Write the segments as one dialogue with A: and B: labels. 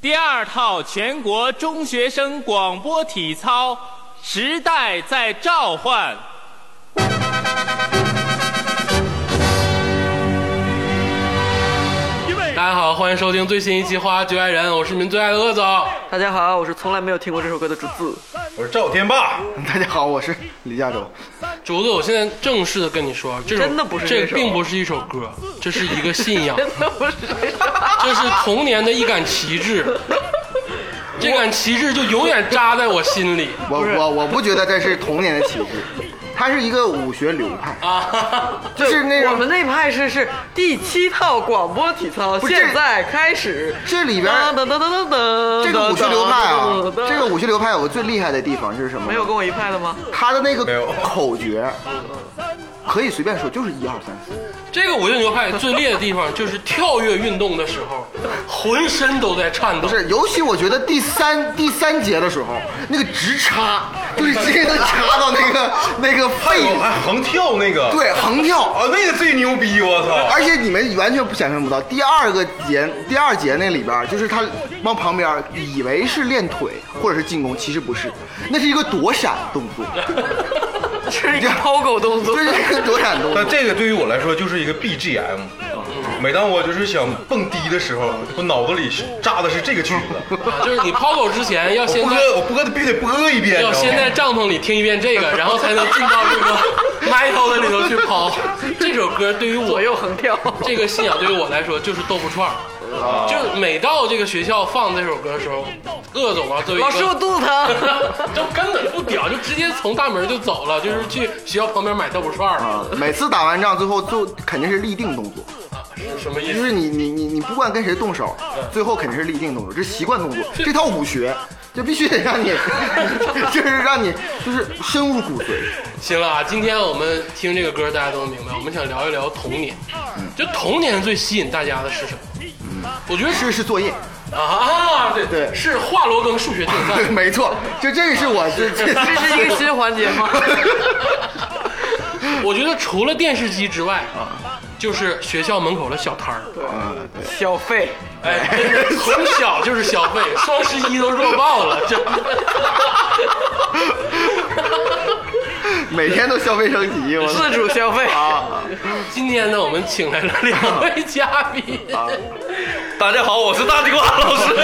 A: 第二套全国中学生广播体操《时代在召唤》。
B: 大家好，欢迎收听最新一期《花最爱人》，我是你们最爱的鄂总。
C: 大家好，我是从来没有听过这首歌的竹子。
D: 我是赵天霸，
E: 大家好，我是李亚洲。
B: 竹子，我现在正式的跟你说，这首
C: 真的不是
B: 这
C: 这首
B: 并不是一首歌，这是一个信仰，
C: 不是这首，
B: 这是童年的一杆旗帜， 这杆旗帜就永远扎在我心里
E: 我我我不觉得这是童年的旗帜，它是一个武学流派，
B: 啊！
E: 就是那
C: 我们
E: 种
C: 那派是是第七套广播体操，
E: 不是
C: 现在开始。
E: 这里边
C: 噔噔噔噔噔，
E: 这个武学流派
C: 噔
E: 啊
C: 噔噔，噔
E: 这个武学流派有个最厉害的地方是什么
C: 没
E: 呢？
C: 有跟我一派的 吗？
E: 他的那
D: 没
E: 个
D: 有
E: 口诀，可以随便说，就是一二三四。
B: 这个五星流派最烈的地方就是跳跃运动的时候，浑身都在颤抖
E: 不。是，尤其我觉得第三第三节的时候，那个直插，就是直接能插到那 个那个
D: 还
E: 肺
D: 有，哎还横跳那个，
E: 对，横跳。
D: 啊，那个最牛逼，我操！
E: 而且你们完全不想象不到，第二个节第二节那里边儿，就是他往旁边儿以为是练腿或者是进攻，其实不是，那是一个躲闪动作，
C: 这是一个抛狗动作
E: 这。是一个躲闪动作
D: 但。这个对于我来说就是一个 BGM，每当我就是想蹦迪的时候，我脑子里炸的是这个曲子，
B: 啊就是你抛狗之前要先
D: 播
B: 在
D: 我播的必须得播一遍，
B: 要
D: 你知道吗
B: 先在帐篷里听一遍这个，然后才能进到这 个 metal 的里头去抛。这首歌对于我
C: 左右横跳，
B: 这个信仰对于我来说就是豆腐串
E: 啊
B: 儿，就是每到这个学校放这首歌的时候，鄂总啊作为一个
C: 老师我肚子 疼。
B: 就根本不屌，就直接从大门就走了，就是去学校旁边买豆腐串儿了，
E: 啊每次打完仗，最后就肯定是立定动作，
B: 是什么意
E: 就
B: 思？
E: 是你你你你不管跟谁动手，最后肯定是立定动作，这是习惯动作，这套武学就必须得让你， 就是让你就是深入骨髓。
B: 行了啊，今天我们听这个歌，大家都明白，我们想聊一聊童年，
E: 嗯
B: 就童年最吸引大家的是什么？我觉得是
E: 这是作业，
B: 啊，对
E: 对
B: 是华罗庚数学竞赛
E: 对，。没错，就 这是我这这
C: 这是一个新环节吗？
B: 我觉得除了电视机之外，
F: 啊
B: 就是学校门口的小摊儿，
C: 啊消费，
B: 哎，从小就是消费，双十一都弱爆了， 这
E: 每天都消费升级，我操
C: 自主消费。
B: 今天呢，我们请来了两位嘉宾，
F: 啊 大家好，我是大地瓜老师。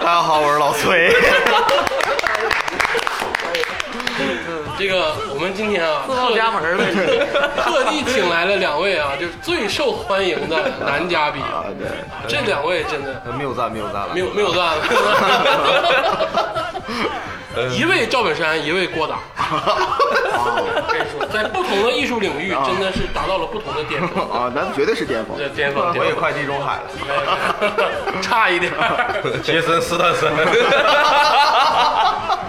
E: 大家好，我是老崔。
B: 这个我们今天啊，
C: 自报家门了
B: 特地请来了两位啊，就是最受欢迎的男嘉宾，
F: 啊
B: 这两位真的
F: 没有赞，没有赞了
B: 没。有没有赞，没有赞一位赵本山，一位郭达。我跟你说，在不同的艺术领域，真的是达到了不同的巅峰。
E: 啊，那绝对是巅峰。
B: 这巅峰，
F: 我也
B: 巅
F: 快地中海了。
B: 峰， 差一点儿。
D: 杰森斯坦森，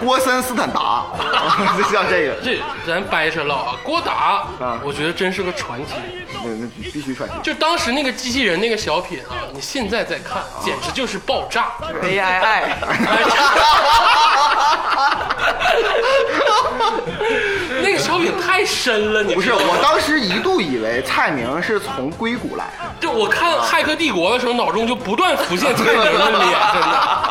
E: 郭森斯坦达， 就像这个，
B: 这咱掰扯唠啊，郭达
E: 啊，
B: 我觉得真是个传奇。
E: 那那必须传奇。
B: 就当时那个机器人那个小品啊，你现在再看，简直就是爆炸。
C: A I 哎 I，
B: 那个小品太深了，你
E: 不
B: 知
E: 是，
B: 道吗
E: 我当时一度以为蔡明是从硅谷来的，
B: 就我看《骇客帝国》的时候，脑中就不断浮现蔡明的脸，真的。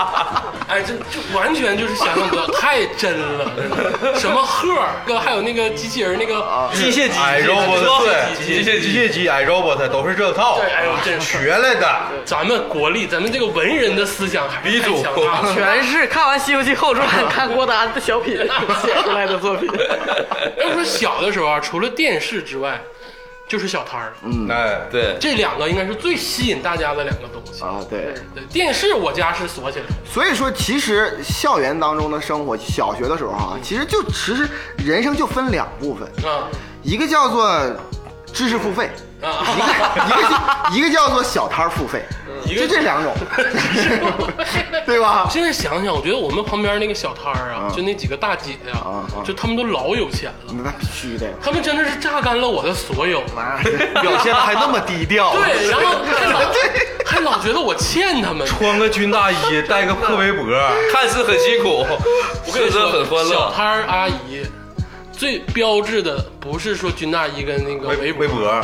B: 哎，这就完全就是想象不到，太真了，真的什么鹤儿，跟还有那个机器人那个，
E: 啊
F: 机械机，
D: 矮 robot，对，
F: 机械
D: 机
F: 机，
D: 械机矮 robot 都是这套，
B: 对哎呦真是
D: 学来的。
B: 咱们国力，咱们这个文人的思想还是太强大了。
C: 全是看完《西游记后传》看郭达的小 品写出来的作品。
B: 要说小的时候啊，除了电视之外，就是小摊儿，
D: 哎，
F: 对，
B: 这两个应该是最吸引大家的两个东西。
E: 啊，对。
B: 对，电视我家是锁起来的，
E: 所以说，其实校园当中的生活，小学的时候哈、
B: 嗯
E: 其实就其实人生就分两部分，
B: 啊
E: 一个叫做知识 付费，一
B: 啊，
E: 个一个一个叫做小摊儿付费，
B: 一个
E: 就这两 种，对吧？
B: 现在想想，我觉得我们旁边那个小摊儿啊，
E: 嗯
B: 就那几个大姐呀、
E: 啊啊
B: 就他们都老有钱了，
E: 那必须的。
B: 他们真的是榨干了我的所有。
F: 表现的还那么低调。
B: 对，然后还 老还老觉得我欠他们。
D: 穿个军大衣，戴个破 围脖，
F: 看似很辛苦，
B: 跟
F: 确
B: 你
F: 实
B: 说
F: 很欢
B: 小
F: 乐。
B: 摊儿阿姨最标志的不是说军大衣跟那个围
D: 围围脖，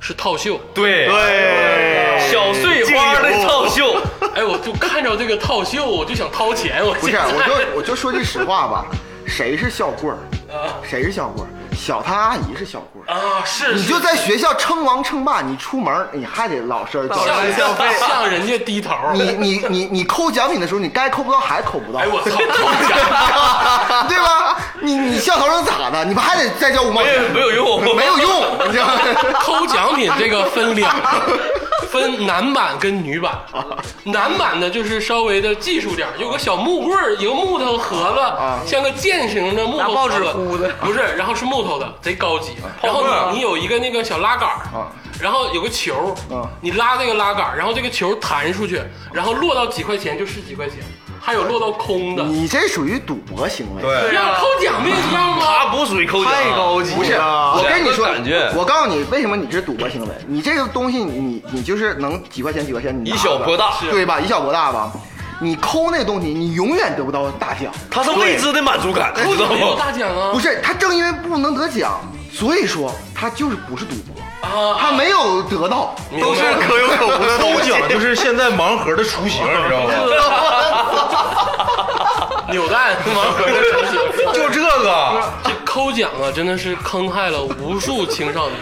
B: 是套袖。
D: 对，
F: 对，小碎花的套袖，
B: 哎，我我就看着这个套袖，我就想掏钱。我
E: 不
B: 现
E: 是，
B: 在
E: 我 就我就说句实话吧，谁是校棍儿？谁是校棍儿？小他阿姨是校棍儿。
B: 啊，是
E: 你
B: 是
E: 就在学校称王称霸，你出门儿你还得老实儿教。
B: 向人
C: 消费
B: 向人家低头。
E: 你你你你抠奖品的时候，你该抠不到还抠不到
B: 哎，，我操，掏钱！
E: 对吧？你你校头能咋的？你不还得再交五毛
F: 没有
E: 钱？
F: 没有 用，
E: 没有用， 你知 道吗？
B: 抠奖品这个分两个，分男版跟女版。男版的就是稍微的技术点儿，有个小木棍儿，一个木头盒子，像个剑形的木头盒子，
C: 拿报纸糊的
B: 不是，然后是木头的，贼高级。然后你你有一个那个小拉杆儿，然后有个球儿，你拉这个拉杆儿，然后这个球弹出去，然后落到几块钱就是几块钱，还有落到空的，
E: 你这属于赌博行为。
D: 对，
B: 让抠奖品一样吗？
F: 他不属于抠
D: 啊
F: 脚，
C: 太高级
E: 不是，
C: 了，
E: 我跟你说
F: 两个感觉，
E: 我告诉你，为什么你这是赌博行为？你这个东西你，你就是能几块钱几块钱，你拿
F: 以小
E: 吧
F: 博大，
E: 对吧？以小博大吧。你抠那东西，你永远得不到大奖。
F: 他是未知的满足感，你知道
B: 没有
F: 吗？
B: 大奖啊
E: 不！是他，正因为不能得奖，所以说他就是不是赌博，
B: 啊，
E: 他没有得到。
F: 都是可有可无的
D: 抽
F: 东西。
D: 奖就是现在盲盒的雏形，你知道吗？
B: 扭蛋 盲盒的成型。
D: 就这个，
B: 这抠奖啊，真的是坑害了无数青少年。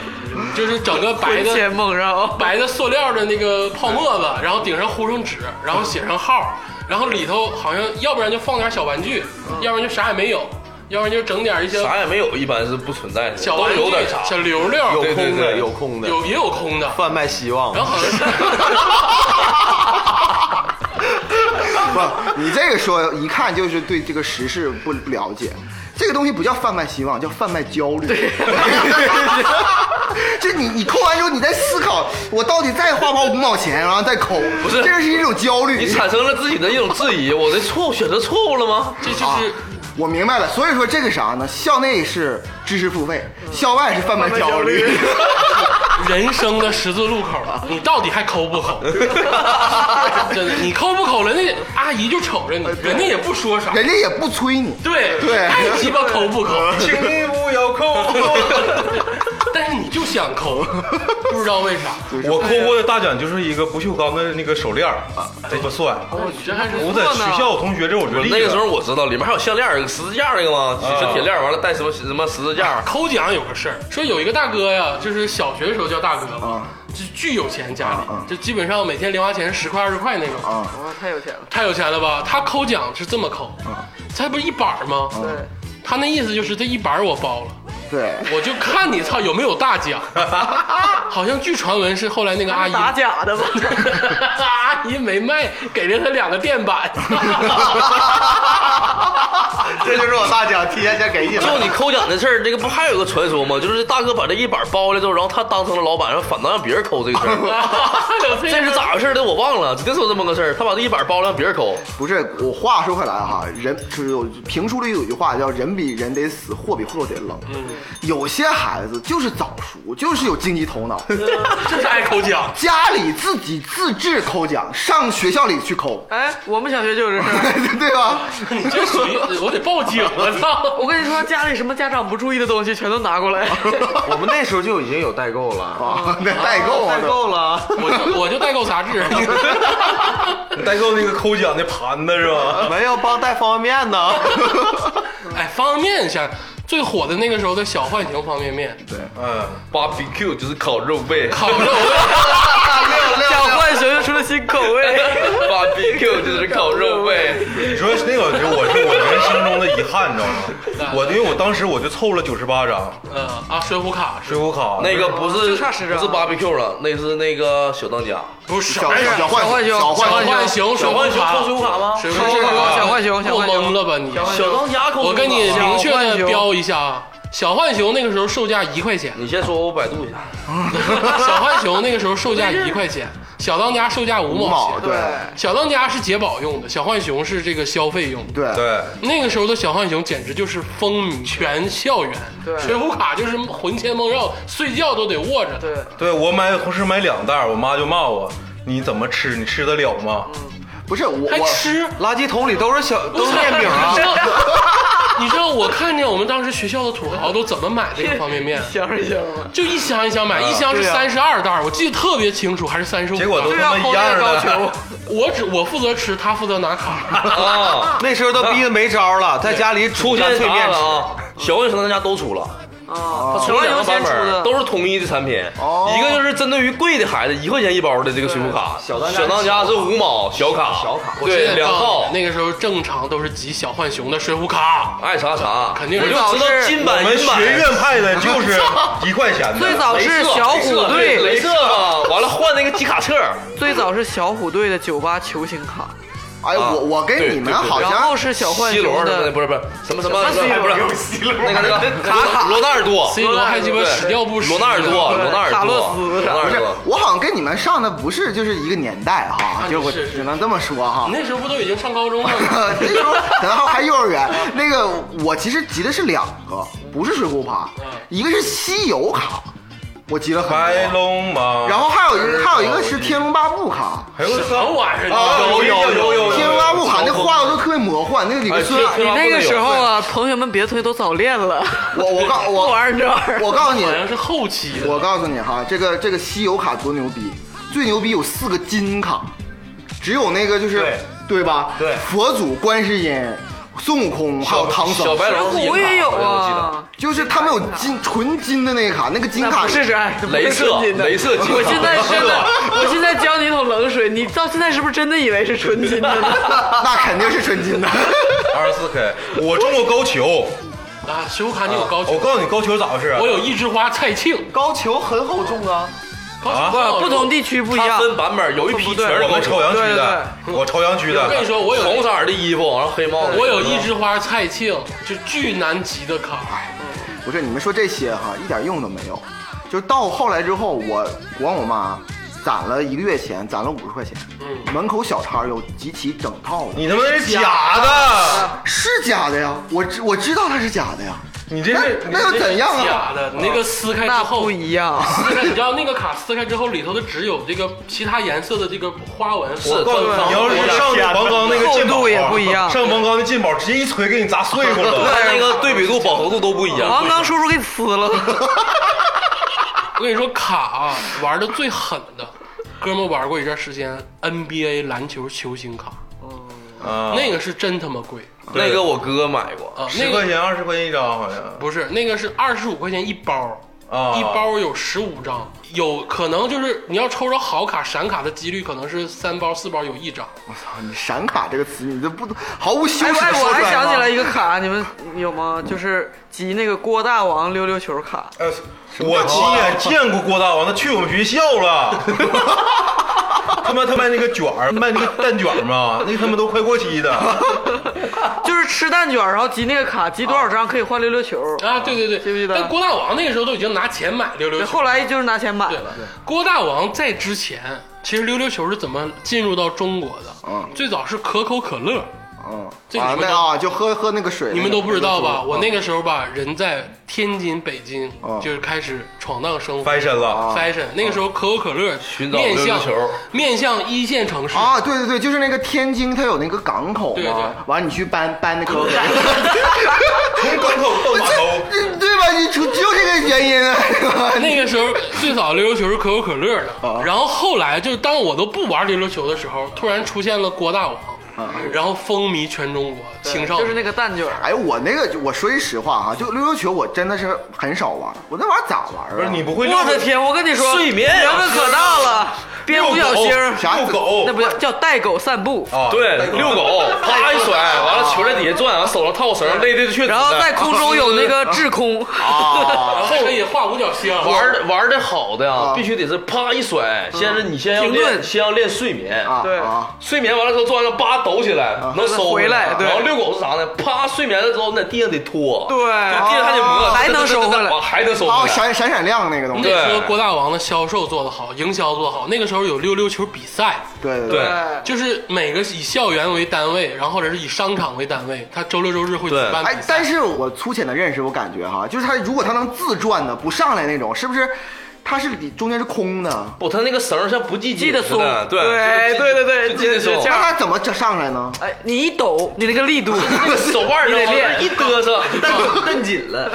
B: 就是整个白
C: 魂牵
B: 的
C: 梦绕。
B: 白的塑料的那个泡沫子，然后顶上糊上纸，然后写上号，然后里头好像要不然就放点小玩具，要不然就啥也没有，要不然就整点一些
F: 啥也没有，一般是不存在的，
B: 小
F: 都
B: 玩具
F: 有点啥、。
B: 小溜溜，
G: 有
F: 对对
G: 空的，
F: 对
G: 有空的，
B: 有也有空的，
G: 贩卖希望
B: 然。后好像是
E: 不，你这个说一看就是对这个时事不了解。这个东西不叫贩卖希望，叫贩卖焦虑。 就你你扣完之后，你在思考，我到底再花不花五毛钱，然后再抠，不
F: 是
E: 这是一种焦虑。
F: 你产生了自己的一种质疑，我的错误选择错误了 吗？
B: 这就
E: 啊
B: 是。
E: 我明白了，所以说这个啥呢？校内是知识付费，校外是贩卖焦虑。
B: 人生的十字路口，啊你到底还抠不抠？真的，你抠不抠，人家阿姨就瞅着你，人家也不说啥。
E: 人家也不催你，
B: 对
E: 对
B: 爱鸡巴抠不抠？
F: 嗯
D: 请你不要抠。
B: 但是你就想抠，不知道为啥。
D: 我抠过的大奖就是一个不锈钢的那个手链儿，这不算。
B: 我这还是
D: 我在学校同学这我就立了。
F: 那个时候我知道，里面还有项链儿，有个十字架那个吗？是铁链儿，完了带什么什么十字 架？
B: 抠奖有个事儿，说有一个大哥呀，就是小学的时候叫大哥嘛，就巨有钱，家里就基本上每天零花钱十块二十块那
E: 啊
B: 种。
C: 哇，哦太有钱了，
B: 太有钱了吧？他抠奖是这么抠，他不是一板儿吗？
C: 对，
B: 他那意思就是这一板儿我包了。
E: 对，
B: 我就看你操有没有大奖，好像据传闻是后来那个阿姨
C: 打假的吧？，
B: 阿姨没卖，给了他两个垫板。
G: 这就是我大奖，啊提前先给你
F: 就你抠奖的事儿，这个不还有个传说吗？就是大哥把这一板包了之后，然后他当成了老板，然后反倒让别人抠这个事儿，这是咋回事的？我忘了，指定是有这么个事儿。他把这一板包了让别人抠，
E: 不是我话说回来哈，人就是有评书里有句话叫“人比人得死，货比货得扔”。有些孩子就是早熟，就是有经济头脑，
B: 这是爱抠奖。
E: 家里自己自制抠奖，上学校里去抠
C: 哎，我们小学就有这事儿。
E: 对吧？
B: 你这属于我得报警！我操！
C: 我跟你说，家里什么家长不注意的东西全都拿过来。
G: 我们那时候就已经有代购了，
E: 啊，那代购啊
G: 代，购了，
B: 我就我就代购杂志，
D: 代购那个抠奖的盘子是吧？
G: 没有帮带方便面呢。
B: 哎，方便面下最火的那个时候的小浣熊方便面，啊
D: 嗯，
F: barbecue 就是烤肉 味
B: 烤肉
C: 想换熊出了新口味，
F: ，barbecue 就是烤肉味。
D: 你说那个就我是我人生中的遗憾，你知道吗？我因为我当时我就凑了九十八张
B: 呃啊，水浒卡
D: 水浒卡，
F: 那个不是
C: 就
F: 不
C: 差十张
F: 是 barbecue 了，那是那个小当家。
B: 不是
E: 小小浣熊，小
C: 小
E: 浣
B: 小浣熊，
E: 熊，
B: 水浒卡，水浒卡吗？水浒卡，
C: 小浣熊小
B: 过
C: 浣熊
B: 懵了吧你？
F: 小当家抠，
B: 我跟你明确
C: 小浣
B: 的
C: 熊
B: 标一下啊，小浣熊那个时候售价一块钱，
F: 你先说，我百度一下。
B: 小浣熊那个时候售价一块钱，小当家售价五
E: 五
B: 毛
E: 毛，
B: 钱。
E: 对
B: 小当家是解饱用的，小浣熊是这个消费用的。
E: 对
D: 对，
B: 那个时候的小浣熊简直就是风靡全校园，
C: 对
B: 水浒卡就是魂牵梦绕，睡觉都得握着。
C: 对，？
D: 对我买同时买两袋，我妈就骂我，你怎么吃？你吃得了吗？
E: 不是我
B: 还
E: 我
B: 吃
G: 垃圾桶里都是小都是面饼
B: 我
G: 啊
B: 操！你知道我看见我们当时学校的土豪都怎么买这个方便面
C: 香一香吧。
B: 就一箱一箱买，一箱是
G: 对啊
B: 三十二袋儿，我记得特别清楚，还是三十五。
D: 结果哎都
G: 对啊
D: 他妈一样
G: 高
D: 的。
B: 我只我负责吃，他负责拿卡。
F: 啊，
G: 那时候都逼得没招了，在家里出
F: 出现
G: 干脆
F: 答
G: 面
F: 案了
G: 吃。
F: 啊！小浣熊他家都出了，
C: 啊，
F: 出了两个版本，都是统一的产品。
E: 哦
F: 一个就是针对于贵的孩子，一块钱一包的这个信用卡，
G: 小
F: 当
G: 当家
F: 家是五毛小卡，
G: 小卡
B: 我记
F: 对，
B: 得
F: 两套。
B: 那个时候正常都是集小浣熊的水浒卡，
F: 爱啥啥，
B: 肯定
F: 我
B: 是
F: 就知道金
D: 我
F: 版
D: 们
F: 银版
D: 学。院派的就是一块钱的，
C: 最早
F: 镭
C: 是
F: 射
C: 小
F: 镭射
C: 虎队，
F: 镭射嘛，完了换那个集卡册，
C: 最早是小虎队的酒吧球星卡，
E: 哎，我我跟你们好
C: 然
E: 像
C: 后是小浣
F: 西
C: 熊
F: 罗什么的，
C: 的
F: 不是不是什么什么，
C: 什么 C
F: 哎不是那个那个
C: 卡卡
F: 罗纳尔多，
B: C 罗还鸡巴屎尿不湿
F: 罗纳尔多，
B: 对
F: 罗纳尔多，
C: 卡洛斯
F: 罗纳
E: 不
F: 尔
E: 是
F: 多，，
E: 我好像跟你们上的不是就是一个年代哈，就我
B: 是是
E: 只能这么说哈。
B: 那时候不都已经上高中 了吗？
E: 那时候然后还幼儿园，那个我其实集的是两个，不是水浒卡，一个是西游卡，我集了很
D: 白
E: 多，
D: 龙马，
E: 然后还有一个还有一个是天龙八部卡，
D: 还有
B: 什么玩意
F: 啊
B: 儿？
D: 有有有有
E: 天龙八部卡那画的都特别魔幻，那里
F: 哎
E: 个孙
F: 天
C: 你
F: 天
C: 那个时候啊，朋友们别的同学都早恋了，
E: 我我告
C: 不
E: 我
C: 玩这玩意
E: 我告诉你
B: 好，像是后期的。
E: 我告诉你哈，这个这个西游卡多牛逼，最牛逼有四个金卡，只有那个就是
G: 对
E: 吧？
G: 对
E: 佛祖、观世音、孙悟空还有唐
F: 小
E: 僧，
F: 白龙是银
C: 虎
F: 卡
C: 也有，
F: 我
C: 啊，
E: 就是他们有金纯金的那个卡，那个金
C: 那
E: 卡
C: 不是是爱，
F: 记得镭射镭射金卡，
C: 我现在真 的，我现在浇你一桶冷水，你到现在是不是真的以为是纯金的呢？
E: 那肯定是纯金的。
D: 二十四 K，我中过高球，
B: 啊，水浒卡你有高
D: 我
B: 球，
D: 告诉你高球咋回事啊
B: 我？有一枝花蔡庆，
G: 高俅很厚重啊，
B: 高
D: 啊
B: 球
C: 不同地区不一
F: 它
C: 样，
F: 分版本，有一批
C: 不对
F: 全是
D: 我
F: 高
D: 们
F: 手
D: 朝，阳区的，我朝阳区
B: 我跟你
D: 的，
B: 说，我有
F: 红色儿的衣服，然后黑帽子，
B: 我有一枝花蔡庆，就巨难集的卡。
E: 不是你们说这些哈，一点用都没有。就是到后来之后，我管我妈攒了一个月钱，攒了五十块钱。门口小摊儿有集齐整套的，
D: 你他妈是假的，
E: 是假的呀？我知我知道它是假的呀。
D: 你这
E: 那
D: 是
E: 那又怎样啊？
B: 假的，那个撕开之
C: 那
B: 后
C: 不，一样。
B: 撕开你知道那个卡撕开之后里头的只有这个其他颜色的这个花纹是
F: 我告诉你
D: 你要是上王刚那个
C: 厚
D: 进宝啊
C: 度也不一样
D: 上王刚的进宝直接一锤给你砸碎 乎了。
F: 它那个对比度、饱和度都不一样。
C: 王刚叔叔给你撕了，
B: 我跟你说，卡啊，玩的最狠的，哥们玩过一段时间 NBA 篮球球星卡，
D: 啊，
B: 那个是真他妈贵
D: 对
F: 那个我哥买过，
B: 啊，
D: 十
B: 那
D: 块
B: 个
D: 钱二十块钱一张好像
B: 不是那个是二十五块钱一包，
D: 啊，
B: 一包有十五张，有可能就是你要抽着好卡闪卡的几率可能是三包四包有一张，
E: 你“闪卡”这个词，你都不毫无羞
C: 哎
E: 耻
C: 我
E: 地
C: 哎，
E: 说
C: 我还
E: 出来
C: 想起
E: 吗
C: 来一个卡，你们有吗？就是集那个郭大王溜溜球卡，
D: 哎我亲眼见过郭大王，他去我们学校了。 他妈他卖那个卷儿，卖那个蛋卷儿嘛，那他妈都快过期的。
C: 就是吃蛋卷，然后集那个卡，集多少张可以换溜溜球？
B: 啊，对对对，
C: 记不记得
B: 但郭大王那个时候都已经拿钱买溜溜球，
C: 后来就是拿钱买
B: 对
C: 了。，
B: 郭大王在之前，其实溜溜球是怎么进入到中国的？
C: 啊
E: 嗯
B: 最早是可口可乐，
E: 嗯
B: 这个
E: 啊
B: 你，们
E: 那
B: 都
E: 啊，就喝喝那个水，
B: 你们都不知道吧？
E: 嗯
B: 我那个时候吧，人在天津、北京
E: 嗯，
B: 就是开始闯荡生活
D: 翻身了，
B: ，fashion。那个时候可口可乐
F: 寻找
B: 面
F: 溜溜
B: 向
F: 球
B: 面向一线城市，
E: 啊，对对对，就是那个天津，它有那个港口
B: 对
E: 嘛，
B: 对
E: 完了你去搬搬 那个，
D: 从港 口到码头。
E: 这对吧？你就只有这个原因啊。
B: 那个时候最早溜溜球是可口可乐的，然后后来就是当我都不玩溜溜球的时候，突然出现了郭大王，然后风靡全中国，青少
C: 就是那
B: 年。
C: 个蛋卷，
E: 哎，我那个我说句实话哈、就溜溜球我真的是很少玩，我那玩意儿咋玩啊？
D: 不是你不会溜
C: 我的天！我跟你说，
F: 睡眠
C: 人们可大了，编
D: 遛
C: 五角
D: 狗
C: 星，
D: 啥遛狗
C: 那不叫叫带狗散步，
D: 啊？
F: 对，遛狗，啪一甩，完了球在底下转，完了手上套绳，累的去死。
C: 然后在空中有那个滞空，啊
B: 然后还可以画五角星，
F: 玩的玩的好的呀，必须得是啪一甩，先是你先要
C: 停
F: 练，
C: 顿
F: 先要练睡眠
E: 啊
C: 对
E: 啊，
F: 睡眠完了之后做完了，叭抖起来，能收
C: 啊回来对
F: 然后遛狗是啥呢？啪，睡眠了之后你在地上得拖，
C: 对哦
F: 就地上还得磨，
C: 还能收回来
F: 往还能收
E: 啊
F: 回来。
E: 闪闪闪亮那个东西，
B: 那时候郭大王的销售做得好，营销做得好。那个时候有溜溜球比赛，
E: 对对
F: 对
C: 哎
B: 就是每个以校园为单位，然后或者是以商场为单位，他周六周日会举办
E: 哎
B: 比，赛。
E: 但是我粗浅的认识，我感觉哈，就是他如果他能自转的，不上来那种，是不是？它是里中间是空的，
F: 不，它那个绳儿像不系
C: 系
F: 紧
C: 得
F: 似
C: 松
F: 的，对
C: 对对对对
F: 就系得
C: 就
F: 松
C: 这，
E: 那
C: 样
E: 它怎么这上来呢？
C: 哎，你一抖，你那个力度，
F: 手腕儿
C: 你得
F: 上
C: 练
F: 一嘚 瑟，
G: 蹬紧了，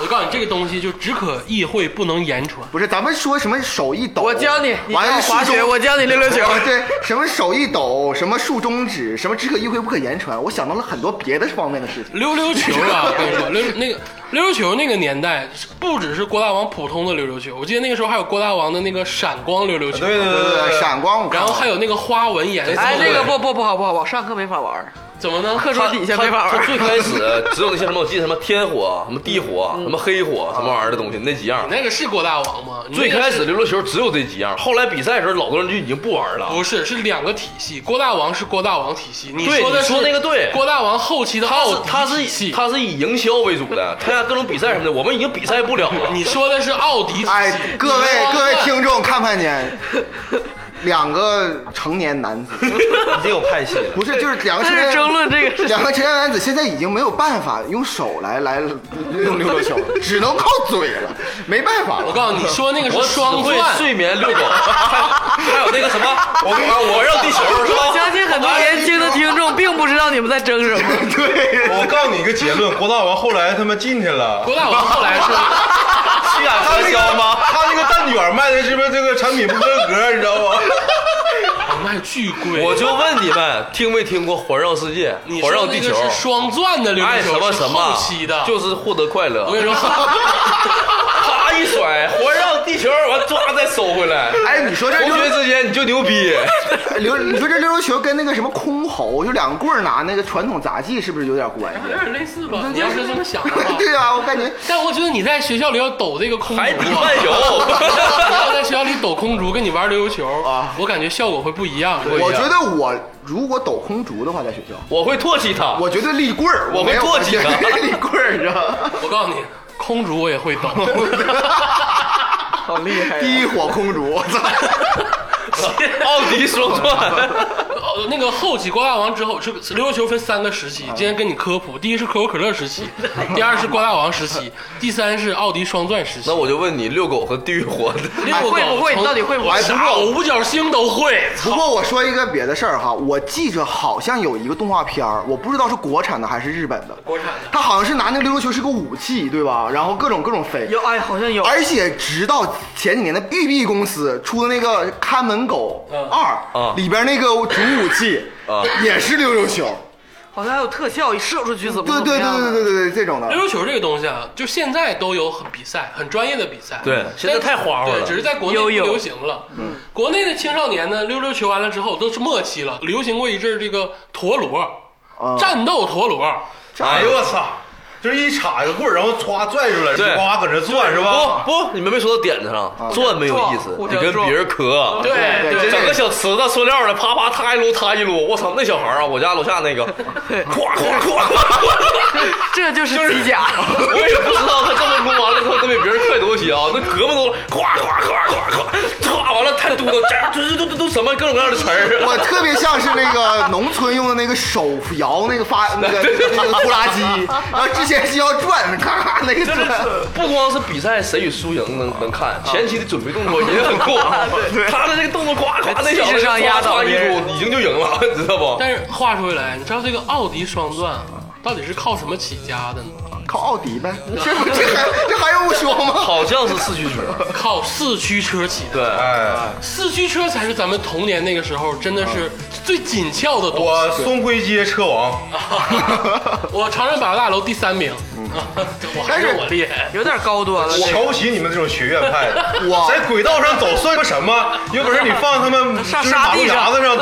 B: 我告诉你，这个东西就只可意会，不能言传。
E: 不是，咱们说什么手一抖，
C: 我教你，你
E: 完了
C: 看滑雪，我教你溜溜球。
E: 啊，对，什么手一抖，什么竖中指，什么只可意会不可言传，我想到了很多别的方面的事情。
B: 溜溜球 啊，我跟你说，溜那个溜溜球那个年代，不只是郭大王普通的溜溜球，我记得那个时候还有郭大王的那个闪光溜溜球，
D: 对对
E: 对
D: 对
E: 对对，
D: 对，
E: 闪光，我看
B: 然
E: 了
B: 后还有那个花纹颜色。
C: 哎，那个不不不好不好不好，上课没法玩儿，
B: 怎么呢？
C: 课桌底下没法玩
F: 它最
C: 儿。
F: 开始只有那些什么，我记得什么天火、什么地火、什么黑火、什么玩意儿的东西，那几样。
B: 那个是郭大王吗？你那
F: 最
B: 个
F: 开始溜溜球只有这几样，后来比赛的时候，老多人就已经不玩了。
B: 不是，是两个体系。郭大王是郭大王体系，你
F: 对
B: 的
F: 你
B: 是
F: 说那个对
B: 郭大王后期的
F: 他
B: 奥
F: 是
B: 迪
F: 他
B: 体系
F: 是他是以营销为主的，参加各种比赛什么的，我们已经比赛不了了。
B: 你说的是奥迪体系。
E: 哎，各位
B: 你说
E: 各位
B: 的
E: 听众，看看见两个成年男子，
G: 已经有派系了。
E: 不是，就是两个成
C: 但
E: 年
C: 是争论这个是
E: 两个成年男子现在已经没有办法用手来来用溜溜球了，只能靠嘴了，没办法
B: 我
E: 了。
B: 告诉你，你说那个
F: 我
B: 是
F: 只
B: 双
F: 会
B: 钻，
F: 睡眠遛狗， 还有那个什么，我啊我绕地球是吧？
C: 我 相信很多年轻的听众并不知道你们在争什么。
D: 我告诉你一个结论，郭大王后来他妈进去了。
B: 郭大王后来是
F: 驱赶
D: 他
F: 核
D: 那
F: 销
D: 个
F: 吗？
D: 他那个蛋卷卖的是不是这个产品不合格？你知道吗？
B: 我卖哦巨贵。
F: 我就问你们，听没听过环绕世界
B: 你、
F: 环
B: 说
F: 绕
B: 那
F: 地
B: 个
F: 球？
B: 是双钻的溜
F: 爱
B: 溜球，
F: 什么
B: 是
F: 什么
B: 后期的，
F: 就是获得快乐
B: 我。跟你说，
F: 啪一甩，环绕地球，完抓再收回来。
E: 哎，你说这
F: 同
E: 溜
F: 学之间你就牛逼，
E: 溜，你说这溜溜球跟那个什么箜篌，就两个棍儿拿那个传统杂技，是不是有点关系？，
B: 有点类似吧？你要是这么想的话
E: 对啊，我感觉
B: 但我觉得你在学校里要抖这个空竹
F: 海
B: 啊，
F: 底漫 游。
B: 你要在学校里抖空竹，跟你玩溜溜球啊，我感觉效果会不一样。
E: 我觉得我如果抖空竹的话，在学校，
F: 我会唾弃他，
E: 我绝对立棍儿，
F: 我会
E: 没有
F: 跺几个
E: 立棍儿，你知道吗？
B: 我告诉你，空竹我也会 抖。
C: 好厉害
E: 第一火空竹，我操！
F: 奥迪双钻。
B: 哦，那个后期郭大王之后是溜溜球分三个时
C: 啊
B: 期，今天跟你科普，第一是可口可乐时期，第二是郭大王时期，第三是奥迪双钻时期
F: 那。我就问你，遛狗和地狱火的，
B: 遛狗
C: 会不会
B: 从
C: 你到底会不会
B: 我啥我五角星都会。
E: 不过我说一个别的事儿哈，我记着好像有一个动画片儿，我不知道是国产的还是日本的。国产的，他好像是拿那个溜溜球是个武器，对吧？然后各种各种飞。
C: 有哎，好像有。
E: 而且直到前几年的 BB 公司出的那个《看门狗二》
F: 啊
E: 里边那个主武器
F: 啊
E: 也是溜溜球。
C: 好像还有特效，一射出去怎么
E: 对
C: 怎么
E: 对对
C: 样
E: 对
C: 的
E: 对对对，这种的
B: 溜。溜球这个东西啊，就现在都有很比赛，很专业的比赛。
F: 对
B: 但
F: 现在太花花了
B: 对只是在国内不
C: 有有
B: 流行了。嗯，国内的青少年呢，溜溜球完了之后都是末期了，流行过一阵儿这个陀螺，
C: 啊
B: 战斗陀螺。
D: 哎呦我操！就是一插一个棍儿，然后歘拽出来，
F: 对
D: 呱呱搁那转是
F: 不
E: 啊
D: 吧？
F: 不，你们没说到点子上，转没有意思，
C: 撞
F: 你跟别人磕，啊
B: 对
E: 对
B: 对
E: 这
F: 整个小池子塑料的，啪啪，他一撸他一撸，我操，那小孩儿啊，我家楼下那个，咵咵咵，
C: 这就是机甲。
F: 我也不知道他这么撸完了之后能比别人快多些啊，那胳膊都咵咵咵咵咵，唰完了太嘟囔，这这这这都什么各种各样的词儿，啊
E: 我特别像是那个农村用的那个手摇那个发那个那个拖拉机，然后之前是要转，咔咔那个
F: 就是
E: 转。
F: 不光是比赛谁与输赢能能
E: 啊
F: 看，前期的准备动作也很够，他的这个动作咵咵，那小
C: 气
F: 子
C: 势上压倒
F: 咵一
C: 别人
F: 撸已经就赢了， 你知道不？
B: 但是话说回来，你知道这个奥迪双钻啊到底是靠什么起家的呢？
E: 靠奥迪呗，这不这还这还用说吗？
F: 好像是四驱车，
B: 靠四驱车起的。
F: 对。
D: 哎，
B: 四驱车才是咱们童年那个时候真的是
F: 嗯
B: 最紧俏的东西。啊
D: 我松辉街车王，
F: 啊
B: 我长春百货大楼第三名，
F: 嗯
B: 我还是我厉害。
C: 有点高端了。
D: 瞧不起你们这种学院派的，
E: 我
D: 在轨道上走算个什么？有本事你放他们
C: 上
D: 就是马路牙子上，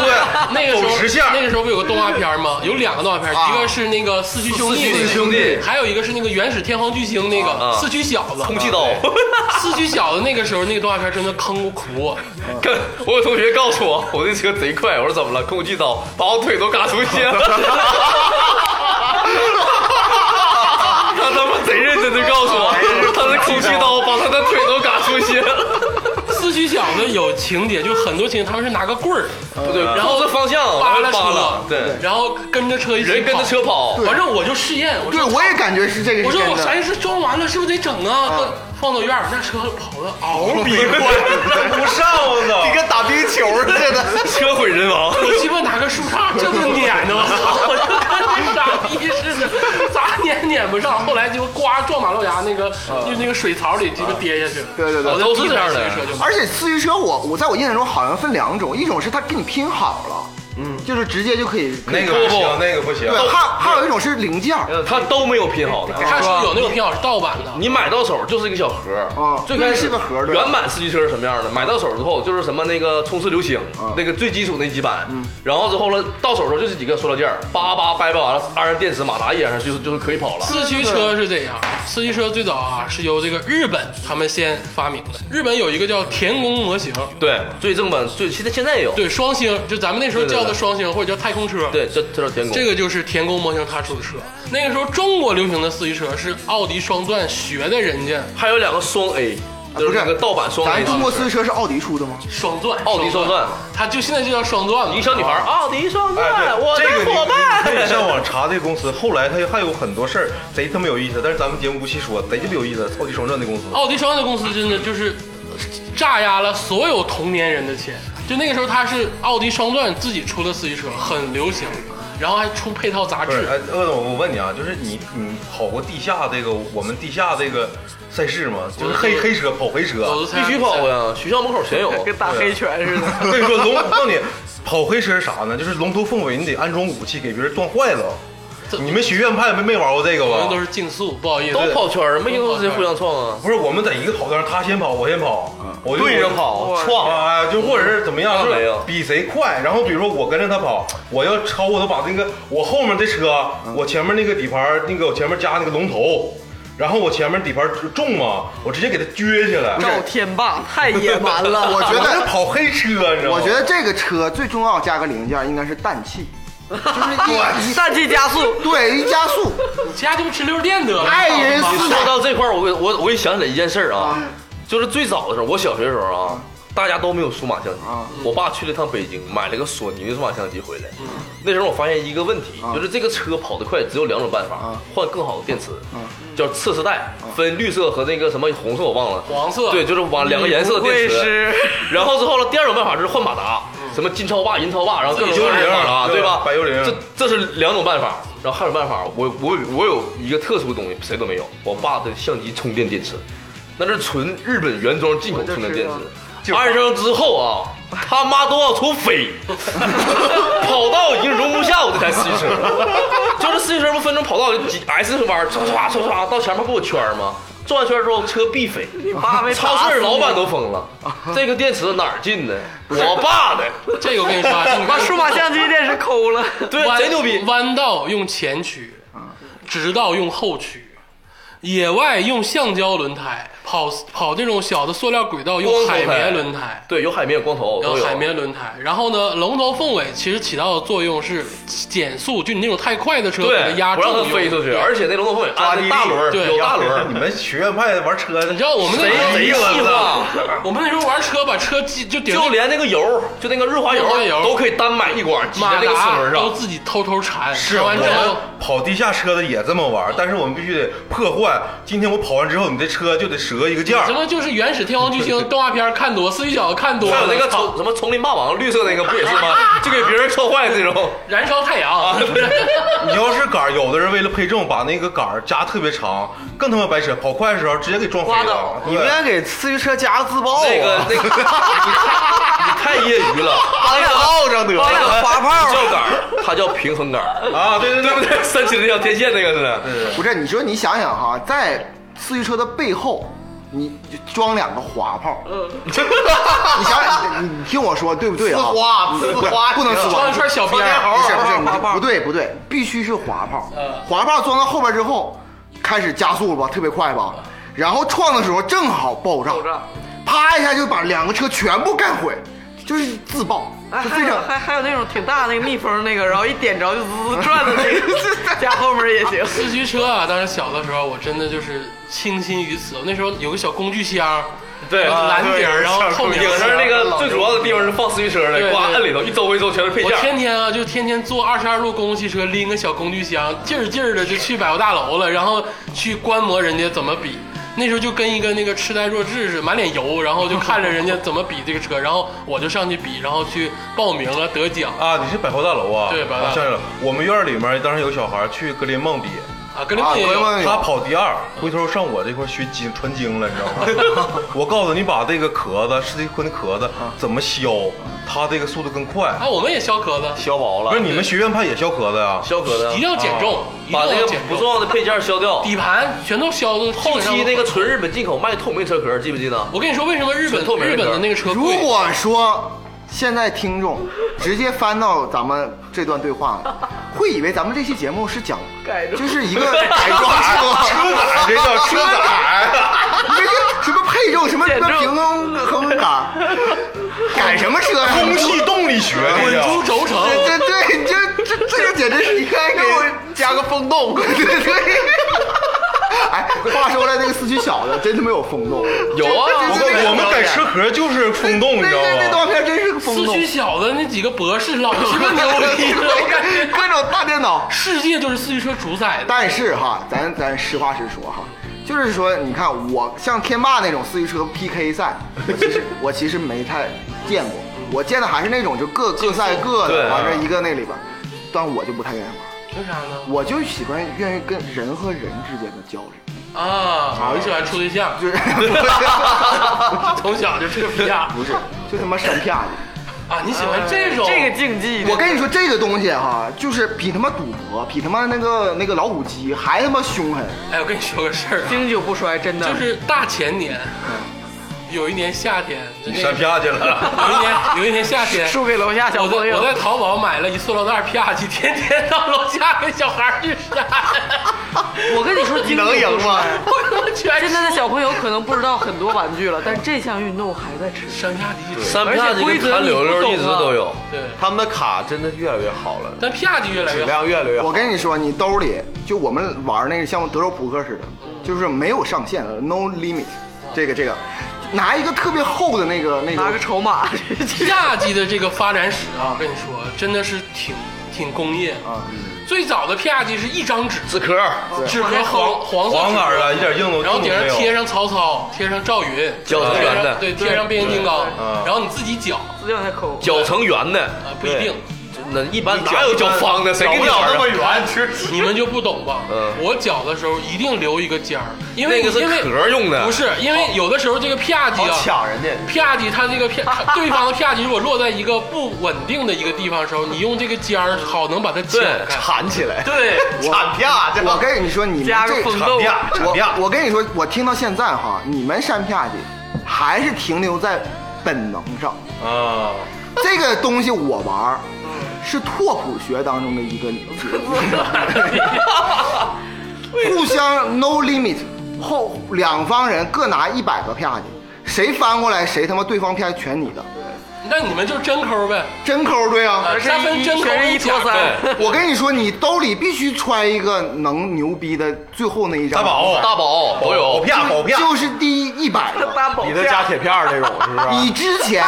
B: 那个
D: 对，
B: 时
D: 走
B: 候
D: 直线，
B: 那个时候不有个动画片吗？有两个动画片，一个是那个四驱兄弟，
F: 嗯啊四驱兄弟
B: 还有一个是那个原始天皇巨星那个
F: 啊
B: 四驱小子，
F: 空气
D: 啊
F: 刀。
B: 四驱小子那个时候那个动画片真的坑过苦我，
F: 跟我有同学告诉我，我这车贼快。我说怎么了？空气刀把我腿都嘎出血了。他
D: 哎
F: 他妈贼认真的告诉我，他的空气刀把他的腿都嘎出血了。
B: 四区小子有情节，就很多情节，他们是拿个棍儿，
F: 不对，然后这方向
B: 扒
F: 完
B: 拉
F: 了
B: 车
F: 扒拉，对，
B: 然后跟着车一起
F: 人跟着车跑
B: 跑。反正我就试验，我
E: 对，
B: 说
E: 我也感觉是这个
B: 我
E: 是
B: 说
E: 真
B: 我啥
E: 的。
B: 意思装完了，是不是得整啊？放到院儿，那车跑的嗷逼快，
D: 不上了 都。
E: 跟打冰球似的，
F: 车毁人亡。
B: 我鸡巴拿个树杈这么撵的，我操！我就跟那傻逼似的，咋撵撵不上？后来就呱撞马路牙那个，
F: 啊
B: 就那个水槽里鸡巴跌下去了。
E: 对对对
B: 我就
F: 都是这样的
B: 一台车就
E: 而且四驱车我我在我印象中好像分两种，一种是它给你拼好了，嗯，就是直接就可以可以
D: 那个不行，那个不行。
E: 对，还还有一种是零件儿，
F: 他都没有拼好的，
B: 还有有那种拼好是盗版的，
F: 你买到手就是一个小盒儿
E: 嗯
F: 最开
E: 那
F: 始
E: 是个盒儿对
F: 原版四驱车是什么样的？买到手之后就是什么那个冲刺流星
E: 嗯，
F: 那个最基础那几版，然后之后了到手之后就是几个塑料件儿，叭叭掰掰完了，安上电池马达一安上就是就是可以跑了。
B: 四驱车是这样，四驱车最早啊是由这个日本他们先发明的。日本有一个叫田宫模型，
F: 对，最正版最现在现在也有，
B: 对双星，就咱们那时候
F: 对对对
B: 叫的双星或者叫太空车。，
F: 对，这这叫天宫。
B: 这个就是田宫模型他出的车。那个时候中国流行的四驱车是奥迪双钻学的人家
F: 还有两个双 A，就是那个盗版双
E: 咱
F: A，
E: 中国四驱车是奥迪出的吗？
B: 双钻，
F: 奥迪双钻，
B: 它就现在就叫双钻嘛
F: 一个。小女孩儿，啊奥迪双钻，我
D: 哎这个
F: 的
D: 你
F: 伙伴。
D: 你可以上网查这个公司，后来他还有很多事儿，贼他妈有意思。但是咱们节目不细说，贼鸡巴有意思，超级双钻的公司。
B: 奥迪双钻的公司真的就是榨压了所有同年人的钱。就那个时候，它是奥迪双钻自己出的四驱车，很流行，然后还出配套杂
D: 不是，
B: 志。
D: 哎，鄂总，我问你啊，就是你你跑过地下这个我们地下这个赛事吗？就是黑黑车跑黑 车，啊
B: 走的参 加
F: 必须
B: 比
F: 跑
B: 赛
F: 呀！学校门口全有，
C: 跟打黑拳似的。
D: 我跟你说，龙，我告诉你，跑黑车是啥呢？就是龙头凤尾，你得安装武器给别人撞坏了
B: 这。
D: 你们学院派没没玩过这个
B: 我们
D: 吧
B: 都？是竞速，不好意思，
F: 都跑圈儿，没听说谁互相撞 啊？
D: 不是，我们在一个跑道上，他先跑，我先跑，
F: 嗯
D: 我就
F: 对着跑，撞。
D: 啊，就或者是怎么样，
F: 撞
D: 就是
F: 没有
D: 比谁快。然后比如说我跟着他跑，我要超过他，把那个我后面这车，
F: 嗯
D: 我前面那个底盘，那个我前面加那个龙头，然后我前面底盘重嘛，我直接给他撅起来。
C: 赵天霸太野蛮了，
E: 我觉
D: 我
E: 得
D: 在跑黑车，你知道吗？
E: 我觉得这个车最重要加个零件应该是氮气，就是一一
C: 上气加速。
E: 对一加速，
B: 家就吃溜电得了。
E: 爱人
B: 好吧
E: 四
F: 说到这块儿，我给我我给你想起来一件事儿啊，就是最早的时候，我小学的时候啊，大家都没有数码相机
E: 啊，
B: 嗯
F: 我爸去了趟北京，买了个索尼的数码相机回来。那时候我发现一个问题，就是这个车跑得快只有两种办法
E: 啊，
F: 换更好的电池，叫次世代，分绿色和那个什么红色我忘了，
B: 黄色
F: 对，就是往两个颜色的电
C: 会
F: 池。
C: 是
F: 然后之后呢，第二种办法就是换马达，什么金超霸、银超霸，然后各种
B: 自己
F: 各样的
D: 嗯幽灵
F: 马
D: 啊
F: 达，
D: 对
F: 对吧？
D: 百幽灵
F: 这这是两种办法。然后还有办法，我我我有一个特殊的东西，谁都没有，我爸的相机充电电池，那是纯日本原装进口充电电池。安上之后啊，他妈都往出飞， 跑道已经容不下我这台自行车了，就是自行车不分成跑道几 S 弯，唰唰唰唰到前面不有圈儿吗？转完圈之后车必飞，
C: 你爸被
F: 超
C: 打死
F: 市
C: 你
F: 老板都疯了， 这个电池哪儿进的？我爸的，
B: 这个我跟你说 啊，你
C: 把
B: 看
C: 数码相机电视抠了。
F: 对，
B: 弯
F: 贼牛逼。
B: 弯道用前驱，
E: 嗯
B: 直道用后驱，野外用橡胶轮胎，跑跑这种小的塑料轨道用
F: 光头
B: 海
F: 胎
B: 绵轮胎。
F: 对，有海绵有光头
B: 然
F: 都
B: 后
F: 有。
B: 海绵轮胎，然后呢，龙头凤尾其实起到的作用是减速，就你那种太快的车给它
F: 对，
B: 压
F: 不
B: 住
F: 让
B: 用
F: 它飞出去，
B: 对
F: 而且那龙头凤尾安的大轮儿，
B: 对
F: 有大轮
D: 你
F: 儿，
D: 们学院派玩车的，
B: 你知道我们那
F: 贼
B: 时候
F: 贼细化。
B: 我们那时候玩车，把车系就顶
F: 就连那个油，就那个润滑油
B: 润滑油
F: 都可以单买一管挤在
B: 马
F: 那个齿
B: 达
F: 轮
B: 都
F: 上。
B: 自己偷偷缠，
D: 是
B: 缠完之后
D: 我们跑地下车的也这么玩，但是我们必须得破坏。今天我跑完之后，你这车就得折一个件儿
B: 什。么就是原始天王巨 星动画片看多，四驱小子看多了，
F: 还有那个丛什么丛林霸王绿色那个不也是吗？就给别人撞坏那种。
B: 燃烧太
F: 啊
B: 阳，
D: 你要是杆儿，有的人为了配重，把那个杆儿加特别长，更他妈白扯。跑快的时候直接给撞飞了。
G: 你们应该给四驱车加个自爆啊，
F: 那 个那个，你太你太业余了。
G: 把它给烙上得
F: 那个
G: 了，发
F: 不
G: 泡。
F: 叫杆儿，它叫平衡杆儿。
D: 啊，对对对
F: 对不对？ 三七零条天线那个似的，
E: 不是，你说你想想哈，在四驱车的背后，你装两个滑炮， 你想想，你你听我说对不对啊？
G: 呲花呲
E: 不是
G: 花
E: 不能呲
B: 装一
E: 花，
B: 串小鞭
G: 放电
B: 儿，
G: 猴
E: 不是不是
G: 滑
E: 你
G: 炮
E: 不对不对，必须是滑炮，滑炮装到后边之后开始加速了吧，特别快吧，然后撞的时候正好爆炸，啪一下就把两个车全部干毁，就是自爆，
C: 哎，
E: 就
C: 还
E: 非
C: 有
E: 常。
C: 还还有那种挺大的那个蜜蜂那个，然后一点着就滋滋转的那 个，加后面也 行。
B: 四驱车啊，当时小的时候，我真的就是倾心于此。我那时候有个小工具箱，
F: 对，
B: 蓝底儿，然后透明
F: 顶上那个最主要的地方是放四驱车
B: 对
F: 的，呱
B: 对
F: 摁里头，一周回周全是配
B: 我
F: 件。
B: 天天啊，就天天坐二十二路公共汽车，拎个小工具箱，劲儿劲儿的就去百货大楼了，然后去观摩人家怎么比。那时候就跟一个那个痴呆弱智似的，满脸油，然后就看着人家怎么比这个车，然后我就上去比，然后去报名了，得奖
D: 啊，你是百货大楼啊？
B: 对百货大楼
D: 啊想起来了，我们院儿里面当时有小孩去格林梦比，
B: 啊，格林梦也有
E: 啊格林梦
D: 他跑第二，回头上我这块学精传经了，你知道吗？ 我告诉你，把这个壳子，世纪坤的壳子
B: 啊
D: 怎么削，他这个速度更快。
B: 啊，我们也削壳子，
F: 削薄
D: 不是你们学院派也削壳子呀？
F: 削壳的
B: 一定，要减重，一定
F: 把那
B: 要
F: 个
B: 减
F: 不
B: 重，
F: 重要的配件削掉。
B: 底盘全都削的。
F: 后期那个纯日本进口卖透明车壳，记不记得？
B: 我跟你说，为什么日本
F: 纯透明的
B: 日本的那个车
E: 如
B: 贵？
E: 果说现在听众直接翻到咱们这段对话，会以为咱们这期节目是讲
C: 改装
E: 就 是一个 改装车， 车改
D: 这叫车
E: 改，没这什么配重，什么什
C: 减
E: 么
C: 重
E: 平衡衡感，改什么车 呀？
D: 空气动力学，
B: 滚
D: 这
B: 珠
D: 叫。
B: 轴承，
E: 这对这这这个简直是应该给我加个风洞，对对。哎，话说来，那个四驱小的真的没有风洞，
F: 有啊，
D: 我告我们改车壳就是风洞，你
E: 那
D: 知
E: 那那照
D: 道吗？
E: 片真是个风
B: 四
E: 洞
B: 驱，小子那几个博士老鸡巴牛逼 了，我感觉
E: 各种大电脑。
B: 世界就是四驱车主宰的。
E: 但是哈，咱咱实话实说哈，就是说，你看我像天霸那种四驱车 PK 赛，我其 实我其实没太见过，我见的还是那种就各各赛各
F: 对
E: 的，
F: 啊
E: 完事一个那里边，但我就不太愿意玩，
B: 为啥呢？
E: 我就喜欢愿意跟人和人之间的交流，
B: 啊，我喜欢处对 象，
E: 就是不
B: 从小就这个逼样
E: 是就他妈闪啪的。
B: 啊！你喜欢这种？
C: 这个竞技，
E: 我跟你说，这个东西哈，就是比他妈赌博，比他妈那个那个老虎机还他妈凶狠。
B: 哎，我跟你说个事儿啊，
C: 经久不衰，真的
B: 就是大前年，有一年夏天，就
D: 你
B: 那
D: 闪
B: 个
D: 啪去了。
B: 有一年有一年夏 天，
C: 输给楼下小
B: 我在
C: 朋友
B: 我。在淘宝买了一塑料袋啪叽，天天到楼下跟小孩儿去扇，
C: 我跟你说，经久
E: 能赢
C: 不
E: 吗
C: 衰。
B: 我他妈全
C: 现在的小朋友可能不知道很多玩具了，但这项运动还在持续。
B: 扇啪叽一直。
F: 三
C: 而
F: 票
C: 且
F: 这
C: 规
F: 个
C: 则
F: 弹
C: 你不
F: 溜溜一直
C: 懂啊
F: 都有。
B: 对，
G: 他们的卡真的越来越好了，
B: 但啪叽越来
G: 质
B: 越好。
G: 量越来越好。
E: 我跟你说，你兜里就我们玩那个像德州扑克似的，
C: 嗯
E: 就是没有上限的，no limit。这个这个，拿一个特别厚的那个那
C: 拿
E: 个
C: 个，筹码，
B: 夏季的这个发展史啊，我跟你说，真的是挺挺工业啊。最早的啪叽是一张纸，
F: 纸壳
B: 纸壳黄黄色纸
D: 黄杆儿的，一点硬度
B: 然后
D: 硬度
B: 顶
D: 没
B: 上贴
D: 有。
B: 上曹操，贴上赵云，
F: 绞成
B: 贴上
F: 圆的嗯
B: 对，贴上变形金刚，然后你自己绞，
C: 资料在抠。
F: 绞成圆的，
B: 啊，不一定，
F: 那一般哪有绞方的？谁给你
D: 绞
F: 玩
D: 那么
F: 啊？
D: 圆，吃
B: 你们就不懂吧？
F: 嗯
B: 我绞的时候一定留一个尖儿，因为
F: 那个是
B: 因为
F: 壳用的，
B: 不是，因为有的时候这个啪叽啊，
G: 抢人家，
B: 啪叽，它这个啪，对方的啪叽如果落在一个不稳定的一个地方的时候，你用这个尖儿好能把它剪
F: 对
B: 开。
G: 喊起来，
B: 对，
G: 喊啪，这
E: 我跟你说，你们
C: 加个
E: 这
C: 风洞，啊
E: 我我跟你说，我听到现在哈，你们山啪去，还是停留在本能上。
D: 啊！
E: 这个东西我玩儿，是拓扑学当中的一个互相 no limit，后两方人各拿一百个啪叽，谁翻过来谁他妈对方啪全你的，
B: 那你们就真抠呗，
E: 真抠对啊。
B: 啊加分真抠
C: 全是一拖三，
E: 我跟你说，你兜里必须揣一个能牛逼的最后那一张，
D: 大宝，
F: 大宝都
D: 保
F: 有，
D: 啪保啪，
E: 就是第一百个。
C: 八宝
G: 你的加铁片儿那种是不是？
E: 你之前，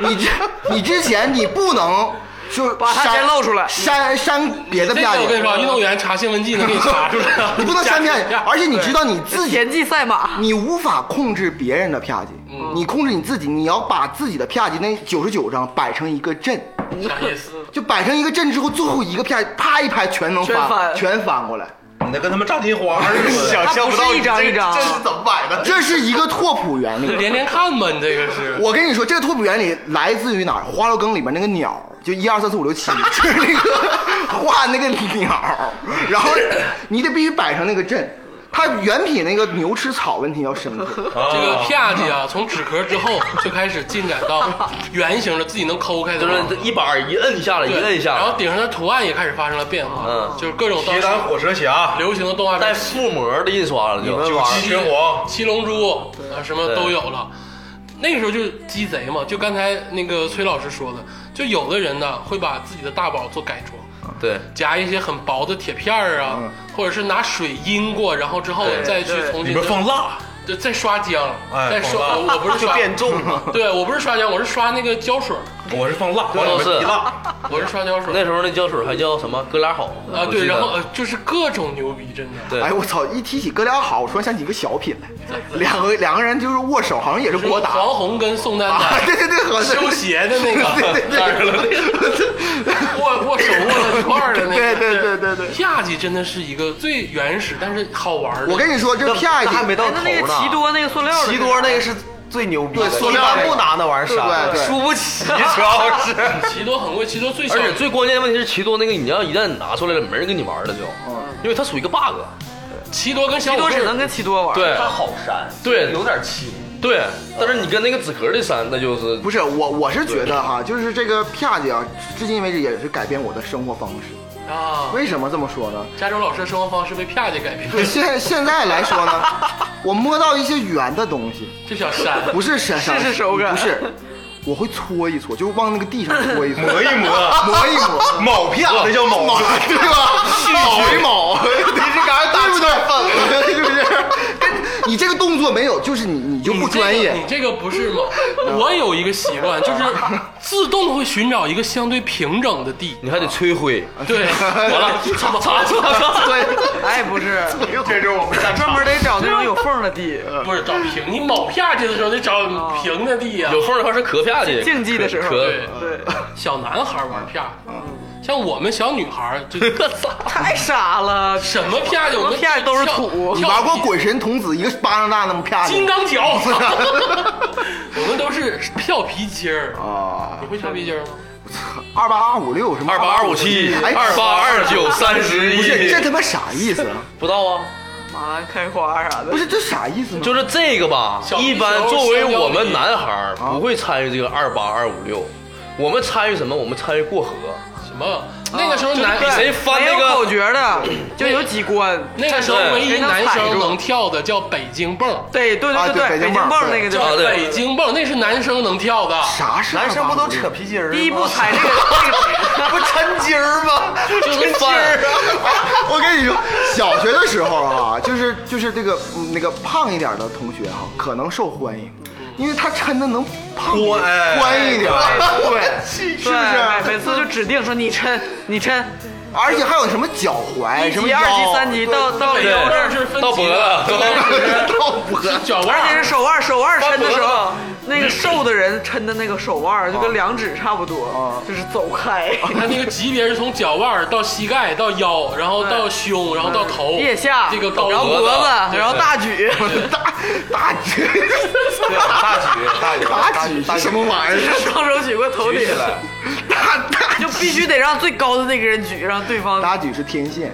E: 你之你之前你不能就
C: 把它
E: 删
C: 先露出来
E: 删删别的
B: 这
E: 啪叽。
B: 个我跟你说，运动员查兴奋剂能给你查出 来
E: ，你不能删啪叽，而且你知道你自己，
C: 田忌赛
G: 啊
C: 马，
E: 你无法控制别人的啪叽，
C: 嗯
E: 你控制你自己，你要把自己的啪叽那九十九张摆成一个阵，
B: 啥意思？
E: 就摆成一个阵之后，最后一个啪啪一拍全能
C: 全
E: 翻，
C: 翻
E: 全翻过来。
D: 你那跟他们炸金花似的。
G: 想象不
C: 它
G: 到
C: 不是一张
G: 你这
C: 一张
G: 这是怎么摆的？
E: 这是一个拓扑原理。
B: 连连看吧，你这个是。
E: 我跟你说，这个拓扑原理来自于哪儿？《花落梗》里面那个鸟，就一二三四五六七，就是那个 画那个鸟，然后你得必须摆成那个阵。它远比那个牛吃草问题要深刻。
F: 哦
B: 这个啪叽啊，从纸壳之后就开始进展到圆形的，自己能抠开的
F: 就
B: 了，
F: 是这一板儿一摁一下来，一
B: 对
F: 摁一下
B: 然后
F: 来，
B: 顶上的图案也开始发生了变化，
F: 嗯
B: 就是各种当
D: 铁胆
B: 时
D: 火蛇侠、
B: 流行的动画
F: 带
B: 片，
F: 覆膜的印刷了就。
G: 们
D: 九
G: 玩
D: 七拳皇，
B: 七龙珠啊什么都有了。那个时候就是鸡贼嘛，就刚才那个崔老师说的，就有的人呢会把自己的大宝做改装，
F: 对，
B: 夹一些很
D: 嗯
B: 薄的铁片儿啊，或者是拿水阴过，然后之后
F: 对
B: 再去重
D: 里
B: 新
D: 边放蜡，
B: 就再刷浆，
D: 哎
B: 再刷，
D: 放
B: 我我不是
G: 就
B: 刷，
G: 变重 了。
B: 对我不是刷浆，我是刷那个胶水，
D: 我是放辣，
F: 对
D: 往里面
F: 是
D: 提辣。
B: 我是刷胶水
F: 那时候那胶水还叫什么哥俩好
B: 啊，
F: 我记
B: 对，
F: 得
B: 然后呃就是各种牛逼，真的。
F: 对
E: 哎，我操！一提起哥俩好，我突然想起一个小品来，两个两个人就是握手，好像也是
B: 就是
E: 国打
B: 黄宏跟宋丹
E: 啊，
B: 丹
E: 对对对，好像
B: 修鞋的那个，
E: 对
B: 握握手握到一块儿的那个。
E: 对对对对对。
B: 啪叽真的是一个最原始但是好玩的。
E: 我跟你说，这
G: 那
E: 啪一
G: 那还没到
C: 哎
G: 头
C: 那
G: 呢。
C: 那个奇多那个塑料的，
G: 奇多那个是最牛逼的，
E: 对塑料
G: 一
E: 那
G: 般
E: 个
G: 不拿那玩意儿
E: 对
G: 删，
E: 对
G: 输不起，主要是。
B: 奇多很贵，奇多最小
F: 而且最关键的问题是，奇多那个你要一旦拿出来了，没人跟你玩了就，因为它属于一个 bug。
B: 奇多跟小
C: 奇
B: 五
C: 多只
B: 是
C: 能跟奇多玩。，
F: 对
H: 它好删，
F: 对
H: 有点轻。
F: 对，但是你跟那个纸壳的山，那就是
E: 不是我，我是觉得哈，就是这个啪姐啊，至今为止也是改变我的生活方式。
B: 啊，
E: 为什么这么说呢？
B: 加州老师的生活方式被啪叽改变，
E: 对，现现在来说呢，我摸到一些圆的东西，
B: 这小山
E: 不是闪闪，
C: 试试手感
E: 不是，我会搓一搓，就往那个地上搓一搓，
D: 磨一磨
E: 磨一磨，
D: 卯片，那叫卯
E: 卯
D: 片。
E: 对吧？卯一卯，你这嘎达对不 对？是不是？跟你这个动作没有，就是你你就不专业。
B: 你这个不 是吗？我有一个习惯，就是自动会寻找一个相对平整的 地。
F: 你还得吹灰。
B: 对，完 了，擦擦擦，
E: 对，
C: 哎不是，
G: 这就是我们擅
C: 专
G: 长。
C: 门得找那种有缝的地，
G: 嗯
B: 不是找平，你某啪叽的时候得找
C: 哦
B: 平的地呀、
F: 有缝的话是壳片的，
C: 竞技的时候
F: 壳
B: 对
C: 对，
B: 小男孩玩啪，
C: 嗯
B: 像我们小女孩就
C: 太傻了。
B: 什么啪叽，我们
C: 什么啪叽都是土
E: 你
B: 跳
E: 玩过鬼啊神童子一个巴掌大那么啪
B: 金
E: 的
B: 刚脚，我们都是跳皮筋儿。
C: 哦
E: 啊？
B: 你会跳皮筋儿吗？
E: 二八二五六什么？
F: 二八二五七、
E: 哎
F: 二八二九、三十
E: 不是，
F: 一，
E: 这他妈啥意思？啊？
F: 不到啊，
C: 妈呀，开花啥的
E: 不，是这啥意思呢？
F: 就是这个吧。
B: 小
F: 一般作为我们男孩儿不会参与这个二八二五六，我们参与什么？我们参与过河，
B: 什么？那
C: 哦
B: 个时候男
F: 比谁翻
C: 没
F: 那
C: 有口
F: 个。
C: 诀的，就有几关。
B: 那个时候唯一男生能跳的叫北京蹦，
C: 对对
E: 啊
C: 对对，
E: 对北
C: 北
E: 京
C: 京
E: 棒
C: 棒那个就
F: 啊
B: 叫
C: 是。
F: 对
B: 北京蹦，那是男生能跳的。
E: 啥事？啊
G: 男生不都扯？皮筋儿吗？
C: 第一步踩这个 这个，
G: 不抻筋儿吗？
F: 就是翻，
E: 我跟你说，小学的时候啊，就是就是这个嗯那个胖一点的同学哈、可能受欢迎，因为他抻的能胖
D: 宽哎
E: 宽一点，对， 是啊
C: 对每
E: 不是？
C: 每次就指定说你抻你抻，
E: 而且还有什么脚踝，
C: 一
E: 什么
C: 级、
E: 腰
C: 二级、三级到到
B: 北
F: 对
B: 京
C: 腰这
B: 蹦
C: 儿，
B: 是分
F: 到脖
B: 级
F: 子
B: 的，
E: 到脖子
B: 是脚腕
C: 而且
B: 儿
C: 是。手腕手腕抻的时候
B: 翻，
C: 那个瘦的人抻的那个手腕就跟两指差不多，就是走开。
B: 他那个级别是从脚腕儿到膝盖到腰，然后到胸，然后到头，
C: 哎腋
B: 哦
C: 下，
B: 这个高
C: 然后
B: 度
C: 脖子，
F: 对
C: 然后 大举，
E: 大大举，
G: 对大举大举
E: 大举
G: 大
E: 是什么玩意儿？
C: 双手举过头顶，
E: 大大
C: 就必须得让最高的那个人举，让对方。
E: 大举是天线，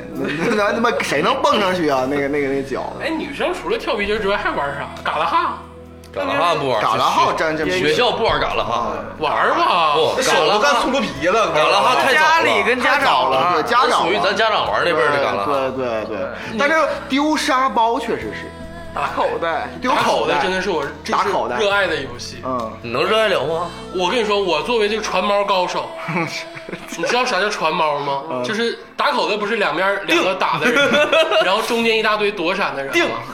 E: 那那他妈谁能蹦上去啊？那个那个那个脚，
B: 哎，女生除了跳皮筋儿之外还玩啥？嘎啦哈
F: 嘎啦哈不玩，
E: 嘎啦哈真真
F: 学校不玩嘎啦哈，
B: 玩儿吧。
F: 不
D: 手
F: 嘎啦
D: 都干
F: 哈
D: 粗个皮了，
F: 嘎啦哈太早
C: 家
F: 了
C: 里跟家
E: 太
C: 长
E: 早了，对，家长
F: 属于咱家长玩那辈儿的嘎啦哈。
E: 对对对，但是丢沙包确实是
C: 打口袋，
E: 丢
B: 打
E: 口
B: 口
E: 袋，
B: 袋真的是我这
E: 打
B: 是
E: 口袋
B: 热爱的游戏。
E: 嗯，
F: 你能热爱了吗？
B: 我跟你说，我作为这个传猫高 手，你知道啥叫传猫
E: 嗯
B: 吗？就是打口袋不是两边两个打的人， 然后中间一大堆躲闪的人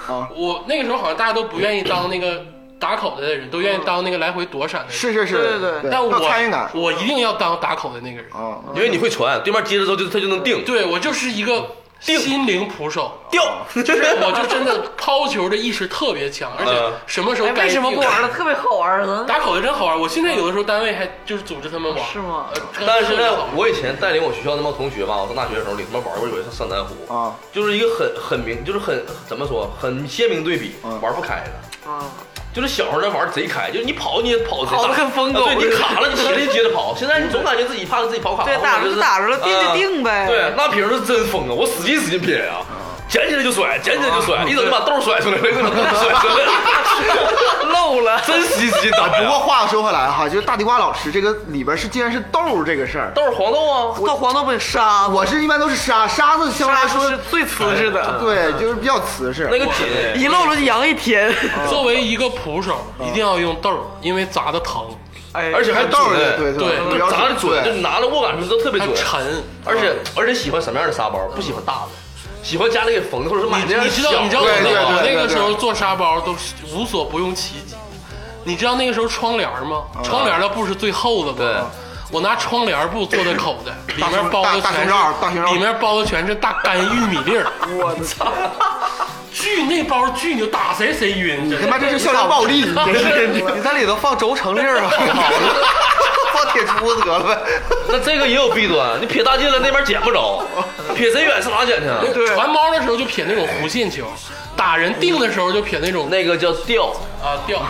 E: 嗯
B: 吗。我那个时候好像大家都不愿意当那个打口袋的人，都愿意当那个来回躲闪的人。
E: 是是是，
C: 对对对
E: 对，
B: 但我
E: 有参与感，
B: 我一定要当打口的那个人。
E: 嗯，
F: 因为你会传，对面接着之后就他就能定
B: 对我就是一个心灵捕手，
F: 掉，
B: 就是我就真的抛球的意识特别强，
F: 嗯
B: 而且什么时候
C: 哎，
B: 该
C: 为什么不玩了？特别好玩呢？
B: 打口的真好玩，我现在有的时候单位还就是组织他们玩，
C: 是吗？
B: 呃
F: 但是呢
B: 特别好，玩
F: 我以前带领我学校那帮同学吧，我上大学的时候领他们玩过，有一次上南湖
E: 啊，
F: 就是一个很很明，就是很怎么说，很鲜明对比，玩不开的。
C: 啊，
F: 就是小时候那玩儿贼开，就是你跑你也跑贼大，
C: 跑得跟疯狗
F: 啊对
C: 似
F: 你
C: 的
F: 卡了，你接着接着 跑。现在你总感觉自己怕自己跑卡了，
C: 对，打
F: 或
C: 着
F: 者是
C: 就打着了，定就定呗。
F: 啊对，那瓶是真疯啊！我使劲使劲撇啊，捡起来就甩，捡起来就
C: 啊
F: 甩，一整就把豆儿甩出来了，一整就甩出来 了，
C: 漏了。
F: 真使劲使劲打。
E: 啊不过话又说回来哈，就是大地瓜老师这个里边是竟然是豆儿这个事儿，
F: 豆儿黄豆啊，
C: 到黄豆不得杀
E: 我是一般都是沙沙子，相对来
C: 杀
E: 说
C: 是，最瓷实的，
E: 对，就是比较瓷实，
F: 那个紧，
C: 一漏了就扬一天。
B: 作为一个捕手，
F: 嗯
B: 一定要用豆儿，因为砸的疼，
C: 哎，
F: 而且还
E: 还豆儿的，
F: 准
E: 对
B: 对嗯
E: 比较
F: 砸的准，就
E: 对
F: 是拿的握感什么都特别
B: 它
F: 准。
B: 沉。
F: 而且而且喜欢什么样的沙包？不喜欢大的，喜欢家里给缝的，或者是买那样
B: 你知道，
F: 小
B: 你知道我
F: 的
B: 那
E: 对
B: 个
E: 对
B: 我
E: 对
B: 那
E: 对
B: 个
E: 对
B: 时候做沙包都是无所不用其极。你知道那个时候窗帘吗？窗帘的布是最厚的
F: 对
B: 吗？我拿窗帘布做的口袋，里
E: 大
B: 面
E: 胸
B: 包的
E: 大大
B: 全
E: 胸罩大胸
B: 是
E: 罩
B: 里面包的全是大干玉米粒儿。我操！巨那包巨牛，打谁谁晕。
E: 他妈这是校园暴力，你这是。
G: 你在里头放轴承粒儿啊好不好？放铁珠子得了呗。
F: 那这个也有弊端，你撇大劲了，那边捡不着，撇贼远上哪捡去啊？
B: 传包的时候就撇那种弧线球，打人定的时候就撇那种
F: 那个叫吊，
B: 啊吊。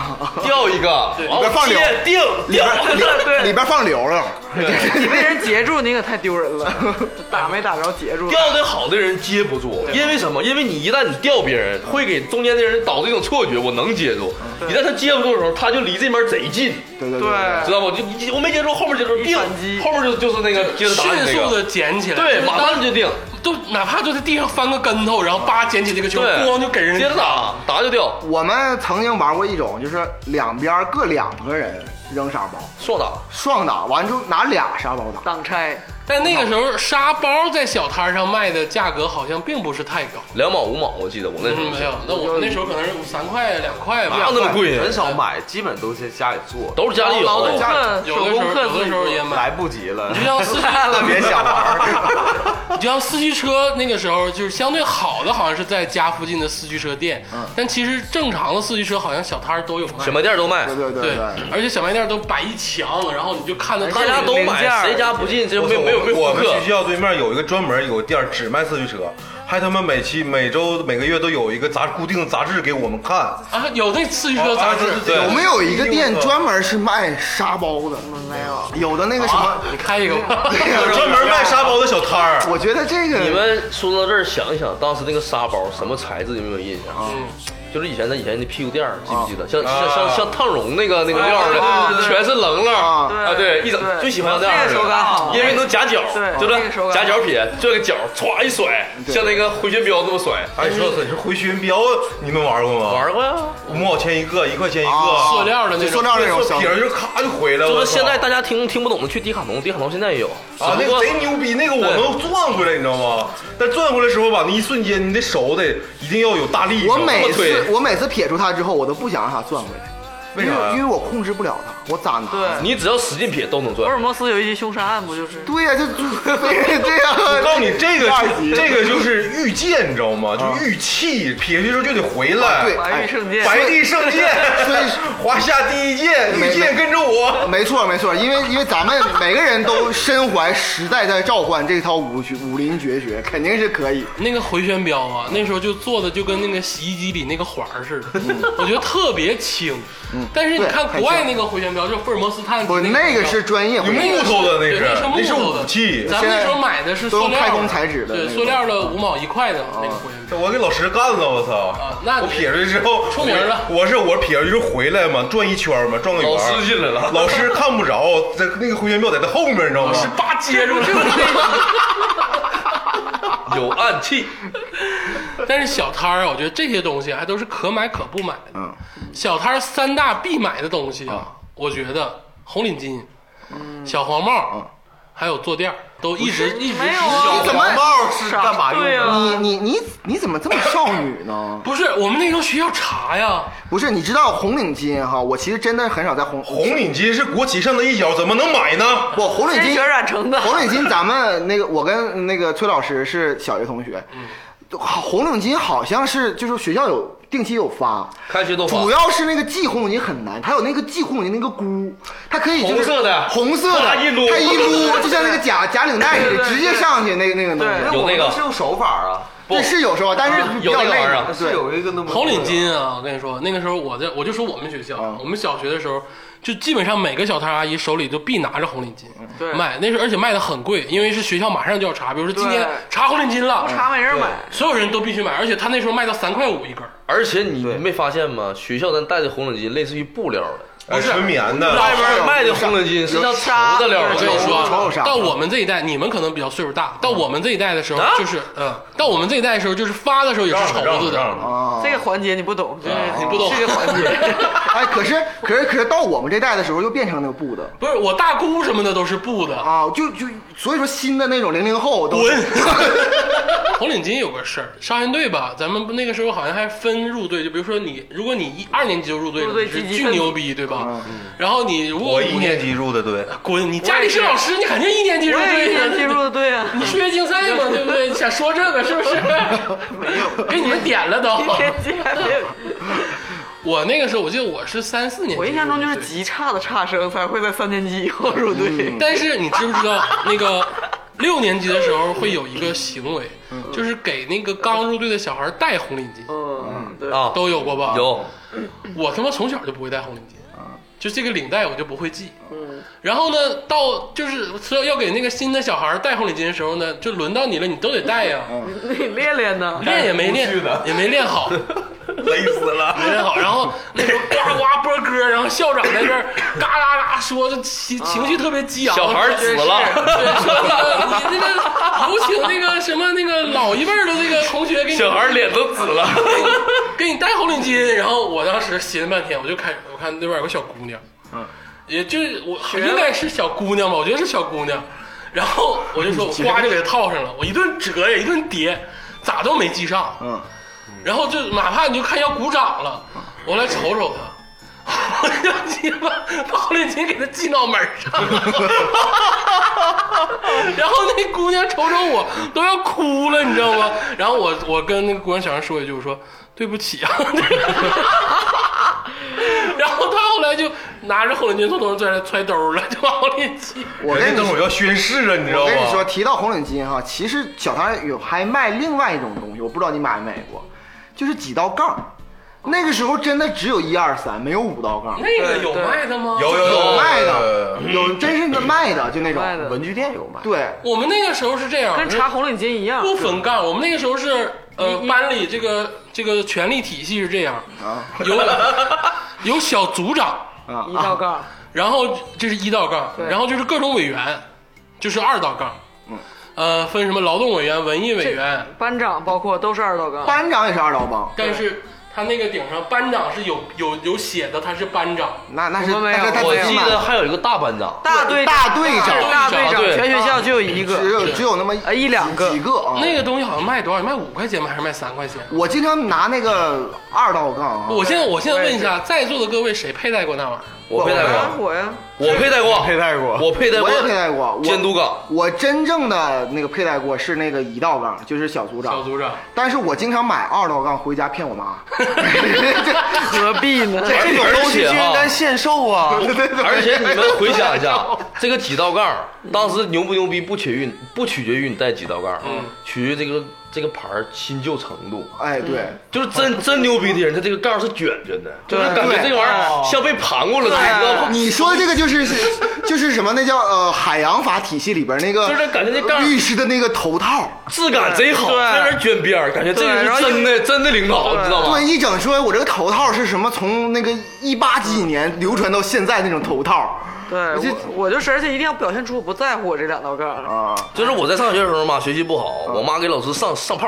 F: 吊一个，哦
E: 里
F: 往
E: 边放柳
F: 接定
E: 里
F: 吊，
E: 边 里里
F: 对，
E: 边放流了，
C: 你 被人截住，你可太丢人了。 打没打着截住？
F: 吊的好的人接不住，因为什么？因为你一旦你吊别人，会给中间的人导致一种错觉，我能接住。
B: 嗯
F: 一旦他接不住的时候，他就离这边贼近，
E: 对对
C: 对，
F: 知道吗？就一我没接住，后面接住定
C: 反击，
F: 后面就就是那个接着打
B: 迅
F: 你那
B: 速的
F: 个，
B: 捡起来，
F: 对，马上就定，
B: 都哪怕就在地上翻个跟头，然后叭捡起这个球，
F: 对，
B: 咣就给人
F: 接着打，打就掉，
E: 我们曾经玩过一种，就是两边各两个人扔沙包，
F: 双打。
E: 双打完之后拿俩沙包打。
C: 挡拆，
B: 但那个时候沙包在小摊上卖的价格好像并不是太高，
F: 两毛五毛，我记得我那时候
B: 嗯，没有，那我们那时候可能是三块两块
F: 哪有
B: 吧。
F: 那么贵呀？
G: 很少买，基本都在家里做，
F: 都是家里有，哦
C: 劳动课、
B: 有
C: 手
B: 的时
C: 工
B: 候，
C: 课
B: 有的时候也买。
G: 来不及了。
B: 你就 像 四驱，
G: 了，别想玩儿。
B: 你就像四驱车那个时候，就是相对好的，好像是在家附近的四驱车店。但其实正常的四驱车好像小摊儿都有卖
F: 嗯小。卖店都卖
E: 对，对对
B: 对
E: 对，，
B: 而且小卖店都摆一墙，然后你就看到
F: 哎大家都买，谁家不进这没有没有没有
D: 我
F: 顾
D: 们
F: 客
D: 学。校对面有一个专门有个店儿只卖四驱车，还他妈每期每周每个月都有一个杂固定杂志给我们看。
B: 啊，有那四驱车杂志
D: 啊，对
E: 有没有一个店专门是卖沙包的？没有，有的那个什 么，
B: 你开一个 吧。
D: 专门卖沙包的小摊儿？
E: 我觉得这个
F: 你们说到这儿，想一想当时那个沙包什么材质，有没有印象？啊？
C: 嗯
F: 就是以前咱以前那屁股垫儿，记不记得？像
C: 啊
F: 像像像烫绒那个那
C: 哎
F: 个料儿的，全是棱棱
E: 啊
F: 啊，对，一整
C: 对
F: 就喜欢那样
C: 这个手感好
F: 的，因为能夹角，
C: 对
F: 就是
C: 这个手感好
F: 夹角撇，这个角歘一甩，像那个回旋镖那么甩，
C: 嗯
D: 哎，说你是回旋镖，你们玩过吗？
F: 玩过呀。
D: 五毛钱一个，一块钱一个，
E: 啊
B: 塑料的那种，
E: 塑料那种小
D: 皮儿就咔就回来了。
F: 就
D: 我
F: 是
D: 操
F: 现在大家听听不懂的，去迪卡侬，迪卡侬现在也有
D: 啊，
F: 只不
D: 那个
F: 过
D: 贼牛逼，那个我能转回来，你知道吗？但转回来的时候吧，那一瞬间，你的手得一定要有大力。
E: 我
D: 你知道吗
E: 每
D: 这么推
E: 次我每次撇出它之后，我都不想让它转回来，
D: 为啥呀
E: 因为因为我控制不了它，我咋拿？
C: 对
F: 你只要使劲撇都能
C: 福
F: 转
C: 尔。摩斯有一集凶杀案，不就是？
E: 对呀，就就非得这 样。
D: 我告诉你，这个
E: 第二集
D: 这个就是御剑，你知道吗？就御气，撇去之后就得回来。
E: 啊对
G: 哎
C: 白玉圣剑，
D: 白帝圣剑，
E: 所以
D: 华夏第一剑，
E: 没
D: 御剑跟着我。
E: 没错没错，因为因为咱们每个人都身怀时代在召唤这套武学武林绝学，肯定是可以。
B: 那个回旋镖啊，那时候就做的就跟那个洗衣机里那个环儿似的，我觉得特别轻。但是你
E: 嗯对
B: 看
E: 很
B: 国外
E: 轻
B: 那个回旋镖，就福尔摩斯探子
E: 不，那个是专业
D: 有
E: 武
D: 木
E: 林，
D: 头的那
B: 对那
D: 是
B: 是，木
D: 那是
B: 头的
D: 武器。
B: 咱们那时候买的是
E: 都
B: 塑
E: 用
B: 料的
E: 开工材质的那哦
B: 对，
E: 种
B: 塑料的五毛一块的那个回 旋镖。
D: 我给老师干了，我操！
B: 啊那
D: 我撇出去之后
B: 出名了
D: 我是我撇出去回来嘛，转一圈嘛，转个圆。
F: 老师进来了，
D: 老师看不着，在那个回旋镖在他后面，你知道吗？
B: 叭接住 了。
F: 有暗器，
B: 但是小摊儿啊，我觉得这些东西还都是可买可不买的。
E: 嗯，
B: 小摊儿三大必买的东西
E: 哦
B: 啊，我觉得红领巾、
E: 嗯
B: 小黄
E: 哦
B: 帽，还有坐垫儿，都一直一直
C: 没有
B: 是
C: 啊，
E: 怎么
G: 帽是干嘛用
C: 对
G: 的？
C: 呀，
E: 你你你你怎么这么少女呢？
B: 不是我们那时候学校查呀，
E: 不是，你知道红领巾哈？我其实真的很少在红
D: 红领巾是国旗上的一角，怎么能买呢？
E: 不红领
C: 鲜
E: 巾
C: 血染成的。
E: 红领巾，咱们那个我跟那个崔老师是小学同学，
F: 嗯
E: 好红领巾好像是就是学校有定期有发，
F: 开学都哦发
E: 主要是那个系红领巾很难，它有那个系红领巾那个箍，它可以就是
F: 红色的
E: 红色的，
F: 啪一撸
E: 它一 撸就像那个假假领带
C: 对
E: 似的，
C: 对
E: 直接上去那个那个东
C: 对
E: 西，
F: 有那个
G: 我们是用手法啊，
F: 不
E: 这是有时候，但是比
F: 有
E: 较
F: 那个
E: 累
F: 玩意儿，
E: 对
G: 是有一个那么
B: 红领巾啊，我跟你说，那个时候我在我就说我们学校，我们小学的时候，就基本上每个小摊阿姨手里都必拿着红领巾，
C: 对
B: 卖那时候而且卖的很贵，因为是学校马上就要查，比如说今天
C: 对啊
B: 查红领巾了，
C: 查没人买，
B: 所有人都必须买，而且他那时候卖到三块五一根儿，
F: 而且你没发现吗？学校咱带的红领巾类似于布料的，
D: 哎纯棉的，
F: 外边卖的红领巾是像绸子料
B: 我跟你
F: 的。
B: 说
E: 有有
B: 啊
E: 啥，
B: 到我们这一代，你们可能比较岁数大，到我们这一代的时候
F: 啊，
B: 就是嗯，到我们这一代的时候，就是发的时候也是
D: 让着
B: 绸
D: 让
B: 子
D: 着
B: 的，
D: 让着。
E: 啊。
C: 这个环节你不懂，就是
B: 你不懂
C: 这个环节。
E: 哎，可是可是可是到我们这代的时候，又变成那个布的
B: 不是我大姑什么的都是布的，
E: 啊，就就所以说新的那种零零后都滚，
B: 红领巾有个事儿，少先队吧，咱们不那个时候好像还分入队，就比如说你，如果你一二年级就入队了，
C: 入队
B: 你是
C: 积极
B: 巨
C: 分组
B: 牛逼，对吧？然后你如果
G: 嗯我
B: 五
G: 一年级入的队，
B: 滚，你家里是老师，你肯定一年级入
C: 我也
B: 队
C: 一
B: 呀
C: 年级入的队 啊，
B: 你数学竞赛嘛，对不对？想说这个是不是？没有， 给你们点了都。
C: 一年级还没 有。
B: 我那个时候，我记得我是三四年级入队，
C: 我印象中就是极差的差生才会在三年级以后入队。
G: 嗯
B: 但是你知不知道，那个六年级的时候会有一个行为，
G: 嗯
B: 就是给那个刚入队的小孩戴红领巾，
C: 嗯，对，
F: 啊，
B: 都有过吧？。
F: 有
B: 我他妈从小就不会戴红领巾，就这个领带我就不会系。
F: 嗯
B: 然后呢，到就是说要给那个新的小孩戴红领巾的时候呢，就轮到你了，你都得戴呀。
C: 那你练练
G: 嗯
C: 呢？
B: 练也没练，也没练好，
G: 累死了。
B: 没练好。然后那时候呱呱播歌，然后校长在这儿嘎嘎嘎说，就情情绪特别激昂。
F: 啊小孩儿死了，
B: 对，说那个你那个有请那个什么那个老一辈儿的那个同学给你
F: 小孩脸都紫了。
B: 给你戴红领巾，然后我当时寻思半天，我就开始我看那边有个小姑娘，嗯，也就是我应该是小姑娘吧，我觉得是小姑娘，然后我就说我呱就给她套上了，我一顿折呀一顿叠，咋都没系上，嗯，然后就哪怕你就看要鼓掌了，我来瞅瞅她。 我就鸡巴把红领巾给她系脑门儿上， 然后那姑娘瞅瞅我都要哭了，你知道吗？然后我我跟那个姑娘小孩说一句，我说对不起啊。 然后她后来就拿着红领巾从头上拽揣兜了，就把红领巾。
E: 我
D: 人
E: 跟你
D: 家那
E: 说
D: 会儿要宣誓啊，你知道
E: 我
D: 吗？
E: 跟你说，提到红领巾哈，其实小摊有还卖另外一种东西，我不知道你买没买过，就是几道杠。那个时候真的只有一二三，没有五道杠，
B: 那个有卖的吗？
D: 有有有
E: 卖的有真是那卖的，就那种
C: 卖的
G: 文具店有卖，
E: 对，
B: 我们那个时候是这样，
C: 跟查红领巾一样，
B: 不分杠。我们那个时候是呃，班里这个这个权力体系是这样，有有小组长，
E: 啊
C: 一道杠。
B: 然后这是一道杠，然后就是各种委员，就是二道杠。嗯，呃，分什么劳动委员、文艺委员，
C: 班长包括都是二道杠，
E: 班长也是二道帮，
B: 但是他那个顶上班长是有有有写的，他是班长。
E: 那那是
C: 我们没有
E: 那是他
F: 我
E: 自己
F: 记
E: 买
F: 得
E: 的
F: 还有一个大班长，
C: 大队
E: 大队长
C: 大队长，
F: 对
C: 全学校就有一
E: 只
C: 个。
E: 有只有那么
C: 啊一两个
E: 几个啊。
B: 那个东西好像卖多少？卖五块钱吗？还是卖三块钱？
E: 我经常拿那个二道杠啊，
B: 我现在哦我现在问一下，在座的各位谁佩戴过那玩意儿？
F: 我佩戴
C: 啊
F: 过，
C: 我呀，
F: 我佩戴过，
G: 佩戴过。
F: 我佩戴过，
E: 我也佩戴过我
F: 监督岗。
E: 我真正的那个佩戴过是那个一道杠，就是小组
B: 小
E: 长，
B: 组长，
E: 但是我经常买二道杠回家骗我 妈。这
C: 何必呢？
G: 这种东西
F: 而且啊
G: 就应该限售啊！
F: 而且你们回想一下，这个几道杠儿，当时牛不牛逼不取决于不取决于你带几道杠儿，取决于这个这个牌儿新旧程度。
E: 哎，对，
F: 就是真真牛逼的人，他这个杠儿是卷着的，就是感觉
E: 对
F: 这玩意儿
B: 哦
F: 像被盘过了，你知道吗？
E: 你说的这个就是就是什么？那叫呃海洋法体系里边那个，
F: 就是感觉那杠啊
E: 律师的那个头套。
F: 质感贼好，
C: 对
F: 在那儿卷边儿，感觉这
C: 对然
F: 个
C: 后
F: 是真的真的领导，你知道吗
E: 对，？一整说我这个头套是什么？从那个一八几几年流传到现在那种头套。
C: 对，
E: 我就
C: 我我就是，而且一定要表现出我不在乎我这两道杠。
E: 啊，
F: 就是我在上学的时候嘛，学习不好，我妈给老师上上炮，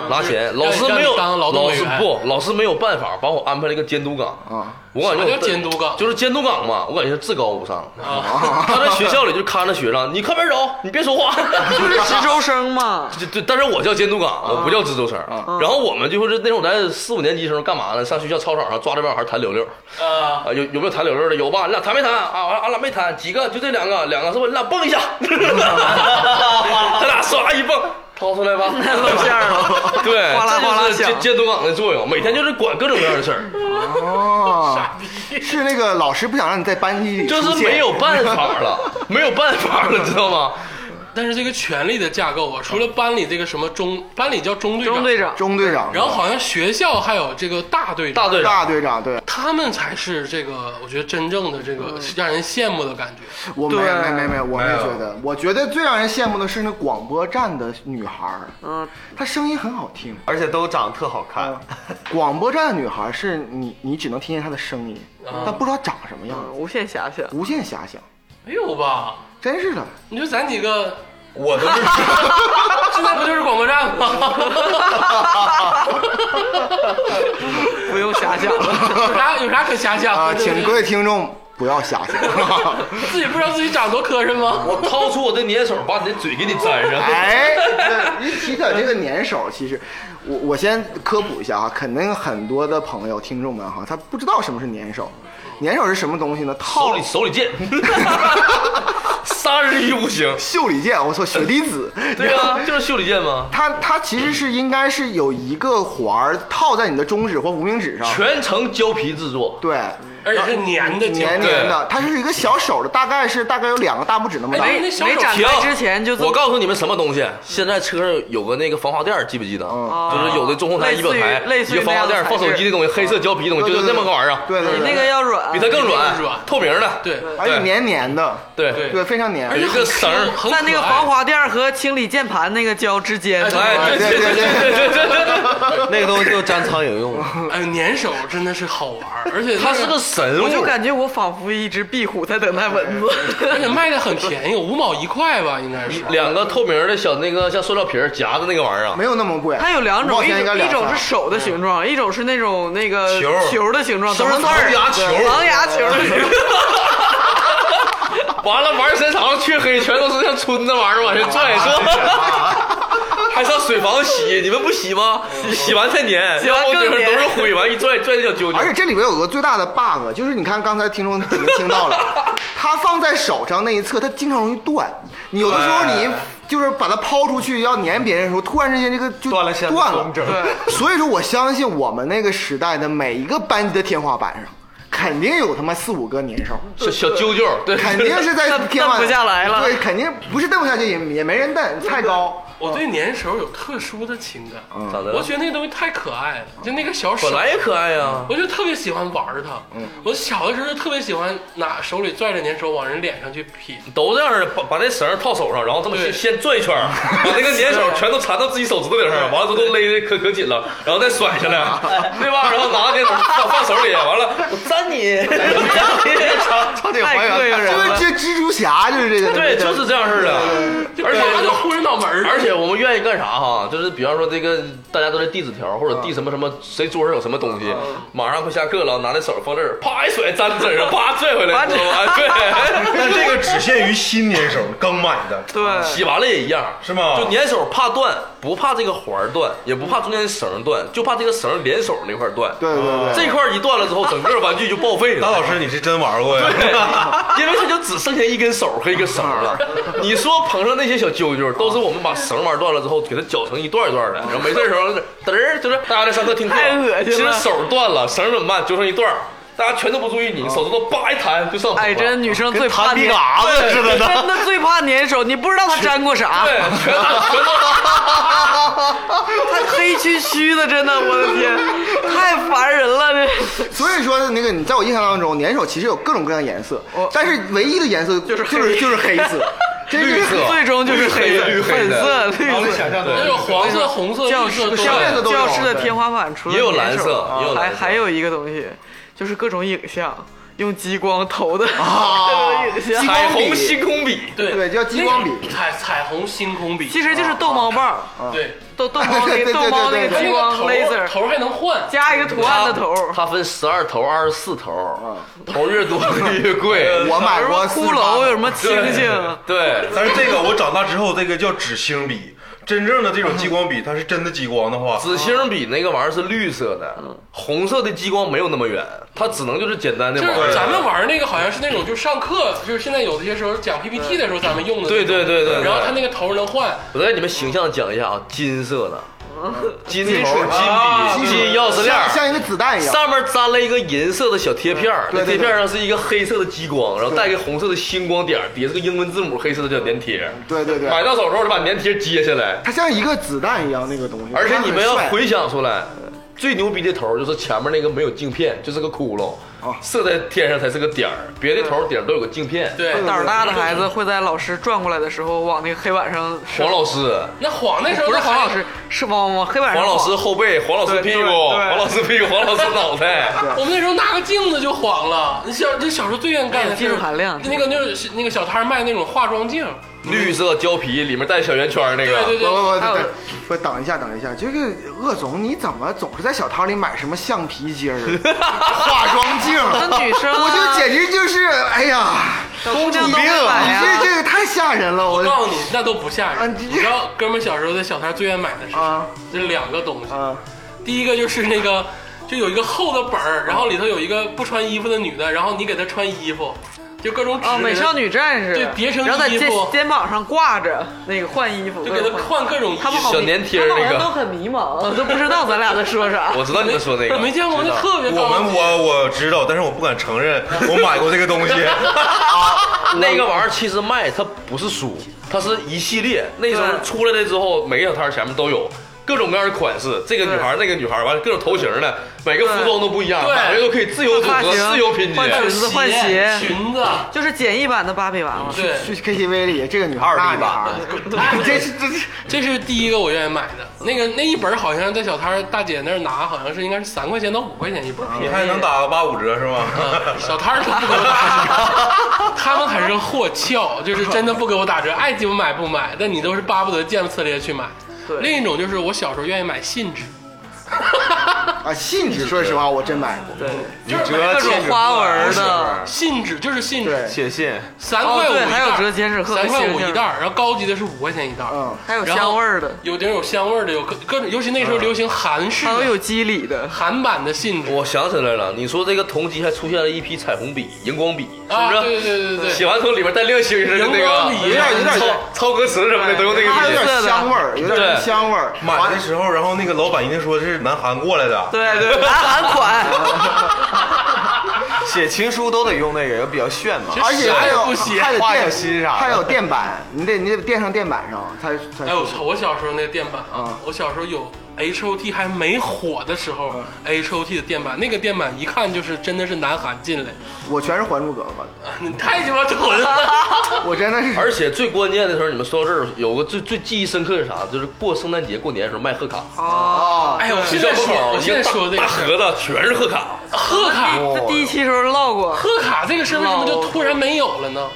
B: 嗯
F: 拿钱，
B: 让
F: 老师
B: 让
F: 没
B: 你
F: 有，
B: 当劳动
F: 老
B: 委
F: 师
B: 员
F: 不，老师没有办法把我安排了一个监督岗
E: 啊。
F: 我感觉
B: 啥
F: 我
B: 叫监督岗哦
F: 就是监督岗嘛，我感觉是至高无上。 他在学校里就看着学生，你课本走，你别说话。
C: 就是值周生嘛，
F: 就对，但是我叫监督岗，我不叫值周生。然后我们就是那种在四五年级的时候干嘛呢？上学校操场上抓着帮小孩弹溜溜。
B: 呃，
F: 啊，有有没有谈柳柳的？有吧？你俩谈没谈啊？俺俺俩没谈，几个就这两个，两个是不？你俩蹦一下，咱俩唰一蹦，掏出来吧，露馅 了。对，
C: 哗啦哗啦
F: 这就是
C: 响
F: 监监督岗的作用，每天就是管各种各样的事儿，
E: 哦，是那个老师不想让你在班级里出
F: 就
E: 现，
F: 是没有办法了，没有办法了，知道吗？
B: 但是这个权力的架构啊，除了班里这个什么中，班里叫中队长，
C: 中队，长。
E: 中队长，
B: 然后好像学校还有这个大队长
F: 大，队长，
E: 大队长，对
B: 他们才是这个我觉得真正的这个让人羡慕的感觉。
E: 我没
C: 对
E: 没没没，我没觉得，我觉得最让人羡慕的是那广播站的女孩儿，
C: 嗯，
E: 她声音很好听。
G: 而且都长得特好看，
E: 广播站的女孩是你你只能听见她的声音，但不知道长什么样子，
C: 无限遐想。
E: 无限遐想，
B: 没有吧？
E: 真是的。
B: 你说咱几个
D: 我都是
B: 现在不就是广播站吗？
C: 不用遐想了。
B: 有啥有啥可遐想
E: 啊，
B: 啊的？对不对
E: 请各位听众不要瞎想。
B: 自己不知道自己长多磕碜吗？
F: 我掏出我的粘手，把你的嘴给你粘上。
E: 哎，对一提到这个粘手，其实我我先科普一下哈，肯定很多的朋友听众们哈，他不知道什么是粘手。粘手是什么东西呢？
F: 手
E: 套
F: 里手里剑，杀人于无形。
E: 袖里剑，我操，舍利子。
F: 对啊，就是袖里剑吗？
E: 它它其实是应该是有一个环儿套在你的中指或无名指上，
F: 全程胶皮制作，
E: 对，
B: 而且是粘的胶
E: 黏
B: 皮。
E: 黏的，它是一个小手的，大概是大概有两个大拇指那么大。
B: 哎
C: 没
B: 那小手
C: 没展
F: 停
C: 开之前就这么
F: 我告诉你们什么东西？现在车上有个那个防滑垫儿，记不记得？就是有的中控台、
C: 类
F: 仪
C: 似于
F: 表台，
C: 类似于
F: 一个防滑垫
C: 那
F: 儿，
C: 样的材
F: 放
C: 质
F: 手机那东西，黑色胶皮东西，
E: 对
F: 就
E: 对
F: 是那么个玩意儿，
E: 对对
C: 你
E: 对，
C: 那个要软，
F: 比它更软
B: 比那个软，
F: 透明的。
B: 对
E: 而且
F: 对
E: 黏黏的，
F: 对
B: 对
E: 对，非常
B: 而
C: 哎
E: 黏。
B: 且
F: 有一个
B: 很
F: 绳儿
B: Q，很
C: 在那个
B: 可爱
C: 防滑垫和清理键盘那个胶之间，
F: 哎，
E: 对对对，
G: 那个东西就粘苍蝇用的。
B: 哎，粘手真的是好玩儿，而且
F: 它是个神物
C: 我，就感觉我仿佛一只壁虎在等待蚊子。
B: 而且卖的很便宜，五毛一块吧，应该是。
F: 两个透明的小那个像塑料皮儿夹的那个玩意儿啊，
E: 没有那么贵。
C: 它有两
E: 五毛
C: 种，一
E: 钱应该
C: 种一
E: 两
C: 种
E: 三
C: 是手的形状，一种是那种那个
D: 球
C: 球的形状，都是刺
E: 狼
C: 儿。
E: 牙
F: 球
C: 狼牙球的形状，
F: 完了玩身长黢黑，全都是像村子玩意儿往下拽，是吧？啊 还上水房洗，你们不洗 吗？洗完再粘，
C: 洗完
F: 要不
C: 更
F: 就是
C: 粘
F: 都是灰，完一拽拽那小揪揪
E: 而。且这里边有个最大的 bug，就是你看刚才听众已经听 到了，它放在手上那一侧，它经常容易断。你有的时候你就是把它抛出去要粘别人的时候，突然之间这个就
G: 断了线
E: 断了
G: 工整。
E: 所以说，我相信我们那个时代的每一个班级的天花板上，肯定有他妈四五个年兽，
F: 小小揪揪，对，
E: 肯定是在
C: 蹬
E: 天花板
C: 蹬不下来了
E: 对，肯定不是蹬不下去，也也没人蹬，太高。
B: 我对粘手有特殊的情感，
F: 咋的
B: 我
F: 了？
B: 觉得那东西太可爱了，就那个小手
F: 嗯本，来也可爱啊呀，
B: 我就特别喜欢玩儿它。我小的时候就特别喜欢拿手里拽着粘手往人脸上去撇，
F: 都这样的，把把那绳儿套手上，然后他们
B: 对
F: 先先转一 圈儿，把那个粘手全都缠到自己手指头顶上， 完了之后都勒的可可紧了，然后再甩 下来，对吧？然后拿粘手放放手里，完了我 粘你，
G: 苍蝇还
C: 太贵
G: 原看
C: 了
G: 人
E: 就是这蜘蛛侠就是这个，
F: 对，就是这样式的，而
B: 而且
F: 且
B: 它就呼人脑门儿。
F: 而且我们愿意干啥哈？就是比方说这个，大家都在递纸条或者递什么什么，谁桌上有什么东西，马上快下课了，拿那手放这儿，啪一甩粘纸上，啪拽回来，你知道吗？ 对，
D: 但这个只限于新粘手，刚买的。
C: 对，
F: 洗完了也一样，
D: 是吗
F: 就粘手怕断，不怕这个环儿断，也不怕中间的绳儿断，就怕这个绳儿连手那块儿断。
E: 对对对。
F: 这块儿一断了之后，整个玩具就报废
D: 大
F: 了。
D: 老师，你是真玩过呀？
F: 因为它就只剩下一根手和一个绳儿 了。你说捧上那些小揪揪，都是我们把绳玩断了之后，给它绞成一段一段的，然后没事儿的时候嘚儿，就是大家在上课听课，
C: 太恶心了
F: 其实手断了，绳儿怎么办？揪成一段儿，大家全都不注意你，手指头叭一弹就上头了。
C: 哎，真女生最怕
G: 地
C: 粘，
G: 嘎子似的呢。
C: 真的最怕粘手，你不知道她粘过啥，
F: 对， 全都全 都
C: 她黑黢黢的，真的，我的天，太烦人了，这
E: 所以说，那个你在我印象当中，粘手其实有各种各样颜色，但是唯一的颜色就是就是就是黑色，真是
C: 最终就是黑的
F: 绿黑
C: 粉色、
F: 的
C: 绿色。
B: 那种黄色、红色、
C: 教
B: 绿
C: 室
B: 色、都有
E: 上面的都有
C: 教室的天花板除了
F: 也有
C: 粘
F: 蓝
C: 手
F: 色也有蓝
C: 还
F: 色
C: 还有一个东西，就是各种影像，用激光投的各种影像，
F: 彩虹星空笔，
B: 对
E: 对叫激光笔
B: 那个彩彩虹星空笔，
C: 其实就是逗猫棒儿，
B: 对，
C: 逗逗猫那个
E: 对对对
C: 逗猫那
E: 对对
C: 个
E: 对
C: 激
B: 那
C: 光
B: 个头
C: laser，
B: 头还能换，
C: 加一个图案的头。
F: 它分十二头、二十四头，嗯头越多的越贵。
E: 我买
C: 有什
E: 过
C: 么骷髅，有什么啊
F: 对
C: 星星，
F: 对，
D: 但是这个我长大之后，这个叫纸星笔。真正的这种激光笔，它是真的激光的话，
F: 紫星笔那个玩意儿是绿色的，
B: 嗯
F: 红色的激光没有那么远，它只能就是简单的
B: 就
F: 玩
B: 是
F: 儿。
B: 咱们玩那个好像是那种，就上课，就是现在有的些时候讲 PPT 的时候咱们用的那种。
F: 对对对对对
B: 然后它那个头能换，
F: 我再给你们形象讲一下啊，金色的，
B: 嗯
F: 金头、
B: 啊
F: 金笔、金钥匙
E: 嗯
F: 链
E: 像
F: 儿，
E: 像一个子弹一样，
F: 上面粘了一个银色的小贴片儿，那
E: 对
F: 贴
E: 对
F: 片儿上是一个黑色的激光，然后带个红色的星光点儿，底下是个英文字母黑色的小粘贴。
E: 对对对，
F: 买到手之后就把粘贴揭下来，
E: 它像一个子弹一样那个东西，
F: 而且你们要
E: 它很帅
F: 回想出来，最牛逼的头就是前面那个没有镜片，就是个窟窿，
E: 哦
F: 射在天上才是个点儿，别的头顶上都有个镜片。
B: 对。
C: 胆儿大的孩子会在老师转过来的时候往那个黑板上射，
F: 黄老师，
B: 那黄那时候
C: 不是
B: 那
C: 黄
B: 还
C: 老师，是往往黑板上
F: 黄
C: 晃
F: 老师后背，黄老师屁股，
C: 哎对对对
F: 黄老师屁股，黄老师脑袋，
B: 我们那时候拿个镜子就晃了。你小这小时候最愿意干的
C: 哎技术含量
B: 那个那个那个小摊儿卖那种化妆镜，
F: 绿色胶皮里面带小圆圈儿那
B: 对对
F: 个，
B: 对，
E: 不不不
C: 还有
E: 等，不等一下等一下，这个鄂总你怎么总是在小摊里买什么橡皮筋儿、化妆镜性，
C: 那女生 啊
E: 我就简直就是，哎呀，
C: 小姑娘都会买
E: 你这
C: 呀。
E: 这个太吓人了，
B: 我告
E: 我
B: 诉你，那都不吓
E: 啊
B: 人。
E: 你
B: 你
E: 这
B: 知道哥们儿小时候在小摊最愿买的是啥
E: 啊？
B: 这两个东西。
E: 啊，
B: 第一个就是那个，就有一个厚的本儿，然后里头有一个不穿衣服的女的，然后你给她穿衣服，就各种纸
C: 啊，美少女战士，
B: 对别成
C: 然后在
B: 衣
C: 肩
B: 服
C: 肩膀上挂着那个换衣服，
B: 就给她
C: 换
B: 换各种衣服。
C: 他们好
F: 小粘贴儿
C: 他们
F: 那
C: 好
F: 个
C: 像都很迷茫， 都不知道咱俩在说啥。
F: 我知道你们说那个，
B: 没见过，
F: 知
B: 那
F: 道
B: 特别高
D: 我们我我知道，但是我不敢承认我买过这 个东西。
F: 那个玩意儿其实卖它不是书，它是一系列。那时候
C: 对
F: 出来了之后，每个小摊儿前面都有各种各样的款式，这个女孩儿那个女孩儿，完了各种头型儿的，每个服装都不一样，
B: 对
F: 每个都可以自由组
C: 发
F: 合、
C: 型
F: 自由拼接。
C: 换裙子换鞋
B: 裙子，
C: 就是简易版的芭比娃娃，
B: 对，
E: 去 KTV 里这个女孩儿那女孩儿，这是这是
B: 这是第一个我愿意买的。那个那一本儿好像在小摊儿大姐那儿拿，好像是应该是三块钱到五块钱一本儿。
D: 你还能打个八五折是吗？
C: 嗯
B: 啊小摊儿都不给我打折，他们还是货俏，就是真的不给我打折，爱鸡巴买不买，但你都是巴不得见不呲咧去买。
C: 对
B: 另一种就是我小时候愿意买信纸，
E: 啊，信纸，说实话我真买过，
B: 就是买
C: 各
B: 各
C: 种
B: 种
C: 花纹的，
B: 信纸就是信纸，
E: 对，
G: 写信，
B: 三块五
C: 啊哦
B: 一
C: 对
B: 袋儿，
C: 还有折剪纸鹤
B: 三块
C: 星
B: 五
C: 星
B: 一袋儿，然后高级的是五块钱一袋儿，
E: 嗯
C: 还有香味儿的，
B: 有的有香味儿的，有各各种，尤其那时候流行韩式
C: 还有
B: 的、
C: 有肌理的，
B: 韩版的信纸
F: 我想起来了，你说这个同级还出现了一批彩虹笔、荧光笔，是
B: 啊，
F: 不是？
B: 对对对对
F: 写
B: 对，
F: 完从里面带亮星星的那
B: 荧光笔
F: 个，啊
B: 有点
E: 有点
F: 抄抄歌词什么的都用那
E: 它有
F: 个
E: 点
F: 笔。
E: 香味儿，有点
F: 对
E: 香味儿，
D: 买的时候，然后那个老板一定说这是南韩过来的，
C: 对对，南韩款，
G: 写情书都得用那个，比较炫嘛。
E: 而且
B: 啥
E: 还
B: 也
E: 有
B: 不写
E: 还有
G: 画个
E: 电
G: 心啥的
E: 还有垫板，你得你得垫上垫板上才才。
B: 哎，我操！我小时候那电板
E: 啊
B: 啊，我小时候有 H O T 还没火的时
E: 嗯
B: 候，H O T 的电板，那个电板一看就是真的是南韩进来，
E: 我全是《还珠格格》的，
B: 啊你太鸡巴蠢 了！
E: 我真的是
F: 而且最关键的时候，你们说到这儿，有个最最记忆深刻的是啥？就是过圣诞节、过年的时候卖贺卡，
C: 哦
E: 啊，
B: 哎，我
F: 学
B: 现在
F: 校门
B: 说，
F: 口
B: 我
F: 一
B: 现在
F: 个大
B: 说这个
F: 大
B: 事儿
F: 盒子全是贺卡，
B: 贺卡，
C: 这第一期时候唠过，
B: 贺卡这个身份怎么就突然没有了呢？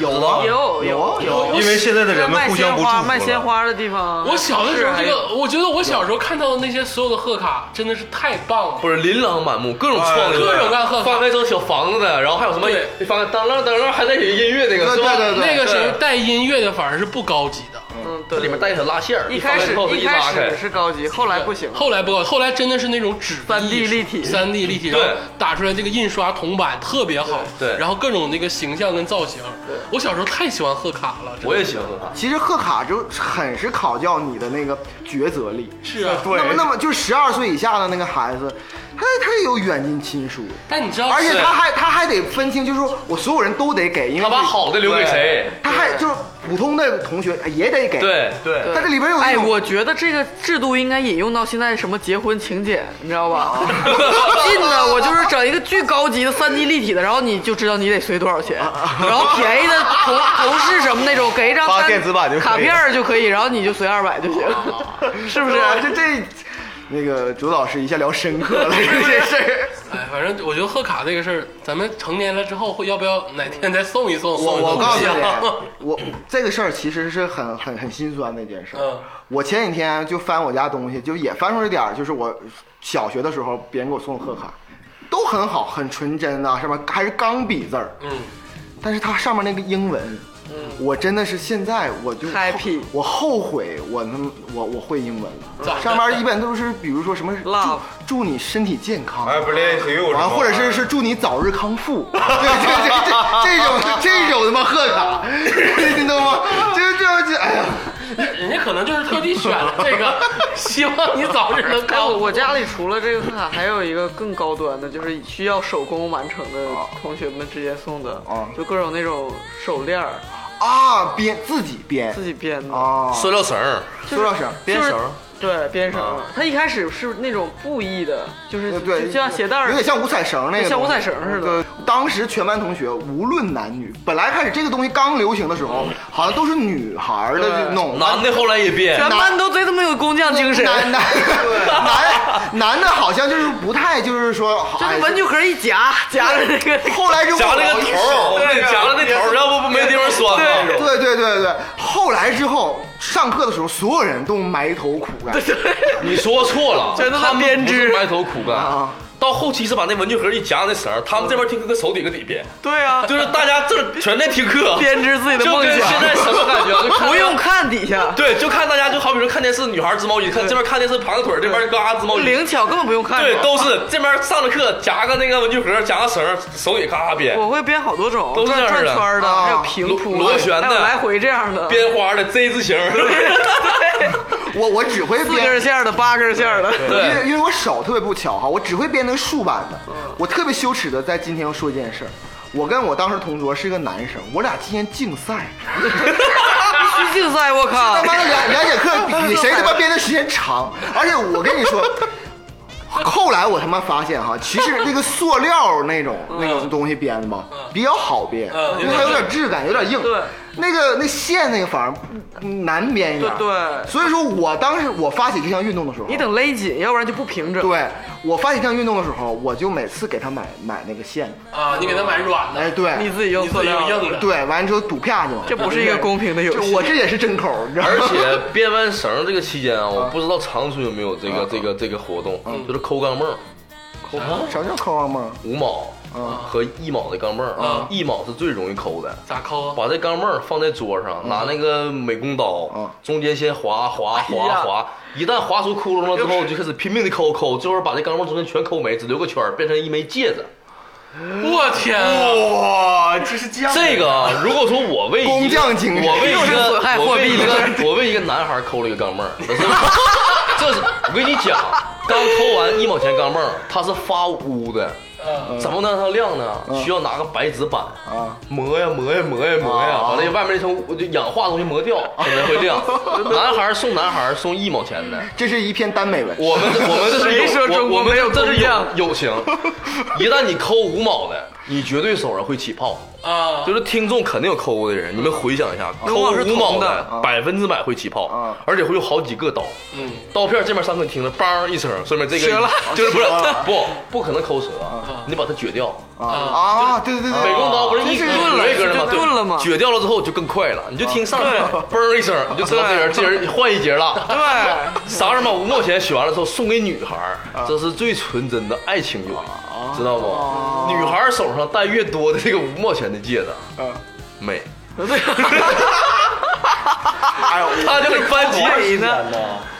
E: 有啊
C: 有
E: 有啊
C: 有
E: 有啊，
D: 因为现在的人们
C: 卖
D: 互相
C: 鲜
D: 不祝
C: 花
D: 福
C: 卖鲜
D: 了。
C: 花的地方，啊
B: 我小的时候，这
C: 是还
B: 个我觉得我小时候看到的那些所有的贺卡真的是太棒了。
F: 不是琳琅满目，各种创意，
B: 各种各样贺卡
F: 翻开成小房子的，然后还有什么
B: 对
F: 翻开当啷当啷，还带有音乐那个，
E: 对
F: 是吧
E: 对对对
B: 那个时候带音乐的反而是不高级的，
C: 嗯
F: 这
C: 对，
F: 里面带一条拉线儿，
C: 一开始
F: 放开扣子
C: 一
F: 一拉
C: 开
F: 开
C: 始，是高级，后来不行了，
B: 后来不高，后来真的是那种纸
C: 3D 立体
B: 三 D 立体，然
F: 对
B: 后打出来这个印刷铜版特别好，
F: 对对
B: 然后各种那个形象跟造型，我小时候太喜欢贺卡了，真的
F: 我也喜欢贺卡，
E: 其实贺卡就很是考教你的那个抉择力。
B: 是啊，
E: 那么那么就十二岁以下的那个孩子，他他也有远近亲疏，
B: 但你知道，
E: 而且
B: 哦是
E: 他还他还得分清，就是说我所有人都得给，因为
F: 他把好的留给谁？
E: 他还就是普通的同学哎也得给。，
F: 对，
G: 对，
E: 他这里边有一
C: 哎，
E: 种
C: 我觉得这个制度应该引用到现在什么结婚请柬，你知道吧？ 近的我就是整一个巨高级的三 D 立体的，然后你就知道你得随多少钱，然后便宜的同同事什么那种给一张
G: 发
C: 单
G: 电子版就可以
C: 卡片儿就可以，然后你就随二百就行， 是不是？
E: 啊这这那个朱老师一下聊深刻了这事儿。
B: 哎，反正我觉得贺卡这个事儿，咱们成年了之后会要不要哪天再送一送？
E: 我我告诉
B: 送一送
E: 你，我这个事儿其实是很很很心酸的一件事儿。
B: 嗯
E: 我前几天就翻我家东西，就也翻出来点儿，就是我小学的时候别人给我送的贺卡，都很好，很纯真呐、上面还是钢笔字儿，
B: 嗯，
E: 但是它上面那个英文，我真的是现在我就
C: Happy
E: 我后悔我他妈我我会英文了，
B: 咋
E: 上面一般都是比如说什么祝
C: Love
E: 祝你身体健康，
D: 哎，不练习我
E: 完，或者是是祝你早日康 复， 对对对，这这种这种他妈贺卡， 你懂吗？这这这，哎呀，
B: 人家可能就是特地选了这个，希望你早日能
C: 哎，
B: 看
C: 我我家里除了这个贺卡，还有一个更高端的，就是需要手工完成的同学们之间送的，就各种那种手链儿，
E: 啊，编自己编
C: 自己编的，
E: 啊，
F: 塑料绳儿，
E: 苏老师，
C: 就是
G: 编绳儿，
C: 对，编绳儿。它一开始是那种布艺的，就是
E: 对
C: 就
E: 对，
C: 就像鞋带儿
E: 有，点像五彩绳那个，
C: 对像五彩绳似的。
E: 对当时全班同学无论男女，本来开始这个东西刚流行的时候，好像都是女孩儿的
C: 嗯对
E: 弄，
F: 男的后来也变，
C: 全班都对他们有工匠精神，
E: 男男男男的好像就是不太就是说，
C: 就
E: 哎
C: 是文具盒一夹夹着那个，
E: 后来就
F: 夹了个头儿，对，夹了那头儿，要不没地方啊拴那种。
E: 对对对对，后来之后上课的时候，所有人都埋头苦干，
F: 你说错了，
C: 全都在
F: 他们
C: 编织
F: 不是埋头苦干
E: 啊。
F: 到后期是把那文具盒一夹那绳儿，他们这边听课跟手底个底编，
C: 对啊，
F: 就是大家这儿全在听 课，
C: 编织自己的
F: 就
C: 梦
F: 跟
C: 想
F: 现，在什么感觉？啊就 看
C: 不用看底下，
F: 对，就看大家就好比说看电视，《女孩织毛衣》，看这边看电视盘个腿儿，这边嘎织毛衣，
C: 灵巧根本不用看。
F: 对，都是这边上着课夹个那个文具盒，夹个绳儿，手底咔咔编
C: 我会编好多种，
F: 都是这
C: 转
F: 样
C: 转
F: 的
C: 圈儿的，
E: 啊
C: 还有平铺
F: 螺螺旋的
C: 还有来回这样的，
F: 编花的 Z 字形儿，
E: 我我只会
C: 四根
E: 编，
C: 线儿的，八根线儿的。
E: 因为
F: 对，
E: 因为我手特别不巧哈，我只会编那个竖版的。我特别羞耻的在今天要说一件事儿，我跟我当时同桌是个男生，我俩今天竞赛，
C: 必须竞赛，我靠
E: 他！妈的两两节课比谁他妈编的时间长，而且我跟你说。后来我他妈发现哈，其实那个塑料那种那种东西编的吧，比较好编，
B: 嗯
E: 因为它有点质感，有点硬。
C: 对，
E: 那个那线那个反而嗯难编一点。
C: 对对
E: 所以说我当时我发起这项运动的时候，
C: 你等勒紧，要不然就不平整。
E: 对我发起这项运动的时候，我就每次给他买买那个线，
B: 啊，你给他买软的，
E: 哎，对，
C: 你自己用
B: 你自
C: 塑
B: 己
C: 料
B: 用
C: 的，
B: 硬的，
E: 对，完了之后赌啪去嘛。
C: 这不是一个公平的游
E: 就
C: 戏。
E: 我这也是真抠，你知道
F: 而
E: 吗？
F: 且编完绳儿这个期间啊，我不知道长春有没有这
C: 啊
F: 个这个这个活动，
C: 嗯
F: 就是抠钢镚儿，
E: 什么叫抠 啊吗？
F: 五毛
C: 啊
F: 和一毛的钢镚儿，一毛是最容易抠的。
B: 咋抠啊？
F: 把这钢镚儿放在桌
C: 啊
F: 上，拿那个美工刀
E: 嗯，
F: 中间先划划
C: 哎呀
F: 划划，一旦划出窟窿了之后，就开始拼命的抠抠，最后把这钢镚儿中间全抠没，只留个圈儿，变成一枚戒指。
B: 我天啊！
G: 哇，这是这样的
F: 这个啊，如果说我为一个
E: 工匠精神
F: 我 为一
C: 又是损害
F: 个
C: 货
F: 我为
C: 币
F: 一
C: 的事
F: 个我为一个男孩抠了一个钢镚儿，这是 这是我跟你讲，刚抠完一毛钱钢镚儿，它是发乌的。嗯怎么能让它亮呢？
C: 嗯
F: 需要拿个白纸板
C: 啊
F: 磨呀磨呀磨呀磨呀，把那外面那层就氧化的东西磨掉，可能会
C: 啊
F: 亮。 男孩儿送男孩儿送一毛钱的，
E: 这是一篇耽美文。
F: 我们我们这是
C: 谁
F: 有
C: 说中国
F: 我我们
C: 没有
F: 这是
C: 工匠
F: 友友情。 一旦你抠五毛的，你绝对手上会起泡。
B: 啊，
F: 就是听众肯定有抠过的人，你们回想一下，抠
C: 啊我是
F: 五
C: 铜
F: 毛
C: 的
F: 的百分之百会起泡，而且会有好几个刀。嗯，刀片这边上课听了，梆一声，说明这个
C: 折了
F: 就是不是不不可能抠折，你把它撅掉。
E: 啊，对对对
F: 美
E: 对，
F: 工刀不是一
C: 这
F: 格
C: 是
F: 一格一格的吗？
C: 就钝了嘛
F: 撅掉了之后就更快了，你就听上面嘣一声，你就知道 这人这人换一节了。
C: 对，
F: 啥玩意儿嘛？五毛钱选完了之后送给女孩儿，这是最纯真的爱情友谊，知道不？女孩儿手上戴越多的这个五毛钱的戒指，美。 哎对，他就是班级
C: 谁呢？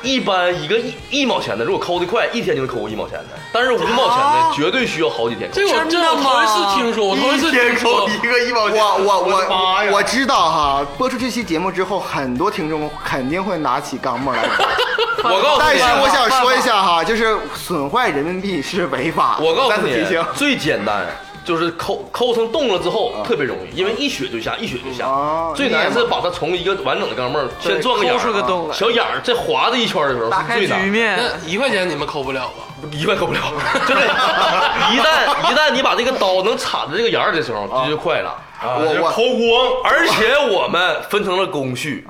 F: 一般一个一一毛钱的，如果抠的快，一天就能抠一毛钱的，但是五毛钱的绝对需要好几天抠。
B: 这我
C: 真
B: 这
C: 的
B: 我头一
C: 吗
B: 次听说，我头一次
G: 天
B: 听
G: 抠
B: 说，
G: 一个一毛钱，
E: 我我
G: 的妈呀
E: 我我知道哈，播出这期节目之后，很多听众肯定会拿起钢镚来玩。
F: 我告诉
E: 但
F: 你啊
E: 是，我想说一下哈，就是损坏人民币是违法的。
F: 我告
E: 再
F: 诉
E: 次
F: 你
E: 提醒，
F: 最简单就是抠抠成洞了之后特别容易，因为一血就下，一血就下。
E: 哦
F: 最难是把它从一个完整的钢镚儿先钻个眼儿，
C: 抠出个洞来
F: 小眼儿再划着一圈儿的时候
C: 打
F: 是
C: 开
F: 最
C: 局
F: 难，
C: 面，
B: 那一块钱你们抠不了吧？
F: 一块抠不了。就是 一旦一旦你把这个刀能插着这个眼儿的时候，这就快了。
E: 我我
D: 抠光，
F: 而且我们分成了工序，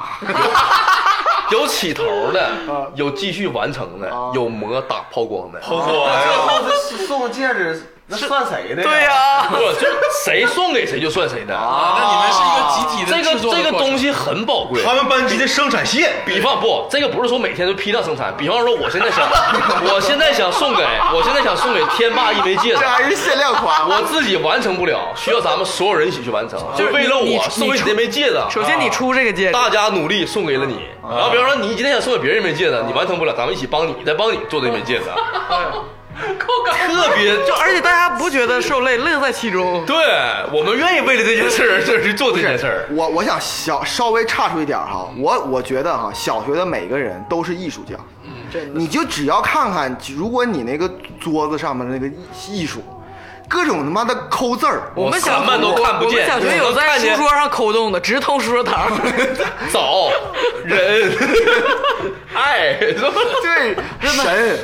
F: 有有起头 的，有继续完成的，有磨打抛光的。
D: 抠光
G: 最
D: 呀！
G: 后是送戒指，那算谁的？
C: 对，呀，
F: 不，这谁送给谁就算谁的。
B: 啊，那你们是一个集体
F: 这
B: 的
F: 个
B: 制作
F: 这个东
B: 西，
F: 西很宝贵。
D: 他们班级的生产线，
F: 比方不，这个不是说每天都批量生产。比方说，我现在想， 我现在想送给，我现在想送给天霸一枚 戒指
E: 这，还是限量 款。
F: 我自己完成不了，需要咱们所有人一起去完成。就为了
C: 你
F: 我
C: 你
F: 送给你这枚戒指，啊
C: 首先你出这个戒指，
F: 大家努力送给了你。
B: 啊
F: 然后比方说，你今天想送给别人一枚戒指，你完成不了，咱们一起帮你，再帮你做这枚戒 指。啊
B: 哎
F: 特别就
C: 而且大家不觉得受累，乐在其中。
F: 对我们愿意为了这件事儿，就是去做这件事儿。
E: 我我想小稍微岔出一点儿哈，我我觉得哈，小学的每个人都是艺术家，你就只要看看，如果你那个桌子上面那个艺艺术，各种他妈的抠字儿，
F: 我
C: 我们小
F: 散漫都看不
C: 我们
F: 见，
C: 小学
F: 我
C: 有
F: 能
C: 在
F: 看
C: 书
F: 见
C: 桌上抠洞的，直通书桌 堂。
F: 找 人爱，
E: 对，神，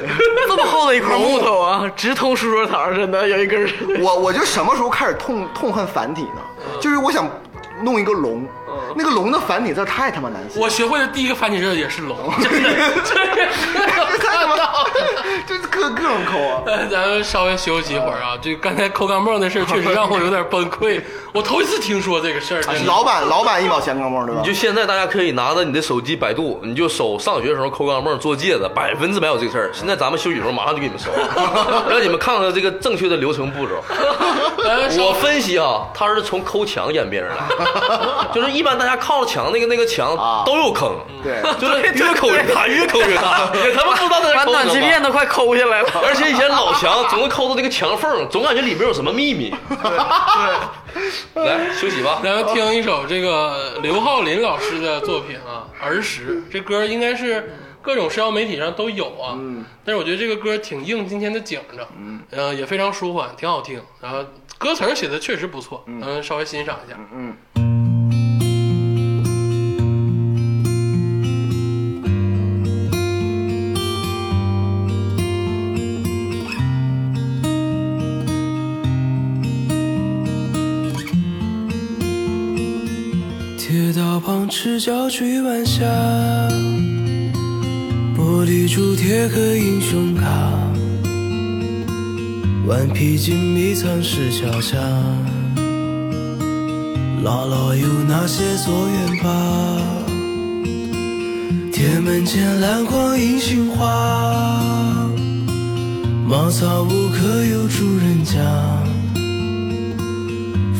C: 这么厚的一块木头啊， 直通书桌堂，真的有一 根儿。
E: 我我就什么时候开始痛痛恨繁体呢？就是我想弄一个龙，那个龙的繁体字太他妈难写了，
B: 我学会的第一个繁体字也是龙，真的，
E: 这
B: 真
E: 太
B: 的。
E: 他 妈，这各各种抠啊！
B: 呃， 咱们稍微休息一会儿啊，这刚才抠钢镚的事儿确实让我有点崩溃，我头一次听说这个事儿，真的。
E: 老板老板一毛钱钢镚对吧
F: 你？就现在，大家可以拿着你的手机百度，你就搜上学的时候抠钢镚做戒指，百分之百有这个事儿。现在咱们休息的时候马上就给你 们搜，让你们看看这个正确的流程步骤。
E: 呃
B: 咱稍
F: 我分析啊，它是从抠墙演变而 来，就是一般大家靠着墙那个那个墙
E: 啊
F: 都有坑，
E: 对
F: 就是越抠越大，越抠 越大，也他妈不知道在那
C: 把
F: 抠
C: 暖
F: 什
C: 气
F: 么。
C: 片都快抠下来了。
F: 而且以前老墙总能抠到那个墙缝，总感觉里面有什么秘密。对，来休息吧。
B: 咱们听一首这个刘浩林老师的作品啊，《儿时》这歌应该是各种社交媒体上都有啊。嗯。但是我觉得这个歌挺应今天的景的，嗯，呃，也非常舒缓，挺好听。然后歌词儿写的确实不错，嗯，稍微欣赏一下。
H: 铁道旁赤脚追晚霞，玻璃珠贴个英雄卡，顽皮筋迷藏石桥下，姥姥有那些作业本？铁门前篮筐银杏花，茅草屋可有住人家？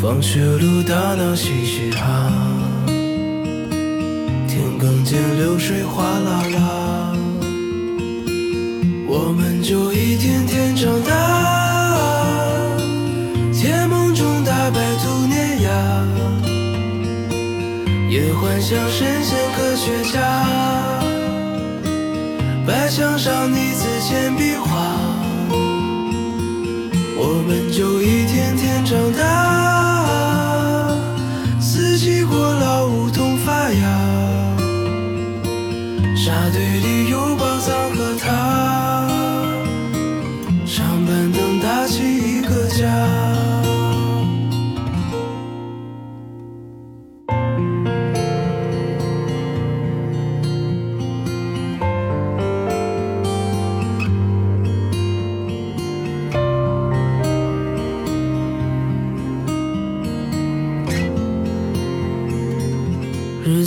H: 放学路打闹嘻嘻哈哈，田埂间流水哗啦啦，我们就一天天长大，甜梦中大白兔碾压，也幻想神仙科学家，白墙上泥字铅笔画。我们就一天天长大，四季过老梧桐发芽，沙堆里有宝藏和他，长板凳搭起一个家。日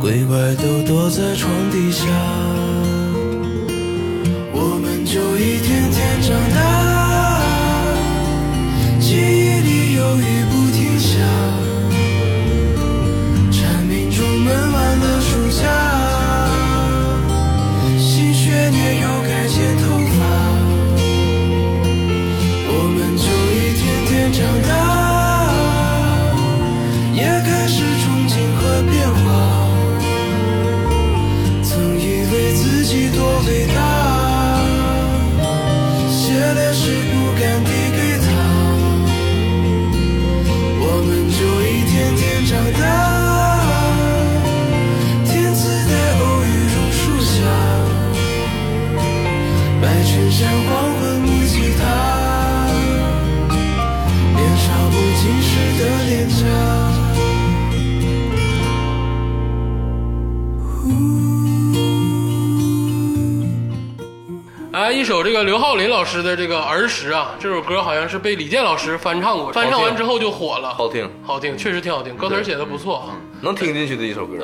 H: 鬼怪都躲在床底下。我们就一天天长大，记忆里有雨不停下，蝉鸣中闷完了暑假，新学年又该剪头发。我们就一天天长大，也开始憧憬和变化。曾以为自己多伟大，写烈士不敢递给他。我们就一天天长大，天赐的偶遇榕树下。白衬衫，黄昏木吉他，年少不经事的脸颊。
B: 哎，一首这个刘浩林老师的这个《儿时》啊，这首歌好像是被李健老师翻唱过，翻唱完之后就火了，
F: 好听，
B: 好听，确实挺好听，歌词儿写的不错啊。
F: 能听进去的一首歌。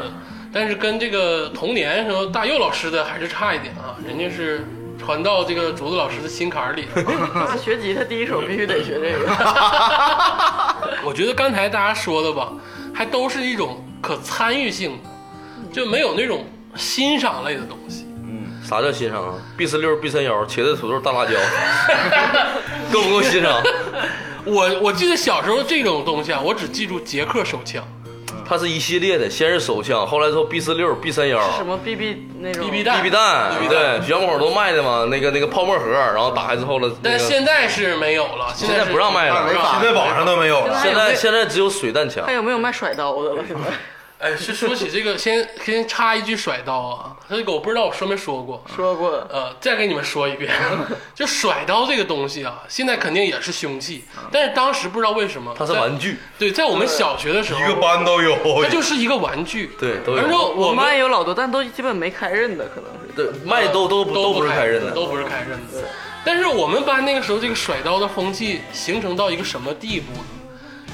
B: 但是跟这个童年什么大佑老师的还是差一点啊，人家是传到这个竹子老师的心坎儿 里。
C: 那学吉他第一首必须得学这个。
B: 我觉得刚才大家说的吧，还都是一种可参与性的，就没有那种欣赏类的东西。
F: 啥叫欣赏啊？B 四六、B 三幺、茄子、土豆、大辣椒，够不够欣赏？
B: 我我记得小时候这种东西啊，我只记住杰克手枪，
F: 它是一系列的，先是手枪，后来之后 B 四六、B 三幺、
C: 什么 BB 那种
B: BB 弹
F: BB 弹，对，学校门口都卖的嘛，那个那个泡沫盒，然后打开之后了，那
B: 但
F: 个
B: 现在是没有了，现
F: 现在
B: 是
F: 不让卖
E: 违
F: 了，
E: 法
D: 现在网上都没有了。
C: 法还
F: 现
C: 有那
F: 在现在只有水弹枪
C: 还。有没有卖甩刀的了？现在
B: 哎，是说起这个，先先插一句甩刀啊，这个我不知道我说没说过，
C: 说过，
B: 呃，再给你们说一 遍，就甩刀这个东西啊，现在肯定也是凶器，但是当时不知道为什么
F: 它是
B: 在
F: 玩具，
B: 嗯对，在我们小学的时候，
D: 一个班都有，
B: 它就是一个玩具，
F: 对都有
B: 然后我
C: 我们班
B: 们
C: 也有老多，但都基本没开刃的，可能是。
F: 对，卖的都都不
B: 都
F: 不是开刃的，
B: 都不是开刃的。但是我们班那个时候，这个甩刀的风气形成到一个什么地步呢？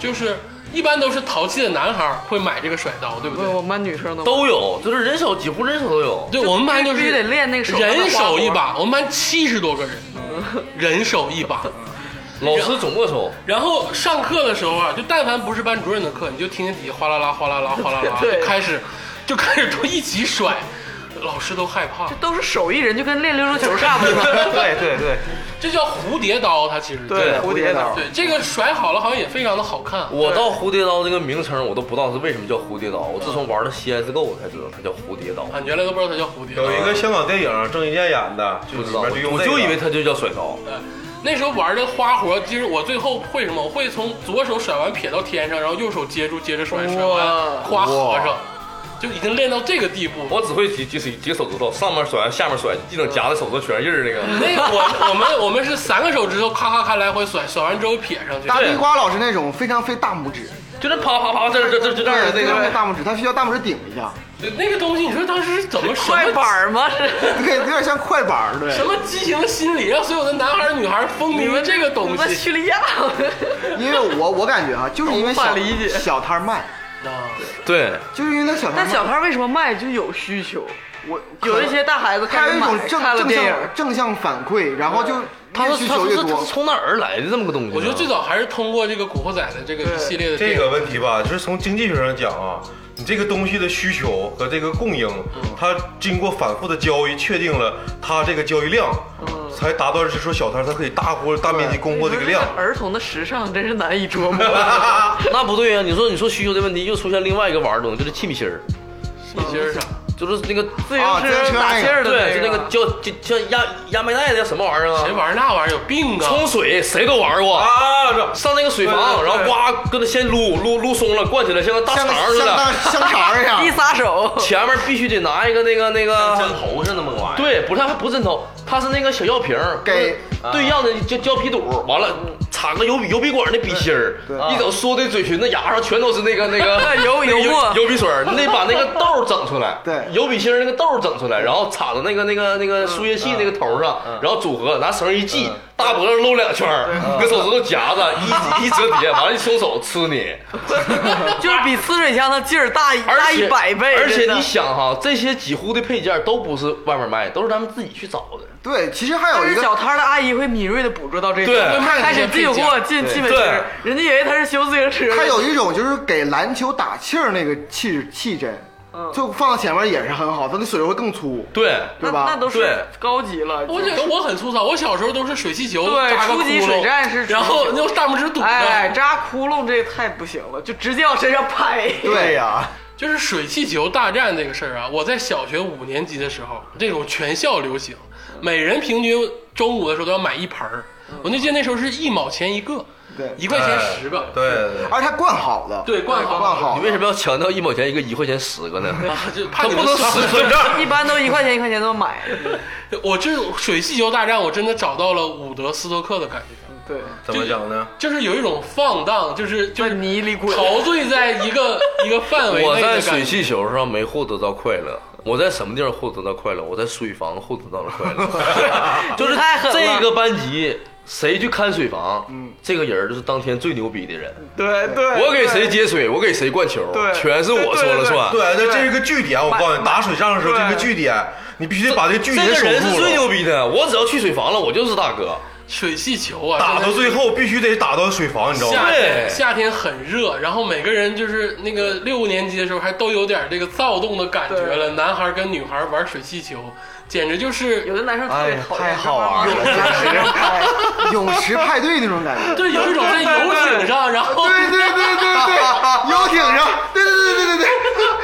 B: 就是一般都是淘气的男孩儿会买这个甩刀，对不对？
C: 我们班女生都
F: 都有，就是人手几乎人手都有。
B: 对，我们班就
C: 必
B: 是
C: 须得练那个手
B: 人手一把，我们班七十多个 人，人手一把。
F: 老师总没收，
B: 然后上课的时候啊，就但凡不是班主任的课，你就听见底下哗啦啦、哗啦啦、哗啦啦，
C: 对
B: 就开始就开始都一起甩，老师都害怕。
C: 都是手艺人，就跟练溜溜球差不 多。
G: 对对对，
B: 这叫蝴蝶刀，它其实叫
F: 对
G: 蝴蝶刀，
B: 对这个甩好了，好像也非常的好看。啊
F: 我到蝴蝶刀这个名称我都不知道是为什么叫蝴蝶刀，我自从玩了 CSGO 我才知道它叫蝴蝶刀，
B: 啊，你原来都不知道它叫蝴蝶刀
D: 有。一个香港电影郑伊健演的，就
F: 不
D: 里
F: 知道，
D: 面就用
F: 我
D: 这个
F: 就以为它就叫甩刀。
B: 哎那时候玩的花活，其实我最后会什么？我会从左手甩完撇到天上，然后右手接住，接着甩，甩完夸合上，就已经练到这个地步。
F: 我只会几几几个手指头，上面甩，下面甩，地上夹的手指头全是印儿那个。
B: 那个我我们我们是三个手指头咔咔咔来回甩，甩完之后撇上去。
E: 大地瓜老师那种非常费大拇指，
F: 就那啪啪啪，这这这这这
E: 对，
F: 儿
E: 非常费
F: 那个。
E: 大拇指，他需要大拇指顶一下，
B: 对那个东西，你说当时是怎么什
C: 快板
B: 么
C: 儿 吗？是
E: 对，有点像快板儿，
B: 什
E: 对，
B: 么畸形心理，让所有的男孩儿女孩儿风靡于这个东
C: 你们
B: 西？
C: 叙利亚？
E: 因为我我感觉啊，就是因为
C: 无
E: 小
C: 法理解
E: 小摊儿卖，
B: 啊，
F: 对，
E: 就是因为那小摊儿
C: 但
E: 卖
C: 小摊为什么卖就有需求？
E: 我
C: 有一些大孩子
E: 他
C: 开
E: 有
C: 始
E: 一
C: 买
E: 种正
C: 看了
E: 正
C: 电影，
E: 向正向反馈，然后就
F: 它
E: 越
F: 是
E: 需
F: 它
E: 求越
F: 是它
E: 多
F: 是。从哪儿来的这么个东西呢？
B: 我觉得最早还是通过这个《古惑仔》的这个一系列的
D: 这
B: 电影
D: 个问题吧，就是从经济学上讲啊，你这个东西的需求和这个供应，它经过反复的交易，确定了它这个交易量，才达到是说小摊儿它可以大货大面积供货这个量。
C: 儿童的时尚真是难以捉摸。
F: 那不对呀、你说你说需求的问题，又出现另外一个玩儿的东西，就是气密芯儿，
B: 一些是啥？
F: 就是那个哎
C: 自行车打气儿的
F: 对，
C: 那
F: 就那个叫就像压压麦袋的叫什么玩意儿啊？
B: 谁玩那玩意儿有病啊？
F: 冲水谁都玩过
D: 啊，这
F: 上那个水房，
D: 对对对
F: 然后呱跟它先撸撸撸松了，灌起来像个大
E: 像
F: 肠似
E: 像当
F: 的。
E: 香肠一
C: 一
E: 样，
C: 撒手，
F: 前面必须得拿一个那个那个，
G: 头是那么个玩意儿，
F: 对，不是它不是针头，它是那个小药瓶儿，
E: 给
F: 对样的胶胶皮肚，完了插个油笔油笔管的笔芯儿，一整缩的嘴唇子牙上全都是那个那个
C: 油
F: 那个
C: 油沫
F: 油笔水儿，你得把那个豆儿整出来，
E: 对
F: 油笔芯儿那个豆儿整出来，然后插到那个那个那个输液器那个头上，然后组合拿绳一系，大脖子搂两圈儿，跟手指头夹着一一折叠，完了一松手吃你，
C: 就是比呲水枪的劲儿大一
F: 而
C: 大
F: 且
C: 一百倍。
F: 而且
C: 真的
F: 你想哈，这些几乎的配件都不是外面卖，都是咱们自己去找的。
E: 对，其实还有
C: 但
E: 一
C: 是
E: 个
C: 小摊儿的阿姨会敏锐的捕捉到这个，
F: 对
C: 开始自己给我进气门芯儿，人家以为他是修自行车的，
E: 还有一种就是给篮球打气儿那个气气针，就放到前面也是很好，它的水会更粗，
F: 对，
E: 对
C: 嗯那
E: 吧
C: 那都是
F: 对
C: 高级了。
B: 我觉得我很粗糙，我小时候都是水气球
C: 对
B: 扎个
C: 初级
B: 窟窿
C: 水战是
B: 然后用大拇指堵着，
C: 哎，扎窟窿这太不行了，就直接往身上拍。
E: 对呀，
B: 就是水气球大战这个事儿啊。我在小学五年级的时候，这种全校流行，每人平均中午的时候都要买一盆儿。
C: 嗯
B: 我就记得那时候是一毛钱一个，
E: 对
B: 一块钱
C: 哎
B: 十个，
D: 哎对对对。
E: 而且它灌好的，
B: 对，灌好
E: 灌好
F: 你
E: 的
F: 为什么要强调一毛钱一个，一块钱十 个呢？
B: 啊，就怕你
F: 不
B: 们
F: 能
B: 算
F: 死 磕这儿。
C: 一般都一块钱一块钱这么买，
B: 我这水气球大战，我真的找到了伍德斯托克的感觉，
C: 对，
D: 怎么讲呢？
B: 就是有一种放荡，就是就
C: 在
B: 是
C: 泥里滚。
B: 陶醉在一 个一个范围
F: 我
B: 内的
F: 在
B: 感觉。
F: 水气球上没获得到快乐，我在什么地方获得到快乐？我在水房获得到了快 乐，就是
C: 你太狠了
F: 这个班级。谁去看水房？嗯，这个人就是当天最牛逼的人。
C: 对对，
F: 我给谁接水，我给谁灌球，
C: 对
F: 全是我说了算。
D: 对，那这是个据点，我告诉你，打水仗的时候
C: 对
D: 这个据点，你必须得把这个据
F: 这
D: 点
F: 个
D: 守
F: 人是
D: 住
F: 最
D: 了。
F: 牛逼的，我只要去水房了，我就是大哥。
B: 水气球啊，
D: 打
B: 真
D: 到
B: 的是
D: 最后必须得打到水房，你知道吗
B: 夏？天
F: 对
B: 夏天很热，然后每个人就是那个六年级的时候还都有点这个躁动的感觉了。男孩跟女孩玩水气球，简直就是
C: 有的男生特
G: 哎
C: 别
G: 呀，
C: 讨厌，
G: 太好玩 了，真是。
E: 泳池派对那种感觉。
B: 对，有一种在游艇上，然后
E: 对对对对对， 游艇上，对对对对对对，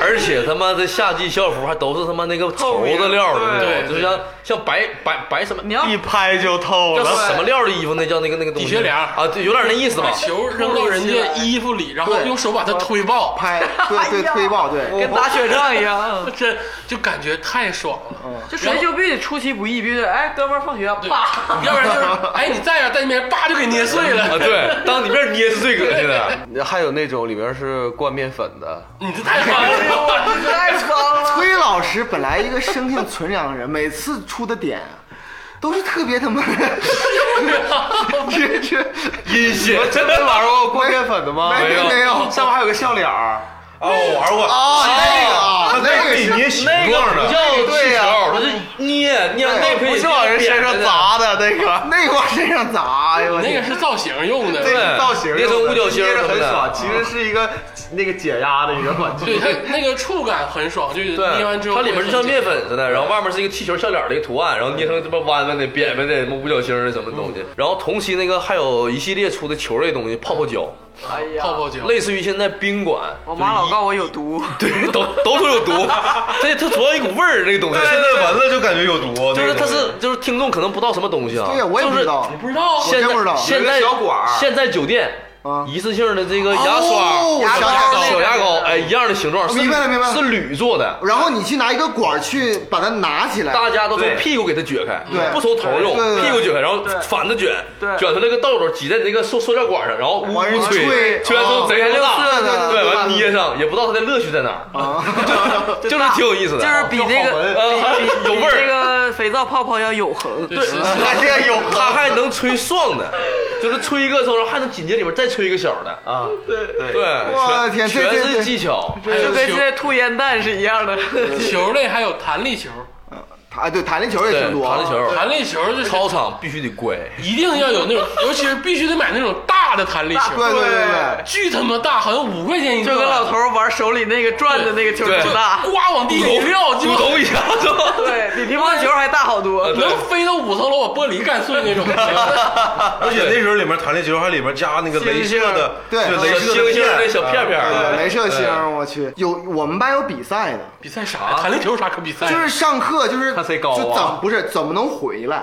F: 而且他妈的夏季校服还都是他妈那个绸子料的那
B: 对
F: 种，就是像像白白白什么
C: 你要
G: 一拍就透
F: 叫
G: 了。
F: 什么料的衣服，那叫那个那个东西
B: 底鞋帘儿
F: 啊，对，有点那意思吧
B: 把。 球扔到人家衣服里，然后用手把它推爆，
E: 拍，
B: 哎
E: 对对推爆，对，
C: 跟打雪仗一样，
B: 这就感觉太爽
F: 嗯
B: 了。
C: 就谁就必须得出其不意，必须得哎，哥们儿放学啊
B: 对
C: 爸，
B: 要不然 就是哎，你在呀，在那边叭就给捏碎
F: 啊，
B: 了。
F: 对，当你面捏是最恶心的。
G: 还有那种里面是灌面粉的，
F: 嗯
B: 你这太夸张了。
C: 太脏了。
E: 崔老师本来一个生性纯良的人，每次出的点都是特别他妈， 这这
F: 阴险，
G: 真的玩过灌面粉的吗？
E: 没有没有
G: 上面还有个笑脸儿，
D: 啊，我玩过，
E: 啊那个
D: 他
E: 啊
D: 在
E: 那
D: 给你
E: 个
D: 捏形
F: 那个
D: 状
F: 不
D: 的，
F: 叫
G: 对
F: 气
G: 呀
F: 球，它是捏捏完那
G: 不
F: 不
G: 是往人身上砸的那 个，
E: 那个往身上砸，哎呦我
B: 那
E: 天
B: 个是造型用的，
G: 那个造型
F: 捏成五角星
G: 捏
F: 儿
G: 着
F: 什么
G: 很
F: 的
G: 爽，其实是一个那个解压的一个玩具
B: 对。它那个触感很爽，就是捏完之
F: 对，
B: 后
F: 它里面就像
B: 面
F: 面粉似的，然后外面是一个气球笑脸的一个图案，然后捏成这么弯弯的、扁扁的、什么五角星儿的什么东
G: 嗯
F: 西。然后同期那个还有一系列出的球类东西，泡泡胶，
C: 哎呀，
B: 泡泡胶，
F: 类似于现在宾馆，
E: 哦
C: 我妈老告我有毒，
F: 对，都都说有毒， 它它主要一股味儿，那个东西。
D: 现在闻了就感觉有毒，
F: 就
D: 那
F: 是
D: 个
F: 它
D: 东西
F: 是就是听众可能不知道什么东西啊，
E: 对呀，我也不知道，
B: 不知道
F: 就是现
E: 真不知
F: 在
E: 道
F: 现在
G: 有个小管儿
F: 现在酒店
E: 啊
F: 一次性的这个牙刷
E: 哦、牙膏哦
F: 小牙膏，哎，一样的形状，是
E: 明白了明白了
F: 是铝做的，
E: 然后你去拿一个管儿去把它拿起来，
F: 大家都从
G: 对
F: 屁股给它撅开，
E: 对
F: 不从头用
E: 对对，对
F: 屁股撅开，然后反着卷，卷出那个豆豆挤在那个塑塑料管上，然后
E: 往上
F: 呜吹，
E: 吹
F: 吹完之后
E: 哦
F: 贼他妈
E: 对对
F: 大，
E: 对
F: 对，
E: 对哦
F: 完
E: 对
F: 捏上，也不知道它的乐趣在哪儿，就是挺有意思的，
C: 就是比那个
F: 呃 有味
C: 那
F: 儿，
C: 个肥皂泡泡要有恒，
B: 对，是
G: 哎呀，有
F: 它还能吹爽的，就是吹一个之后，然后还能紧接里面再吹一个小的，
G: 啊，对对
F: 对，
E: 我的天
F: 全
E: 这
F: 全
E: 这
F: 是
E: 这
F: 技巧，
B: 还
C: 就
B: 有
C: 跟
B: 球
C: 现在吐烟弹是一样的。
B: 球类，还有弹力球，
E: 啊对，弹力球也
F: 对，
E: 挺多，啊
F: 弹力球，
B: 弹力球就是
F: 操场必须得乖，
B: 一定要有那 种，尤其是必须得买那种大的弹力
E: 对
B: 球，
E: 对对对，
B: 巨他妈大，好像五块钱一个，
C: 就跟老头儿玩手里那个转的那个球
F: 对
C: 挺大，
B: 呱往地上一撂，就
F: 骨头一样是吧？
C: 对比乒乓球还大好多。
B: 能飞到五层楼，把玻璃干碎那种。
F: 啊
D: 而且那时候里面弹力球还里面加那个镭射的，
E: 对
D: 对，
F: 小
D: 镭射
F: 星
D: 的
F: 星儿那
D: 片，
F: 小片片
E: 对
F: 儿，啊
E: 镭射星儿，我去，有我们班有比赛的，
B: 比赛啥？弹力球有啥可比赛？
E: 就是上课就是
G: 看谁高啊
E: 就怎么不是怎么能回来？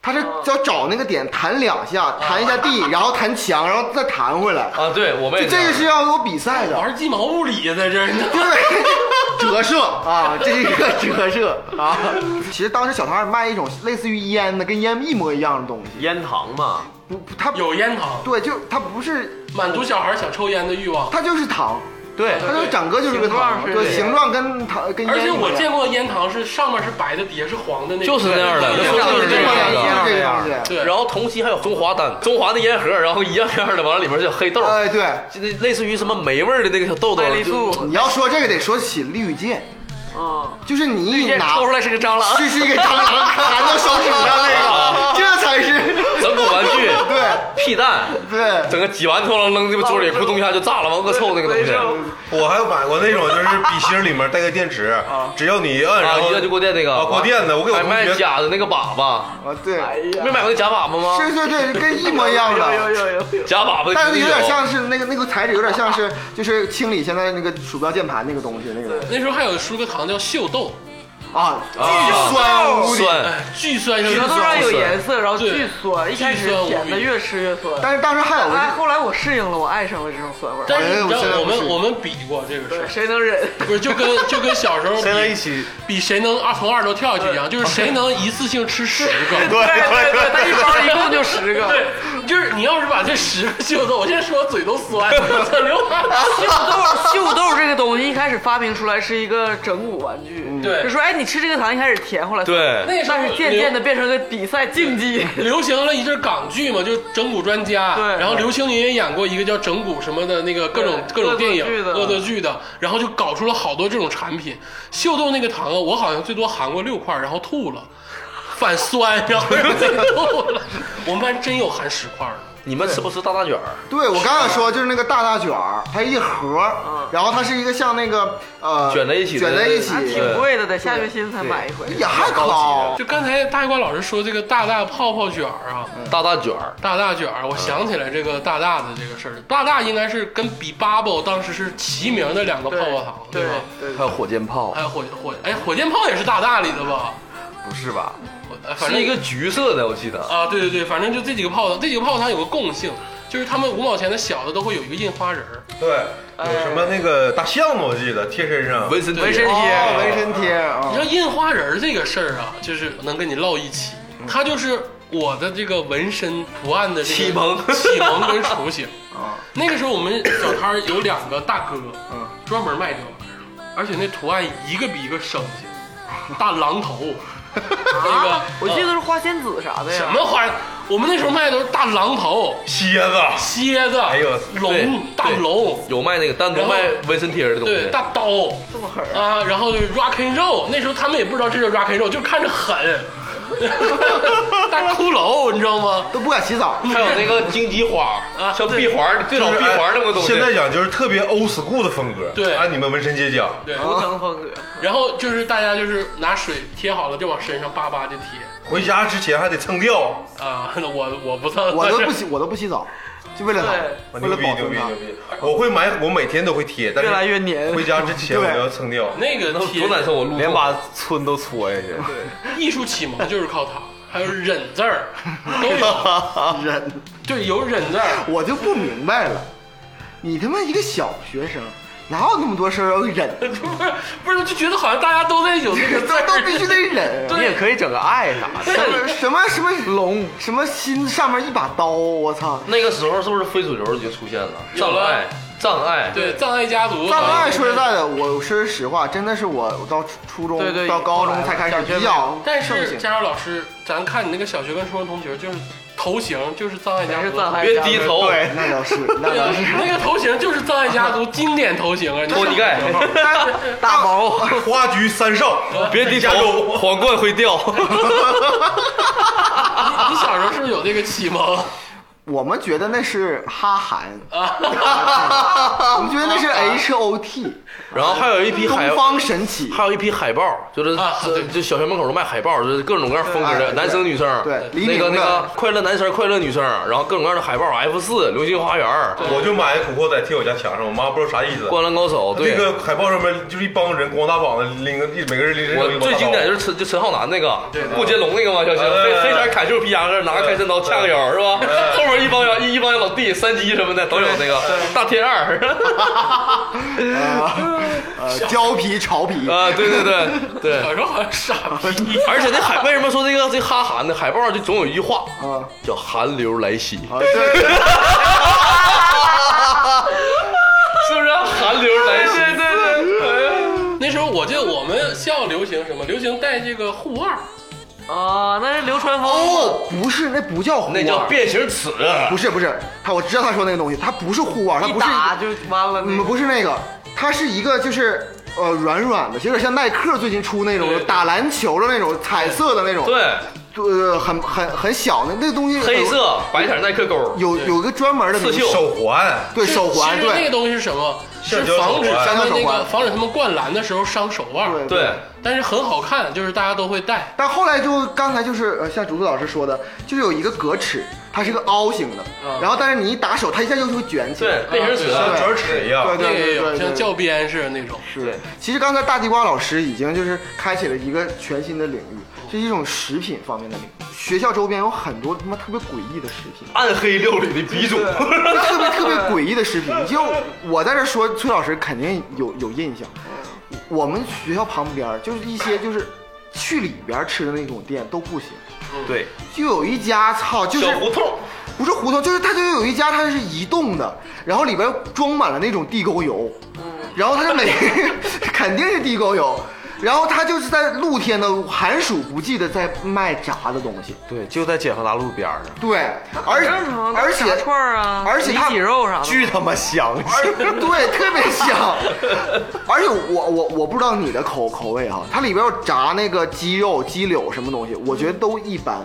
E: 他是
G: 嗯
E: 要找那个点弹两下，弹一下地，然后弹墙，然后再弹回来。
F: 啊，对，我们
E: 就
F: 也
E: 这个是要有比赛的，
B: 玩鸡毛物理呀，在这 儿。
E: 对， 折射啊，这是一个折射啊。 其实当时小摊儿卖一种类似于烟的，跟烟一模一样的东西，
G: 烟糖嘛，
E: 不，不它
B: 有烟糖，
E: 对，就它不是，
B: 满足小孩想抽烟的欲望。
E: 它就是糖，
G: 对
E: 它就是整个就是个
C: 形状
E: 糖，
C: 是
E: 对，
C: 这
E: 形状跟糖跟烟
B: 而且
E: 一模
B: 我
E: 一样
B: 见过的烟糖是上面是白的，底下是黄的那种。
F: 就是那样的
B: 对
F: 就是
E: 就是这
F: 这样的
E: 样，这样的，
B: 对，
F: 然后同期还有中华丹，中华的烟盒，然后一样样的，完了里面是黑豆，
E: 哎，对。
F: 就那类似于什么霉味儿的那个小豆豆
C: 麦，丽
F: 就
C: 素，
E: 你要说这个得说起绿箭，
C: 嗯，
E: 就是你一
C: 这
E: 拿
C: 抽出来是个蟑螂，
E: 这是一个蟑螂弹到手指上那个，这才是
F: 整蛊玩具，
E: 对
F: 屁蛋，
E: 对
F: 整个挤完之后扔这个桌里，咕咚一下就炸了，完恶臭那个东西，啊
D: 我还买过那种就是笔芯儿里面带个电池，只要你一摁，然
F: 啊，
D: 后
F: 一个就过电那
D: 啊
F: 个，
D: 过电的，我给我
F: 还
D: 同
F: 卖
D: 学
F: 假的那个粑粑，
E: 啊对，
F: 没买过那假粑粑吗？
E: 是是对，跟一模一样的，
F: 假粑粑，
E: 但是有点像是那个那个材质，有点像是就是清理现在那个鼠标键盘那个东西那个
B: 那时候还有出个糖叫秀豆，
E: 啊，巨酸无比。
F: 哦酸。
B: 哎，巨酸，
C: 舌头上有颜色，然后
B: 对
C: 巨酸，一开始甜的越吃越酸。
E: 但是当时还有
C: 哎，
E: 个，
C: 后来我适应了，我爱上了这种酸味儿。
B: 但是你知道
E: 哎我现在
B: 我
E: 不
B: 们
E: 是
B: 我们比过这个事
C: 对
B: 儿，
C: 谁能忍？
B: 不是就跟就跟小 时候
G: 现在一
B: 比
G: 起
B: 比谁能二从二楼跳下去一样，就是谁能一次性吃十个。
C: 对对对，他一包一共就十个。
B: 对，就是你要是把这十个秀豆，我现在说我嘴都酸，想流汗。
C: 秀 豆，秀豆这个东西一开始发明出来是一个整蛊玩具，
E: 嗯
B: 对
C: 就说哎，你吃这个糖一开始甜，后来酸
F: 对
B: 那时候
C: 但是渐渐的变成个比赛竞技。
B: 流行了一阵港剧嘛，就是整蛊专家。
C: 对
B: 然后刘青云也演过一个叫整蛊什么的那个各种
C: 对
B: 各种电影
C: 恶作剧的
B: 恶作剧的，然后就搞 出了好多这种产品。秀豆那个糖啊，我好像最多含过六块，然后吐了。反酸，然后让贼吐了。我们班真有含石块的。
F: 你们吃不吃大大卷儿？
E: 对我刚想说就是那个大大卷儿，它一盒儿，然后它是一个像那个呃
F: 卷在一起的
E: 卷在一起，
C: 还啊挺贵的，得下决心才买一回。
E: 也还高，
B: 就刚才大西瓜老师说这个大大泡泡卷儿啊，
F: 大大卷儿，
B: 大大卷儿，我想起来这个大大的这个事儿。大大应该是跟比 Bubble 当时是齐名的两个泡泡糖，对吧？
G: 还有火箭炮，
B: 还有火火哎，火箭炮也是大大里的吧？
G: 不是吧？
B: 我哎反正
F: 是一个橘色的，我记得。
B: 啊，对对对，反正就这几个泡泡糖，这几个泡泡糖有个共性，就是他们五毛钱的小的都会有一个印花人儿。
D: 对，
G: 哎
D: 有什么那个大象嘛，我记得贴身上。
F: 纹身
C: 纹身贴，
F: 贴
E: 哦纹身贴啊
B: 你知，道印花人儿这个事儿啊，就是能跟你唠一起，它就是我的这个纹身图案的这个
F: 启蒙
B: 启蒙跟雏形啊。 那个时候我们小摊儿有两个大哥，嗯，专门卖这玩意儿，而且那图案一个比一个生性，大狼头，那个
C: 啊，我记得是花仙子啥的呀。
B: 什么花儿，我们那时候卖的都是大狼头、
D: 蝎子，
B: 蝎子、
D: 哎呦
F: 对
B: 龙、大
F: 对
B: 龙，
F: 有卖那个单独
B: 然后
F: 卖纹身贴的东
B: 对，
F: 西。
B: 大刀这么狠啊！然后就是 rock and roll，那时候他们也不知道这叫 rock and roll，就看着 狠，大骷髅，你知道吗？
E: 都不敢洗澡，
F: 还有那个荆棘花
B: 啊，
F: 像闭环，最早闭环那么个东西。
D: 哎现在讲就是特别 old school 的风格，啊
B: 对
D: 按你们纹身界讲，
B: 对，
C: 无糖风格，
B: 然后就是大家就是拿水贴好了，就往身上叭叭就贴
D: 回家之前还得蹭掉，
B: 啊！ 那我我不算，
E: 我都不洗，我都不洗澡，就为了它，
D: 哇
E: 为
D: 牛
E: 了
D: 逼
E: 保
D: 牛
E: 存
D: 逼
E: 它
D: 牛。逼！我会买，我每天都会贴，但
C: 越来
D: 是
C: 越黏。
D: 回家之前我要蹭掉。
B: 那个
F: 那
B: 贴
F: 多难受，我路
G: 连
F: 过
G: 把村都搓下去。
B: 艺术启蒙就是靠它，还有忍字 儿都有，
E: 人，
B: 对，有忍字儿。
E: 我就不明白了，你他妈一个小学生，哪有那么多事 儿要忍？
B: 不是不是，就觉得好像大家都在有那个字
E: 这 都必
B: 儿，
E: 须得忍。
G: 你也可以整个爱啥的，
E: 什么什么什么龙，什么心上面一把刀，我操！
F: 那个时候是不是非主流已经出现了？
B: 有
F: 障
B: 了
F: 碍，障碍，
B: 对，葬爱家族，
E: 但爱说实在的，我说实话，真的是我我到初中
C: 对对
E: 到高中才开
C: 小
E: 始
C: 学没
E: 比较
C: 有
B: 但
E: 盛
B: 是
E: 行
B: 佳瑶老师，咱看你那个小学跟初中同学，就是头型就是葬爱家
C: 还
B: 族，
C: 是赞还
F: 别低头，
E: 对，那倒是，那
B: 对啊
E: 倒是。
B: 那 个头型就是葬爱家族经典头型啊！你
F: 托尼盖，
C: 大毛，
D: 花菊三少，
F: 别低头， 皇冠会掉。
B: 你小时候是不是有这个启蒙？
E: 我们觉得那是哈韩，
B: 啊
E: 我们觉得那是 H O T，
F: 然后还有一批海
E: 东，方神起。
F: 还有一批海报，就是
B: 啊
F: 这
B: 对
F: 就小学门口都卖海报，就是各种各样风格
E: 对
F: 的
E: 对
F: 男生女生，
E: 对李
F: 那个
E: 宁
F: 那
E: 的
F: 个快乐男生快乐女生，然后各种各样的海报，F 四流星花园，
D: 我就买古惑仔贴我家墙上，我妈不知道啥意思。
F: 灌篮高手，对
D: 那。啊个海报上面就是一帮人光大膀子拎个，一每个人拎着
F: 我最经典就是是陈就陈浩南那个
B: 对
F: 顾杰龙那个嘛，小
D: 对对
F: 黑
D: 对
F: 黑色砍袖皮秧歌，拿个开山刀掐个腰是吧？后面一帮小一一帮小老弟，三级什么的都有那个大天二
E: 呃，胶皮、潮皮，
F: 啊，对对对对。
B: 小时候好像傻逼，
F: 而且那海为什么说这个这哈韩的海报就总有一句话
E: 啊
F: 叫寒流来袭，
E: 啊，对，
F: 是不是？寒流来袭，对对对。
B: 那时候我记得我们校流行什么？流行带这个护腕儿，
C: 啊，那是流川枫。
E: 哦，不是，那不叫护腕，
F: 那叫变形尺，
E: 不是不是，他我知道他说那个东西，它不是护腕，它
C: 一
E: 不是
C: 打就完了。
E: 嗯，
C: 那个
E: 不是那个，它是一个就是呃软软的，有点像耐克最近出那
B: 对
E: 种
B: 对
E: 打篮球的那种彩色的那种，
F: 对，
E: 呃，很很很小的那东西，
F: 黑色白色耐克勾，
E: 有有有个专门的
F: 刺
E: 名字
F: 绣
D: 手环，
E: 对手环，
B: 其实那个
E: 对
B: 东西是什么？是
D: 橡胶手
B: 防止
D: 环
B: 他们
E: 橡胶
B: 那
E: 手
B: 个
E: 环
B: 防止他们灌篮的时候伤手腕儿，
E: 对
F: 对，
B: 但是很好看，就是大家都会戴。
E: 但后来就刚才就是呃，像竹子老师说的，就是有一个格尺，它是个凹形的，然后但是你一打手，它一下就会卷起来
F: 嗯对。变形尺，
D: 像卷尺一样
E: 对。
B: 那个也
E: 对
B: 有，
E: 对
B: 像
E: 对对，
B: 教鞭似的那种。
E: 是。其实刚才大地瓜老师已经就是开启了一个全新的领域，是一种食品方面的领域。学校周边有很多他妈特别诡异的食品。
F: 暗黑料理的鼻祖，
E: 特别特别诡异的食品。你就我在这说，崔老师肯定有有印象。我们学校旁边儿就是一些就是去里边儿吃的那种店都不行，
F: 对，
E: 就有一家操就是
F: 小胡同，
E: 不是胡同，就是它就有一家它是移动的，然后里
C: 嗯
E: 边装满了那种地沟油，然后它是每肯定是地沟油。然后他就是在露天的寒暑不忌的在卖炸的东西，
G: 对，就在解放大路边儿上，
E: 对，而
C: 正常的
E: 而且
C: 炸串儿啊，
E: 而且他
C: 里脊肉啥的，
G: 巨他妈香
E: 而对特别香，而且我我我不知道你的口口味哈、它里边有炸那个鸡肉、鸡柳什么东西，我觉得都一般，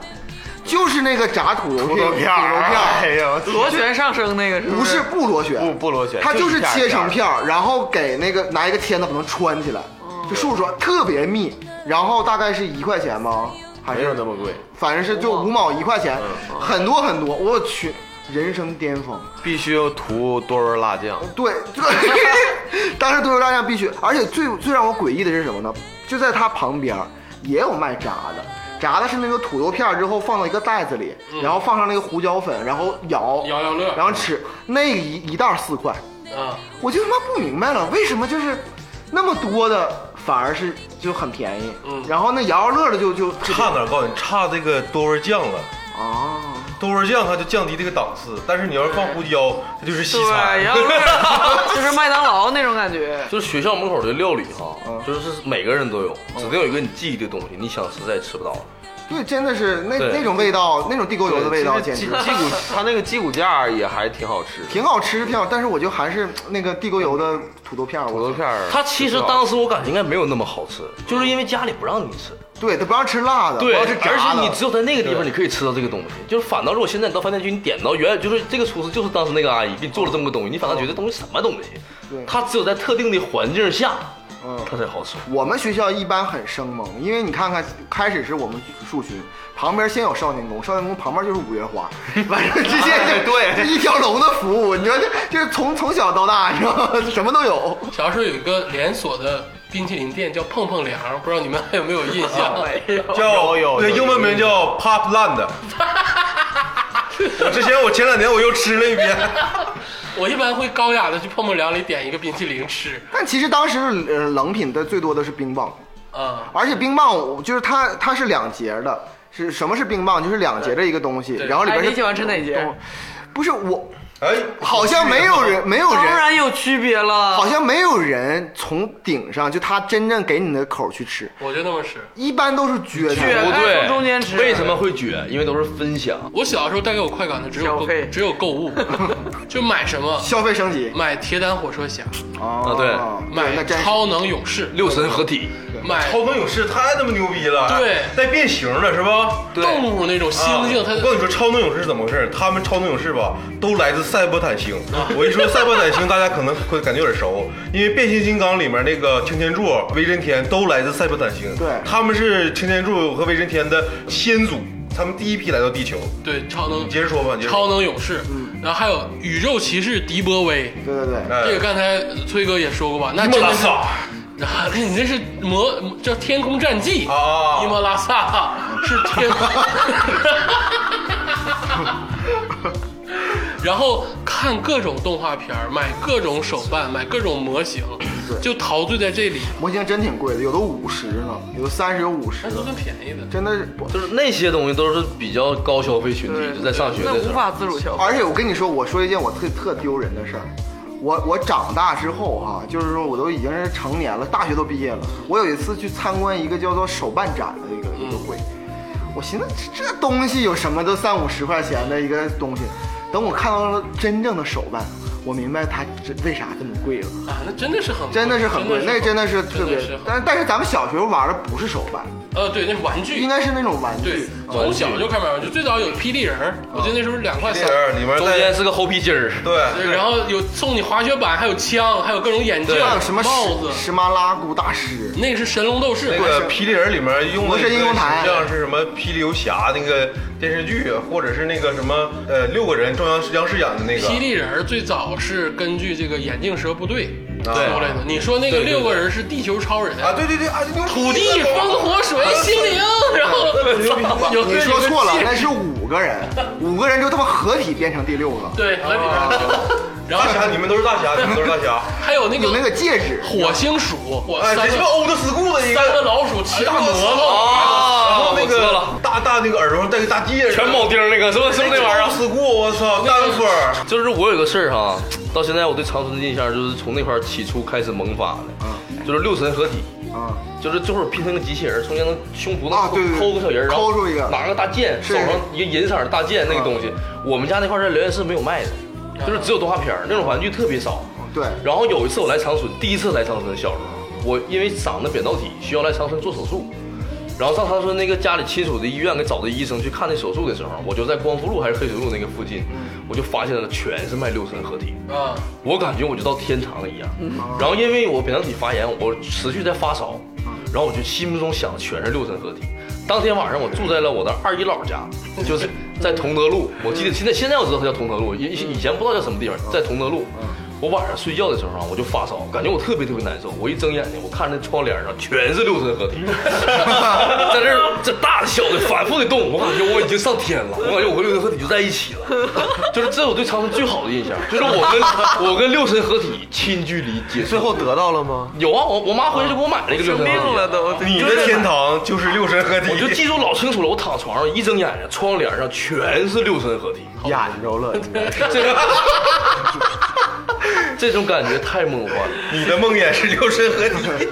E: 就是那个炸土豆片、土
G: 豆片儿，
E: 土豆片儿
G: 哎呀，
C: 螺旋上升那个是
E: 不
C: 是
E: 是？不螺旋，
G: 不不螺旋
E: 它
G: 就是一片儿
E: 切成
G: 一
E: 片儿，然后给那个拿一个签子把它穿起来，就束说特别密，然后大概是一块钱吗？还
G: 没有
E: 是
G: 那么嗯贵，
E: 反正是就五毛一块钱，很多很多，我去，人生巅峰。
G: 必须要涂多味辣酱。
E: 对，对 当时多油大酱必须，而且最最让我诡异的是什么呢？就在它旁边儿也有卖炸的，炸的是那个土豆片儿之后放到一个袋子里，
G: 嗯
E: 然后放上那个胡椒粉，然后咬
B: 摇摇乐
E: 然后吃，那一一袋儿四块，
B: 啊，
E: 我就他妈不明白了，为什么就是那么多的反而是就很便宜，
B: 嗯
E: 然后那摇摇乐的就就
D: 差哪儿告诉你，差这个多味酱了。
E: 啊，
D: 多味酱它就降低这个档次，但是你要是放胡椒，它就是西餐
C: 对，。要是 就是麦当劳那种感觉，
F: 就是学校门口的料理哈，就是每个人都有，指定有一个你记忆的东西，你想吃再吃不到了。
E: 对，真的是那
F: 对
E: 那种味道，那种地沟油的味道，
G: 其
E: 简
G: 实
E: 直
G: 鸡鸡骨，它那个鸡骨架也还挺好吃的，
E: 挺好吃，挺好，但是我就还是那个地沟油的土豆片儿，
G: 土
E: 我
G: 豆片儿。
F: 它其实当时我感觉应该没有那么好吃，就是因为家里不让你吃，
E: 对，它不让吃辣的，不让吃
F: 而
E: 炸
F: 且
E: 的
F: 你，只有在那个地方你可以吃到这个东西，就是反倒如果现在你到饭店去，你点到原来就是这个厨师就是当时那个阿姨给你做了这么个东西，你反倒觉得东西什么东西
E: 对，
F: 它只有在特定的环境下，
E: 嗯
F: 它才好吃。
E: 我们学校一般很生猛，因为你看看，开始是我们数学，旁边先有少年宫，少年宫旁边就是五月花，完了直接就
G: 对
E: 就一条龙的服务，你说这就是从从小到大，你知道吗？什么都有。
B: 小时候有一个连锁的冰淇淋店叫碰碰凉，不知道你们还有没有印象？
D: 叫
G: 有有
D: 对，
G: 有
D: 英文名叫 Pop Land。我之前我前两年我又吃了一遍，
B: 我一般会高雅的去碰碰凉里点一个冰淇淋吃
E: 但其实当时呃冷品的最多的是冰棒，
B: 啊。
E: 而且冰棒就是它它是两节的，是什么是冰棒？就是两节的一个东西，
B: 对
E: 然后里边
C: 哎
E: 是
C: 你喜欢吃哪节
E: 动物？不是我，
D: 哎，
E: 好像没有人没有
C: 当
E: 人
C: 哦然有区别了。
E: 好像没有人从顶上，就他真正给你的口儿去吃，
B: 我就那么吃。
E: 一般都是撅
C: 撅
E: 的。
F: 不
C: 哎
F: 对，
C: 从中间吃
F: 为什么会绝？因为都是分享。
B: 我小时候带给我快感的只有
C: 消
B: 购
C: 费，
B: 只有购物，就买什么
E: 消费升级
B: 买铁胆火车侠，
E: 啊
F: 对
E: 那
B: 买
E: 真是
B: 超能勇士，
F: 六神合体，
B: 买
D: 超能勇士太他妈牛逼了，
B: 对
D: 带变形了是吧？
F: 对
B: 动物那种猩猩，
D: 啊
B: 它
D: 我告诉你说，超能勇士是怎么回事？他们超能勇士吧，都来自赛博坦星。我一说赛博坦星，大家可能会感觉有点熟，因为变形金刚里面那个擎天柱、威震天都来自赛博坦星。
E: 对
D: 他们是擎天柱和威震天的先祖，他们第一批来到地球。
B: 对超能
D: 你接着说吧，你接着
B: 超
D: 说。
B: 能勇士，然后还有宇宙骑士迪波威，
E: 对对对，
D: 哎
B: 这个刚才崔哥也说过吧？那真的是，啊，那你这是魔叫天空战记
E: 哦
D: 啊
B: 伊莫拉萨是天。 然后看各种动画片儿，买各种手办，买各种模型，就陶醉在这里，
E: 模型真挺贵的，有的五十呢，有的三十、有五十
B: 那，都很便宜的。
E: 真的是不。
F: 就是那些东西都是比较高消费群
C: 对
F: 体，就在上学
C: 那
F: 的时
C: 无
F: 候。
C: 法自主消费。
E: 而且我跟你说，我说一件我特特丢人的事儿。我我长大之后哈、就是说我都已经是成年了，大学都毕业了。我有一次去参观一个叫做手办展的一个一个会，我寻思这这东西有什么都三五十块钱的一个东西，等我看到了真正的手办，我明白它这为啥这么贵了，
B: 啊，那真的是很贵
E: 真的是很贵，那真的是特
B: 真
E: 别
B: 的是。很
E: 但但是咱们小学玩的不是手办，
B: 呃，对，那是玩具
E: 应。该是那种玩
B: 对
E: 具。，
B: 从小就开始买玩具，最早有霹雳人儿，我记得那时候两块
D: 这
B: 三，
D: 人里面
F: 中间
D: 带
F: 是个猴皮筋儿，
D: 对，
B: 对，然后有送你滑雪板，还有枪，还有各种眼镜，
E: 还有啊什么
B: 帽
E: 史
B: 子，
E: 史马拉古大师，
B: 那个是神龙斗士
D: 那，个霹雳人里面用的
E: 不是
D: 一
E: 英
D: 个
E: 雄
D: 形
E: 台
D: 象是什么？霹雳游侠那个电视剧，或者是那个什么呃六个人中央央视演的那个
B: 霹雳人儿最早是根据这个眼镜蛇部队出
D: 啊
B: 来的。你说那个
F: 对对对
B: 六个人是地球超人，
D: 啊，对对对啊，就那个
B: 土地、风、火、水、心灵，然后有
E: 你说错了，那是五 个人，五个人就他妈合体变成第六个，
B: 对，和里边，然后
D: 大侠，你们都是大侠，你们都是大侠。
B: 还有那
E: 有那
B: 个
E: 个戒指，
B: 火星鼠，火
D: 哎，
B: 三
D: 这鸡巴
B: 个
D: 欧德 school 的一
B: 三个
D: 个，
B: 老鼠骑
D: 哎
B: 大
D: 我
B: 摩
D: 操
B: 托，啊
D: 然后那
F: 啊我知道
D: 个
F: 了
D: 大大那个耳朵上戴个大戒指，哎
F: 全铆钉儿那个，是不是是不是那玩意儿？
D: school，我操，单分儿。
F: 就是我有个事
E: 嗯
F: 儿哈，到现在我对长春的印象就是从那块儿起初开始萌发的，就是六神合体。
E: 啊，
F: 就是最后拼成个机器人儿，中间能胸脯
E: 啊
F: 能抠
E: 对对对
F: 抠个小人儿，然后
E: 抠出一个
F: 拿个大剑，
E: 是啊
F: 手上一个银色儿的大剑那个东西，我们家那块儿在辽源市没有卖的，就是只有动画片儿那种玩具特别少。
E: 对，
F: 然后有一次我来长春，第一次来长春，小时候我因为嗓子扁桃体需要来长春做手术，然后上长春那个家里亲属的医院给找的医生去看那手术的时候，我就在光复路还是黑水路那个附近，我就发现了全是卖六神合体，
B: 啊，
F: 我感觉我就到天堂了一样。然后因为我扁桃体发炎，我持续在发烧，然后我就心目中想的全是六神合体。当天晚上我住在了我的二姨姥家，就是在同德路，我记得现在现在我知道它叫同德路，以以以前不知道叫什么地方，在同德路。我晚上睡觉的时候啊，我就发烧，感觉我特别特别难受。我一睁眼睛，我看那窗帘上全是六神合体， 在这儿这大的小的反复的动，我感觉我已经上天了，我感觉我和六神合体就在一起了， 就是这是我对长春最好的印象，就是我跟我跟六神合体近距离接触
G: 最。后得到了吗？
F: 有啊，我我妈回去就给我买了一个六神合体，啊
G: 病了都，
D: 你的天堂就是六神合体
F: 我，就记住老清楚了。我躺床上一睁眼睛，窗帘上全是六神合体，
G: 演着了，应该是
F: 这个这种感觉太梦幻了。
D: 你的梦魇是六神合体。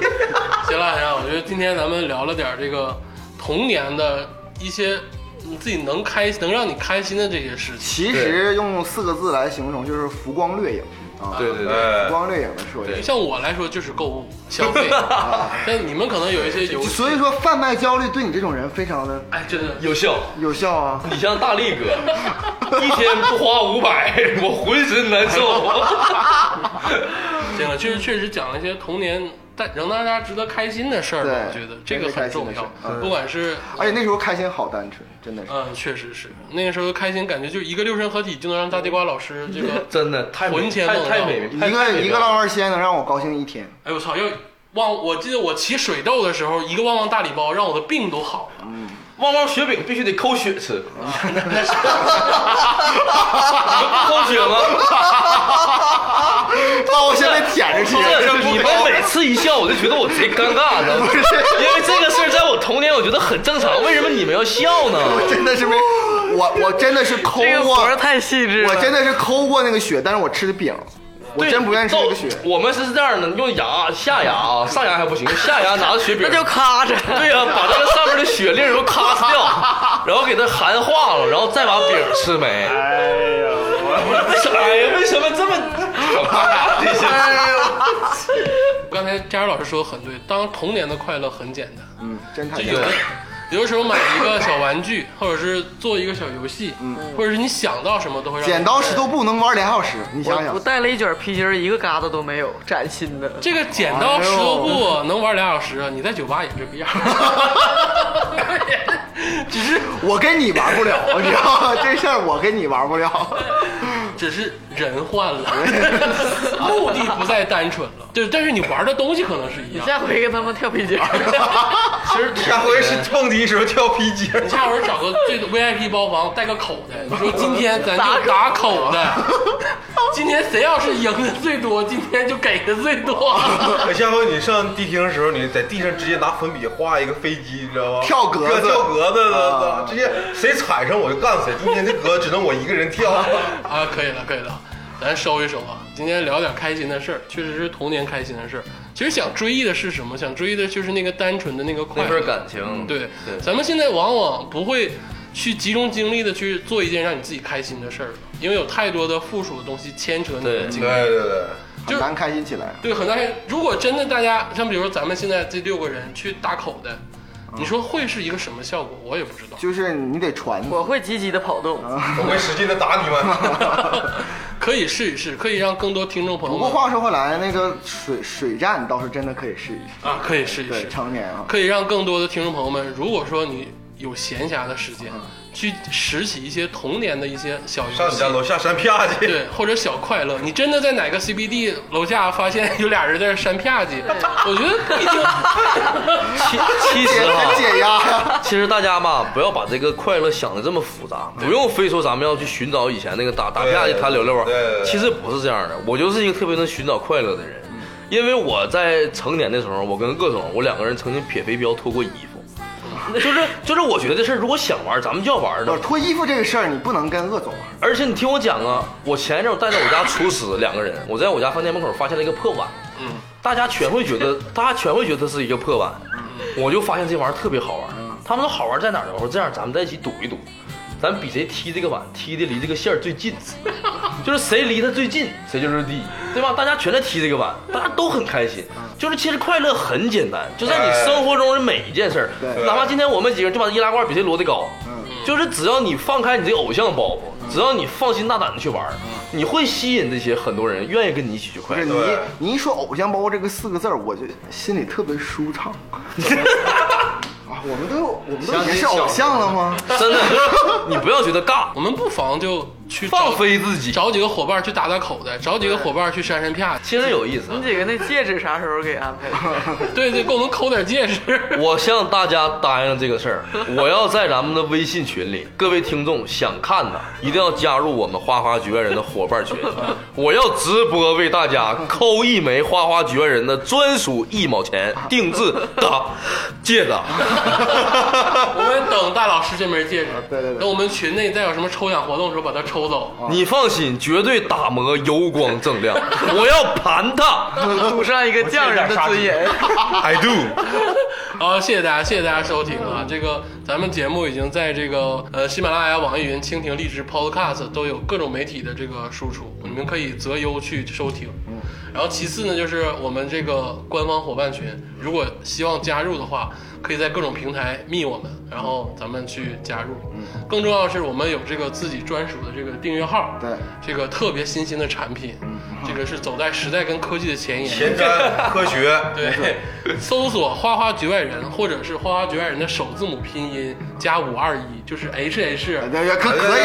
B: 行了行了，我觉得今天咱们聊了点这个童年的一些你自己能开能让你开心的这些事情。
E: 其实用四个字来形容就是浮光掠影啊，
F: 对对
E: 浮
F: 对，
D: 哎，
E: 光掠影的说一
B: 像我来说就是购物消 费，但你们可能有一些游戏，
E: 所以说贩卖焦虑对你这种人非常的
B: 哎，真的
F: 有效。
E: 有效啊。
F: 你像大力哥，一天不花五百，我浑身难受。，
B: 这个确实确实讲了一些童年，但能让大家值得开心的事儿吧。
E: 对
B: 我觉得这个很重要
E: 值得开心的事，嗯
B: 不管是
E: 而且那时候开心好单纯，真的是。
B: 嗯，确实是那个时候开心，感觉就一个六神合体就能让大地瓜老师这 个
F: 真的太美
B: 魂牵
F: 太
B: 梦绕
F: 太美，太
E: 一
F: 太美
E: 个
F: 妙
E: 一个浪花仙能让我高兴一天，
B: 哎我操，要旺，我记得我骑水痘的时候，一个旺旺大礼包让我的病都好了。
F: 旺旺雪饼必须得抠 血吃，抠血吗？
E: 把我现在舔着吃
F: 不。是，你们每次一笑，我就觉得我贼尴尬呢。因为这个事儿在我童年，我觉得很正常，为什么你们要笑呢？
E: 真的是 没，我我真的是抠
C: 这个
E: 过
C: 活，儿太细致了。
E: 我真的是抠过那个血，但是我吃的饼，我
F: 对
E: 真不愿意吃那个
F: 到
E: 血。
F: 我们是这样的，用牙、下牙啊，上牙还不行，下牙拿着雪饼，
C: 那就咔着。
F: 对呀、把那个上面的血粒儿都咔哧 掉，然后给它含化了，然后再把饼吃没。哎呀，为啥呀？为 什么这么可怕？ 这些
B: 刚才佳茹老师说的很对，当童年的快乐很简单，
E: 嗯，真太
B: 就有的有的时候买一个小玩具， 或者是做一个小游戏，或者是你想到什么都会让你
E: 嗯剪刀石头布能玩俩小时，你想
C: 我
E: 想
C: 我，带了一卷皮筋儿，一个疙瘩都没有，崭新的。
B: 这个剪刀石头
E: 哎
B: 布能玩俩小时啊！你在酒吧也这个样 儿，只是
E: 我跟你玩不了，你知道吗？ 这事儿我跟你玩不了。
B: 只是人换 了，目的不再单纯了。对，但是你玩的东西可能是一样。
C: 下回跟他们跳皮筋儿。
F: 其实
D: 下回是蹦迪时候跳皮筋儿
B: 你下回找个最 VIP 包房，带个口袋。你说今天咱就打口 袋，今天谁要是赢的最多，今天就给的最多。
D: 哎下回你上迪厅的时候，你在地上直接拿粉笔画一个飞机，你知道吗？
E: 跳格子
D: 跳格子
E: 啊
D: 的，直接谁踩上我就干谁。今天这格子只能我一个人 跳。
B: 啊，可以了，可以了，咱收一收啊。今天聊点开心的事儿，确实是童年开心的事儿。其实想追忆的是什么？想追忆的就是那个单纯的那个快
F: 那
B: 乐
F: 份感嗯情，
B: 对，咱们现在往往不会去集中精力的去做一件让你自己开心的事儿了，因为有太多的附属的东西牵扯你的
F: 对
B: 精
D: 对
B: 力。
D: 对对，
B: 就
E: 很难开心起来。
B: 对，很大概。如果真的大家像比如说咱们现在这六个人去打口袋，
E: 嗯
B: 你说会是一个什么效果？我也不知道。
E: 就是你得传，
C: 我会积极的跑动，
D: 我会使劲的打你们。
B: 可以试一试，可以让更多听众朋友
E: 不过
B: 们
E: 话说回来，那个水水战倒是真的可以试一试。
B: 啊，可以试一
E: 对，
B: 试，
E: 成年 啊，
B: 可以让更多的听众朋友们，如果说你有闲暇的时间，去拾起一些童年的一些小游戏，
D: 啊上你家楼下山啪去，
B: 对，或者小快乐。你真的在哪个 CBD 楼下发现有俩人在那 扇啪叽，我觉得不一定。
F: 其其
E: 解
F: 实
E: 很
F: 哈，
E: 解压呀。
F: 其实大家吧，不要把这个快乐想的这么复杂，不用非说咱们要去寻找以前那个打打架去谈聊聊啊
D: 对对对。对
F: 其实不是这样的，我就是一个特别能寻找快乐的人，因为我在成年的时候，我跟各种我两个人曾经撇飞镖脱过衣服，就是就是我觉得这事儿如果想玩，咱们就要玩的
E: 不是。脱衣服这个事儿，你不能跟恶总玩。
F: 而且你听我讲啊，我前一阵我带着我家厨师两个人，我在我家饭店门口发现了一个破碗，大家全会觉 得，大家全会觉得是一个破碗。我就发现这玩意儿特别好玩。他们说好玩在哪儿呢？我说这样，咱们在一起赌一赌，咱比谁踢这个碗踢的离这个线儿最 近，就是谁离它最近，谁就是第一，嗯对吧？大家全在踢这个碗，大家都很开心。就是其实快乐很简单，就在你生活中的每一件事儿，哪怕今天我们几个人就把易拉罐比谁摞得高，就是只要你放开你这个偶像包袱，只要你放心大胆的去玩儿，你会吸引这些很多人愿意跟你一起去
E: 不
F: 快乐
E: 是。你你一说偶像包这个四个字儿，我就心里特别舒 畅。啊，我们都我们都已经是偶像了吗？
F: 真的，你不要觉得尬，
B: 我们不妨就去找
F: 放飞自己，
B: 找几个伙伴去打打口袋，找几个伙伴去扇扇啪。
F: 其实有意思
C: 你。几个那戒指啥时候给安排？
B: 对对，给我们抠点戒 指。
F: 我向大家答应这 个事儿，我要在咱们的微信群里，各位听众想看的，一定要加入我们花花局外人的 伙伴群。我要直播为大家抠一枚花花局外人的专属一毛钱定制的 戒指。
B: 我们等大老师这枚戒指，
D: 啊
E: 对对对
B: 等我们群内再有什么抽奖活动的时候把它抽走。
F: 你放心，绝对打磨油光锃亮。我要盘它
C: 赌上一个匠人的尊严。
F: ，I do。
B: 好，哦谢谢大家，谢谢大家收听啊！这个咱们节目已经在这个呃喜马拉雅、网易云、蜻蜓、荔枝、Podcast 都有各种媒体的这个输出，你们可以择优去收听。然后其次呢，就是我们这个官方伙伴群，如果希望加入的话，可以在各种平台密我们，然后咱们去加入。更重要的是，我们有这个自己专属的这个订阅号，
E: 对，
B: 这个特别新兴的产品，这个是走在时代跟科技的嗯前沿，
D: 前瞻科学，
B: 对，搜索“花花局外人”或者是“花花局外人”的首字母拼音加五二一，就是 H H
E: 哎对，可可以，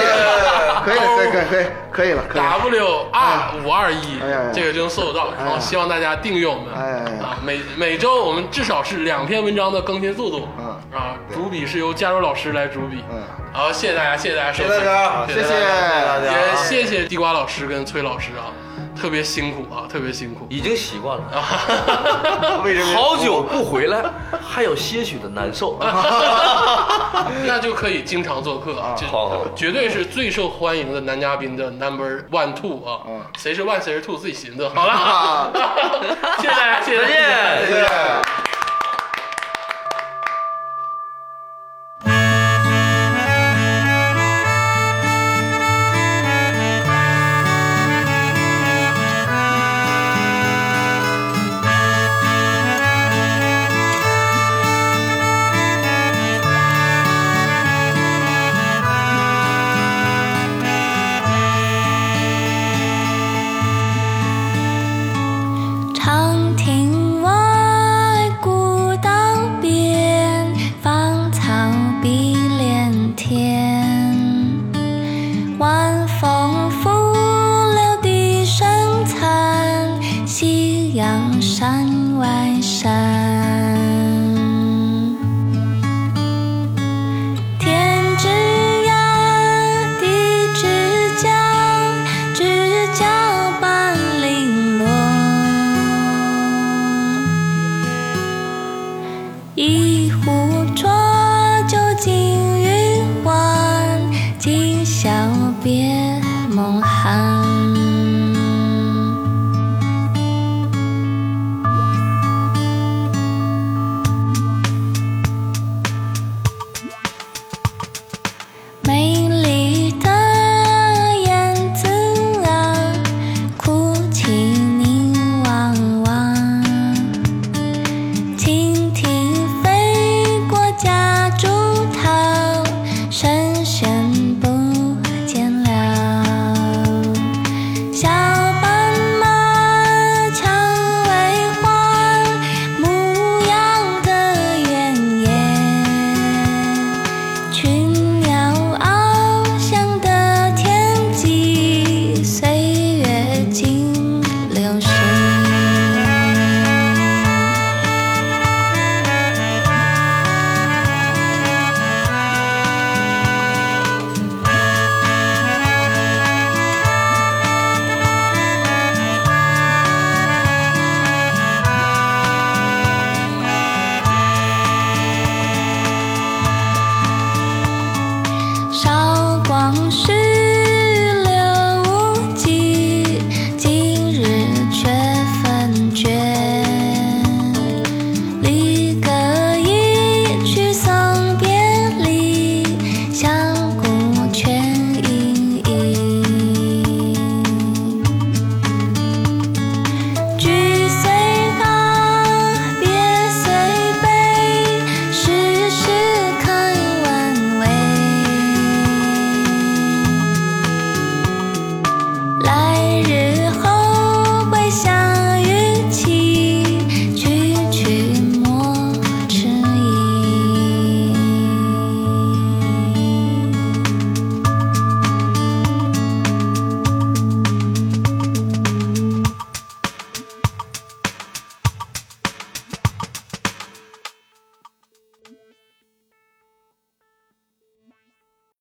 E: 可以了，可以，可以，可以，可以了，可以了。
B: W R 五二一
E: 哎呀，
B: 这个就能搜得到。然后希望大家订阅我们
E: 哎呀哎呀
B: 啊，每每周我们至少是两篇文章的更新速度
E: 嗯
B: 啊，主笔是由加州老师来主笔。
E: 嗯
B: 好，谢谢大家，谢谢大家收
D: 谢
B: 听，
D: 谢大家，
E: 谢谢大家。
B: 也谢谢地瓜老师跟崔老师啊，特别辛苦啊，特别辛苦。
F: 已经习惯了，
E: 为什么
F: 好久不回来，还有些许的 难受。
E: 哎
B: 那就可以经常做客啊，这
F: 好好
B: 绝对是最受欢迎的男嘉宾的 number one two 啊，
F: 嗯
B: 谁是 one 谁是 two 自己寻思。好了，谢谢大家，谢谢大家。
F: 再见。
D: 谢谢。